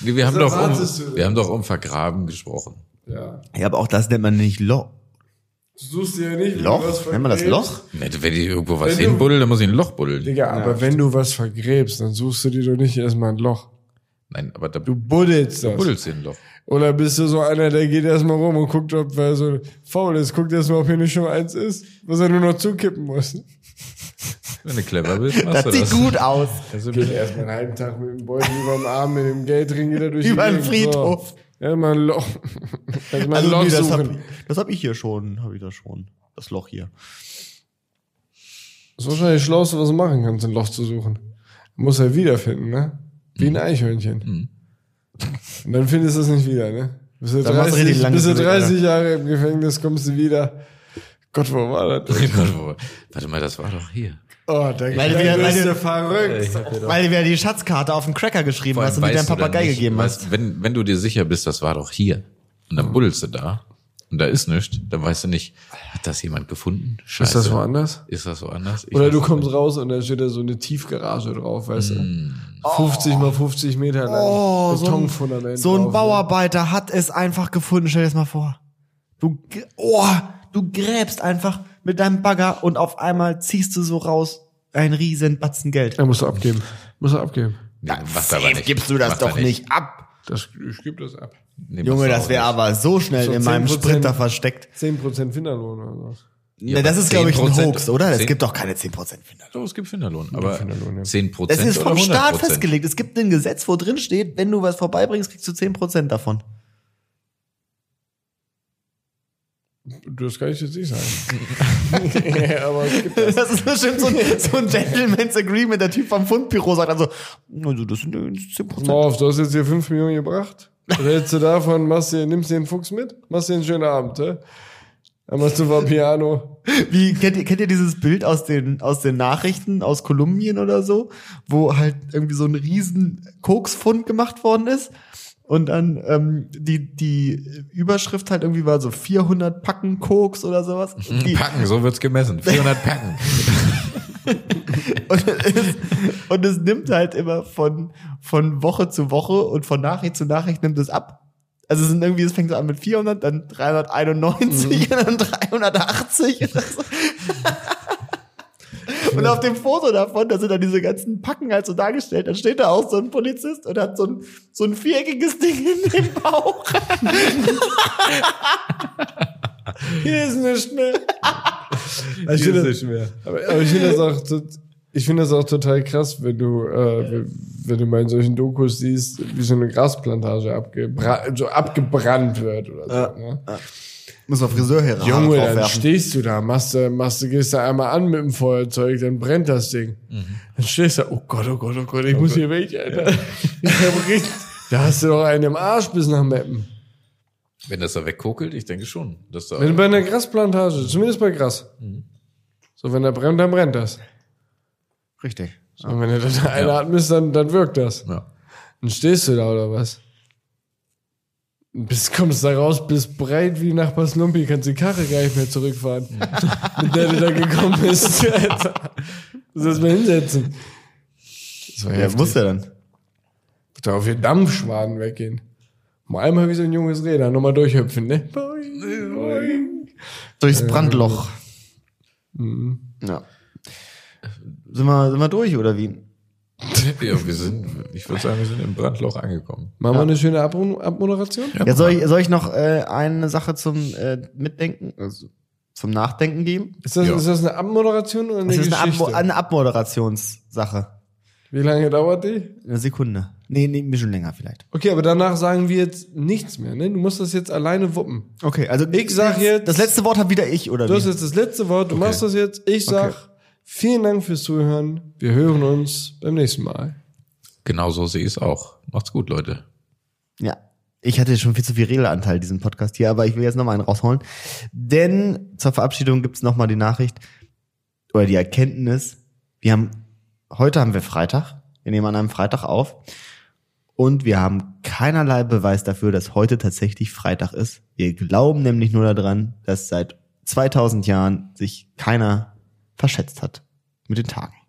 [SPEAKER 1] Nee, Wir haben,
[SPEAKER 3] Das
[SPEAKER 1] doch
[SPEAKER 3] erwartest du.
[SPEAKER 1] um, wir haben doch um Vergraben gesprochen.
[SPEAKER 3] Ja.
[SPEAKER 2] Ja, aber auch das nennt man nicht Loch.
[SPEAKER 3] Du suchst dir ja nicht. wenn du was
[SPEAKER 2] Loch? Nennt man das
[SPEAKER 3] vergräbst.
[SPEAKER 2] Loch?
[SPEAKER 1] Nee, Wenn ich irgendwo was
[SPEAKER 3] Wenn du-
[SPEAKER 1] hinbuddel, dann muss ich ein Loch buddeln.
[SPEAKER 3] Digga, aber wenn du was vergräbst, dann suchst du dir doch nicht erstmal ein Loch.
[SPEAKER 1] Nein, aber da
[SPEAKER 3] Du buddelst das.
[SPEAKER 1] buddelst du ein Loch.
[SPEAKER 3] Oder bist du so einer, der geht erstmal rum und guckt, ob er so faul ist, guckt erstmal, ob hier nicht schon mal eins ist, was er nur noch zukippen muss.
[SPEAKER 1] Wenn du clever bist,
[SPEAKER 2] Das
[SPEAKER 1] machst du
[SPEAKER 2] sieht
[SPEAKER 1] das.
[SPEAKER 2] gut aus.
[SPEAKER 1] Also,
[SPEAKER 3] Geht erstmal einen halben Tag mit dem Beutel über dem Arm, mit dem Geldring wieder durch
[SPEAKER 2] Über den
[SPEAKER 3] Gegend.
[SPEAKER 2] Friedhof.
[SPEAKER 3] So. Erstmal ein Loch. Erstmal ein
[SPEAKER 2] Also,
[SPEAKER 3] Loch
[SPEAKER 2] nee, das
[SPEAKER 3] suchen.
[SPEAKER 2] habe das hab ich hier schon, habe ich das schon. Das Loch hier.
[SPEAKER 3] Das ist wahrscheinlich das Schlauste, was du machen kannst, ein Loch zu suchen. Muss er wiederfinden, ne? Wie
[SPEAKER 2] Mhm.
[SPEAKER 3] ein Eichhörnchen. Und dann findest du es nicht wieder, ne? Bis du
[SPEAKER 2] Dann machst du
[SPEAKER 3] 30,
[SPEAKER 2] richtig lange
[SPEAKER 3] bis du
[SPEAKER 2] Suche,
[SPEAKER 3] 30 Jahre im Gefängnis kommst du wieder. Gott, wo war das?
[SPEAKER 1] warte mal, das war doch hier.
[SPEAKER 3] Oh, da
[SPEAKER 2] Weil wir-
[SPEAKER 3] da
[SPEAKER 2] weil
[SPEAKER 3] bist
[SPEAKER 2] wir-
[SPEAKER 3] du verrückt.
[SPEAKER 2] Weil du mir die Schatzkarte auf den Cracker geschrieben hast und die deinem
[SPEAKER 1] Weißt du
[SPEAKER 2] Papagei
[SPEAKER 1] dann nicht,
[SPEAKER 2] gegeben hast.
[SPEAKER 1] weißt- Wenn, wenn du dir sicher bist, das war doch hier. Und dann buddelst du da und da ist nichts, dann weißt du nicht, hat das jemand gefunden? Scheiße.
[SPEAKER 3] das woanders?
[SPEAKER 1] Ist das woanders? Ich
[SPEAKER 3] Oder
[SPEAKER 1] weiß
[SPEAKER 3] du
[SPEAKER 1] es
[SPEAKER 3] kommst
[SPEAKER 1] nicht.
[SPEAKER 3] raus und da steht da so eine Tiefgarage drauf, weißt du? 50 mal 50 Meter lang.
[SPEAKER 2] Mhm. Oh, so ein,
[SPEAKER 3] Betonfundament
[SPEAKER 2] so
[SPEAKER 3] drauf,
[SPEAKER 2] ein
[SPEAKER 3] ne?
[SPEAKER 2] Bauarbeiter hat es einfach gefunden. Stell dir das mal vor. Du, gr- oh, du gräbst einfach mit deinem Bagger und auf einmal ziehst du so raus einen riesen Batzen Geld.
[SPEAKER 3] Ja, musst du abgeben. Musst du abgeben.
[SPEAKER 1] Nee, machst du aber nicht.
[SPEAKER 2] Gibst du das
[SPEAKER 1] Machst du
[SPEAKER 2] doch nicht. ab.
[SPEAKER 3] Das, ich gebe das ab.
[SPEAKER 1] Nee,
[SPEAKER 2] Junge,
[SPEAKER 1] machst du
[SPEAKER 2] das
[SPEAKER 1] auch
[SPEAKER 2] wäre
[SPEAKER 1] nicht.
[SPEAKER 2] aber so schnell
[SPEAKER 3] So
[SPEAKER 2] in meinem
[SPEAKER 3] 10%.
[SPEAKER 2] Sprinter versteckt.
[SPEAKER 3] 10% Finderlohn oder so.
[SPEAKER 1] Ja,
[SPEAKER 2] Na, das
[SPEAKER 1] aber
[SPEAKER 2] ist, glaube ich, ein
[SPEAKER 1] 10%,
[SPEAKER 2] Hoax, oder? Es
[SPEAKER 1] 10%.
[SPEAKER 2] gibt doch keine 10% Finderlohn.
[SPEAKER 1] Doch, es gibt Finderlohn, aber
[SPEAKER 3] Finderlohn, ja.
[SPEAKER 1] 10 Prozent.
[SPEAKER 2] Das ist vom Staat festgelegt. Es gibt ein Gesetz, wo drin steht, wenn du was vorbeibringst, kriegst du 10% davon.
[SPEAKER 3] Das kann ich jetzt nicht sagen. ja, aber es gibt
[SPEAKER 2] Das ist bestimmt so ein, so ein Gentleman's Agreement. Der Typ vom Fundbüro sagt dann so, also das sind ja 10%.
[SPEAKER 3] Morf, du hast jetzt hier 5 Millionen gebracht. Was hältst du davon? Machst du, nimmst du den Fuchs mit? Machst du einen schönen Abend, hä? Dann machst du Vapiano.
[SPEAKER 2] Wie, kennt, ihr, kennt ihr dieses Bild aus den, aus den Nachrichten aus Kolumbien oder so, wo halt irgendwie so ein riesen Koksfund gemacht worden ist? Und dann ähm, die, die Überschrift halt irgendwie war so 400 Packen Koks oder sowas.
[SPEAKER 1] Mhm,
[SPEAKER 2] Die,
[SPEAKER 1] Packen, so wird's gemessen. 400 Packen.
[SPEAKER 2] und, es, und es nimmt halt immer von, von Woche zu Woche und von Nachricht zu Nachricht nimmt es ab. Also es sind irgendwie, es fängt so an mit 400, dann 391
[SPEAKER 3] Mhm.
[SPEAKER 2] und dann 380. Und, das und auf dem Foto davon, da sind dann diese ganzen Packen halt so dargestellt. Dann steht da auch so ein Polizist und hat so ein, so ein viereckiges Ding in dem Bauch.
[SPEAKER 3] Hier ist nicht mehr. Aber ich finde das, aber, aber ich finde das auch, tot- ich finde das auch total krass, wenn du, äh, wenn- wenn du mal in solchen Dokus siehst, wie so eine Grasplantage abgebra so abgebrannt wird oder so. Ne?
[SPEAKER 2] Muss man Friseur her
[SPEAKER 3] Junge, dann stehst du da, machst du, machst du, gehst da einmal an mit dem Feuerzeug, dann brennt das Ding. Dann stehst du da, oh Gott, oh Gott, oh Gott, ich muss hier weg, Alter. Ich hab richtig- da hast du doch einen im Arsch bis nach Meppen.
[SPEAKER 1] Wenn das da wegkokelt, ich denke schon. Dass da
[SPEAKER 3] Wenn du bei einer Grasplantage, zumindest bei Gras. So, wenn der brennt, dann brennt das.
[SPEAKER 2] Richtig.
[SPEAKER 3] So, wenn du das einatmest, dann, dann wirkt das.
[SPEAKER 1] ja.
[SPEAKER 3] Dann stehst du da oder was? Bis kommst da raus, bist breit wie Nachbars Lumpi, kannst die Karre gar nicht mehr zurückfahren, mit der du da gekommen bist. Alter. Muss erst mal hinsetzen. Das war
[SPEAKER 2] Ja,
[SPEAKER 3] heftig.
[SPEAKER 2] muss er dann.
[SPEAKER 3] Da auf den Dampfschwaden weggehen. Mal einmal wie so ein junges Räder, nochmal durchhüpfen, ne? Boing, boing.
[SPEAKER 2] Durchs
[SPEAKER 3] Äh,
[SPEAKER 2] Brandloch.
[SPEAKER 3] mhm.
[SPEAKER 2] Ja. Sind wir, sind wir durch oder wie?
[SPEAKER 1] ja, wir sind, ich würde sagen, wir sind im Brandloch angekommen.
[SPEAKER 3] Machen wir eine schöne Abmo- Abmoderation?
[SPEAKER 2] Ja, soll, ich, soll ich noch äh, eine Sache zum äh, Mitdenken, also zum Nachdenken geben?
[SPEAKER 3] Ist das,
[SPEAKER 1] Ja.
[SPEAKER 3] ist das eine Abmoderation oder eine
[SPEAKER 2] Das ist eine,
[SPEAKER 3] Geschichte?
[SPEAKER 2] Abmo eine Abmoderationssache.
[SPEAKER 3] wie lange dauert die?
[SPEAKER 2] Eine Sekunde. Nee, nee, ein bisschen länger vielleicht.
[SPEAKER 3] Okay, aber danach sagen wir jetzt nichts mehr, ne? Du musst das jetzt alleine wuppen.
[SPEAKER 2] Okay, also
[SPEAKER 3] Ich sag jetzt-
[SPEAKER 2] Das letzte Wort habe wieder ich, oder
[SPEAKER 3] Du hast
[SPEAKER 2] wie?
[SPEAKER 3] jetzt das letzte Wort, du machst das jetzt. Ich sag vielen Dank fürs Zuhören. Wir hören uns beim nächsten Mal.
[SPEAKER 1] Genau so sehe ich es auch. Macht's gut, Leute.
[SPEAKER 2] Ja. Ich hatte schon viel zu viel Redeanteil, diesen Podcast hier, aber ich will jetzt nochmal einen rausholen. Denn zur Verabschiedung gibt's noch nochmal die Nachricht oder die Erkenntnis. Wir haben, heute haben wir Freitag. Wir nehmen an einem Freitag auf. Und wir haben keinerlei Beweis dafür, dass heute tatsächlich Freitag ist. Wir glauben nämlich nur daran, dass seit 2000 Jahren sich keiner verschätzt hat mit den Tagen.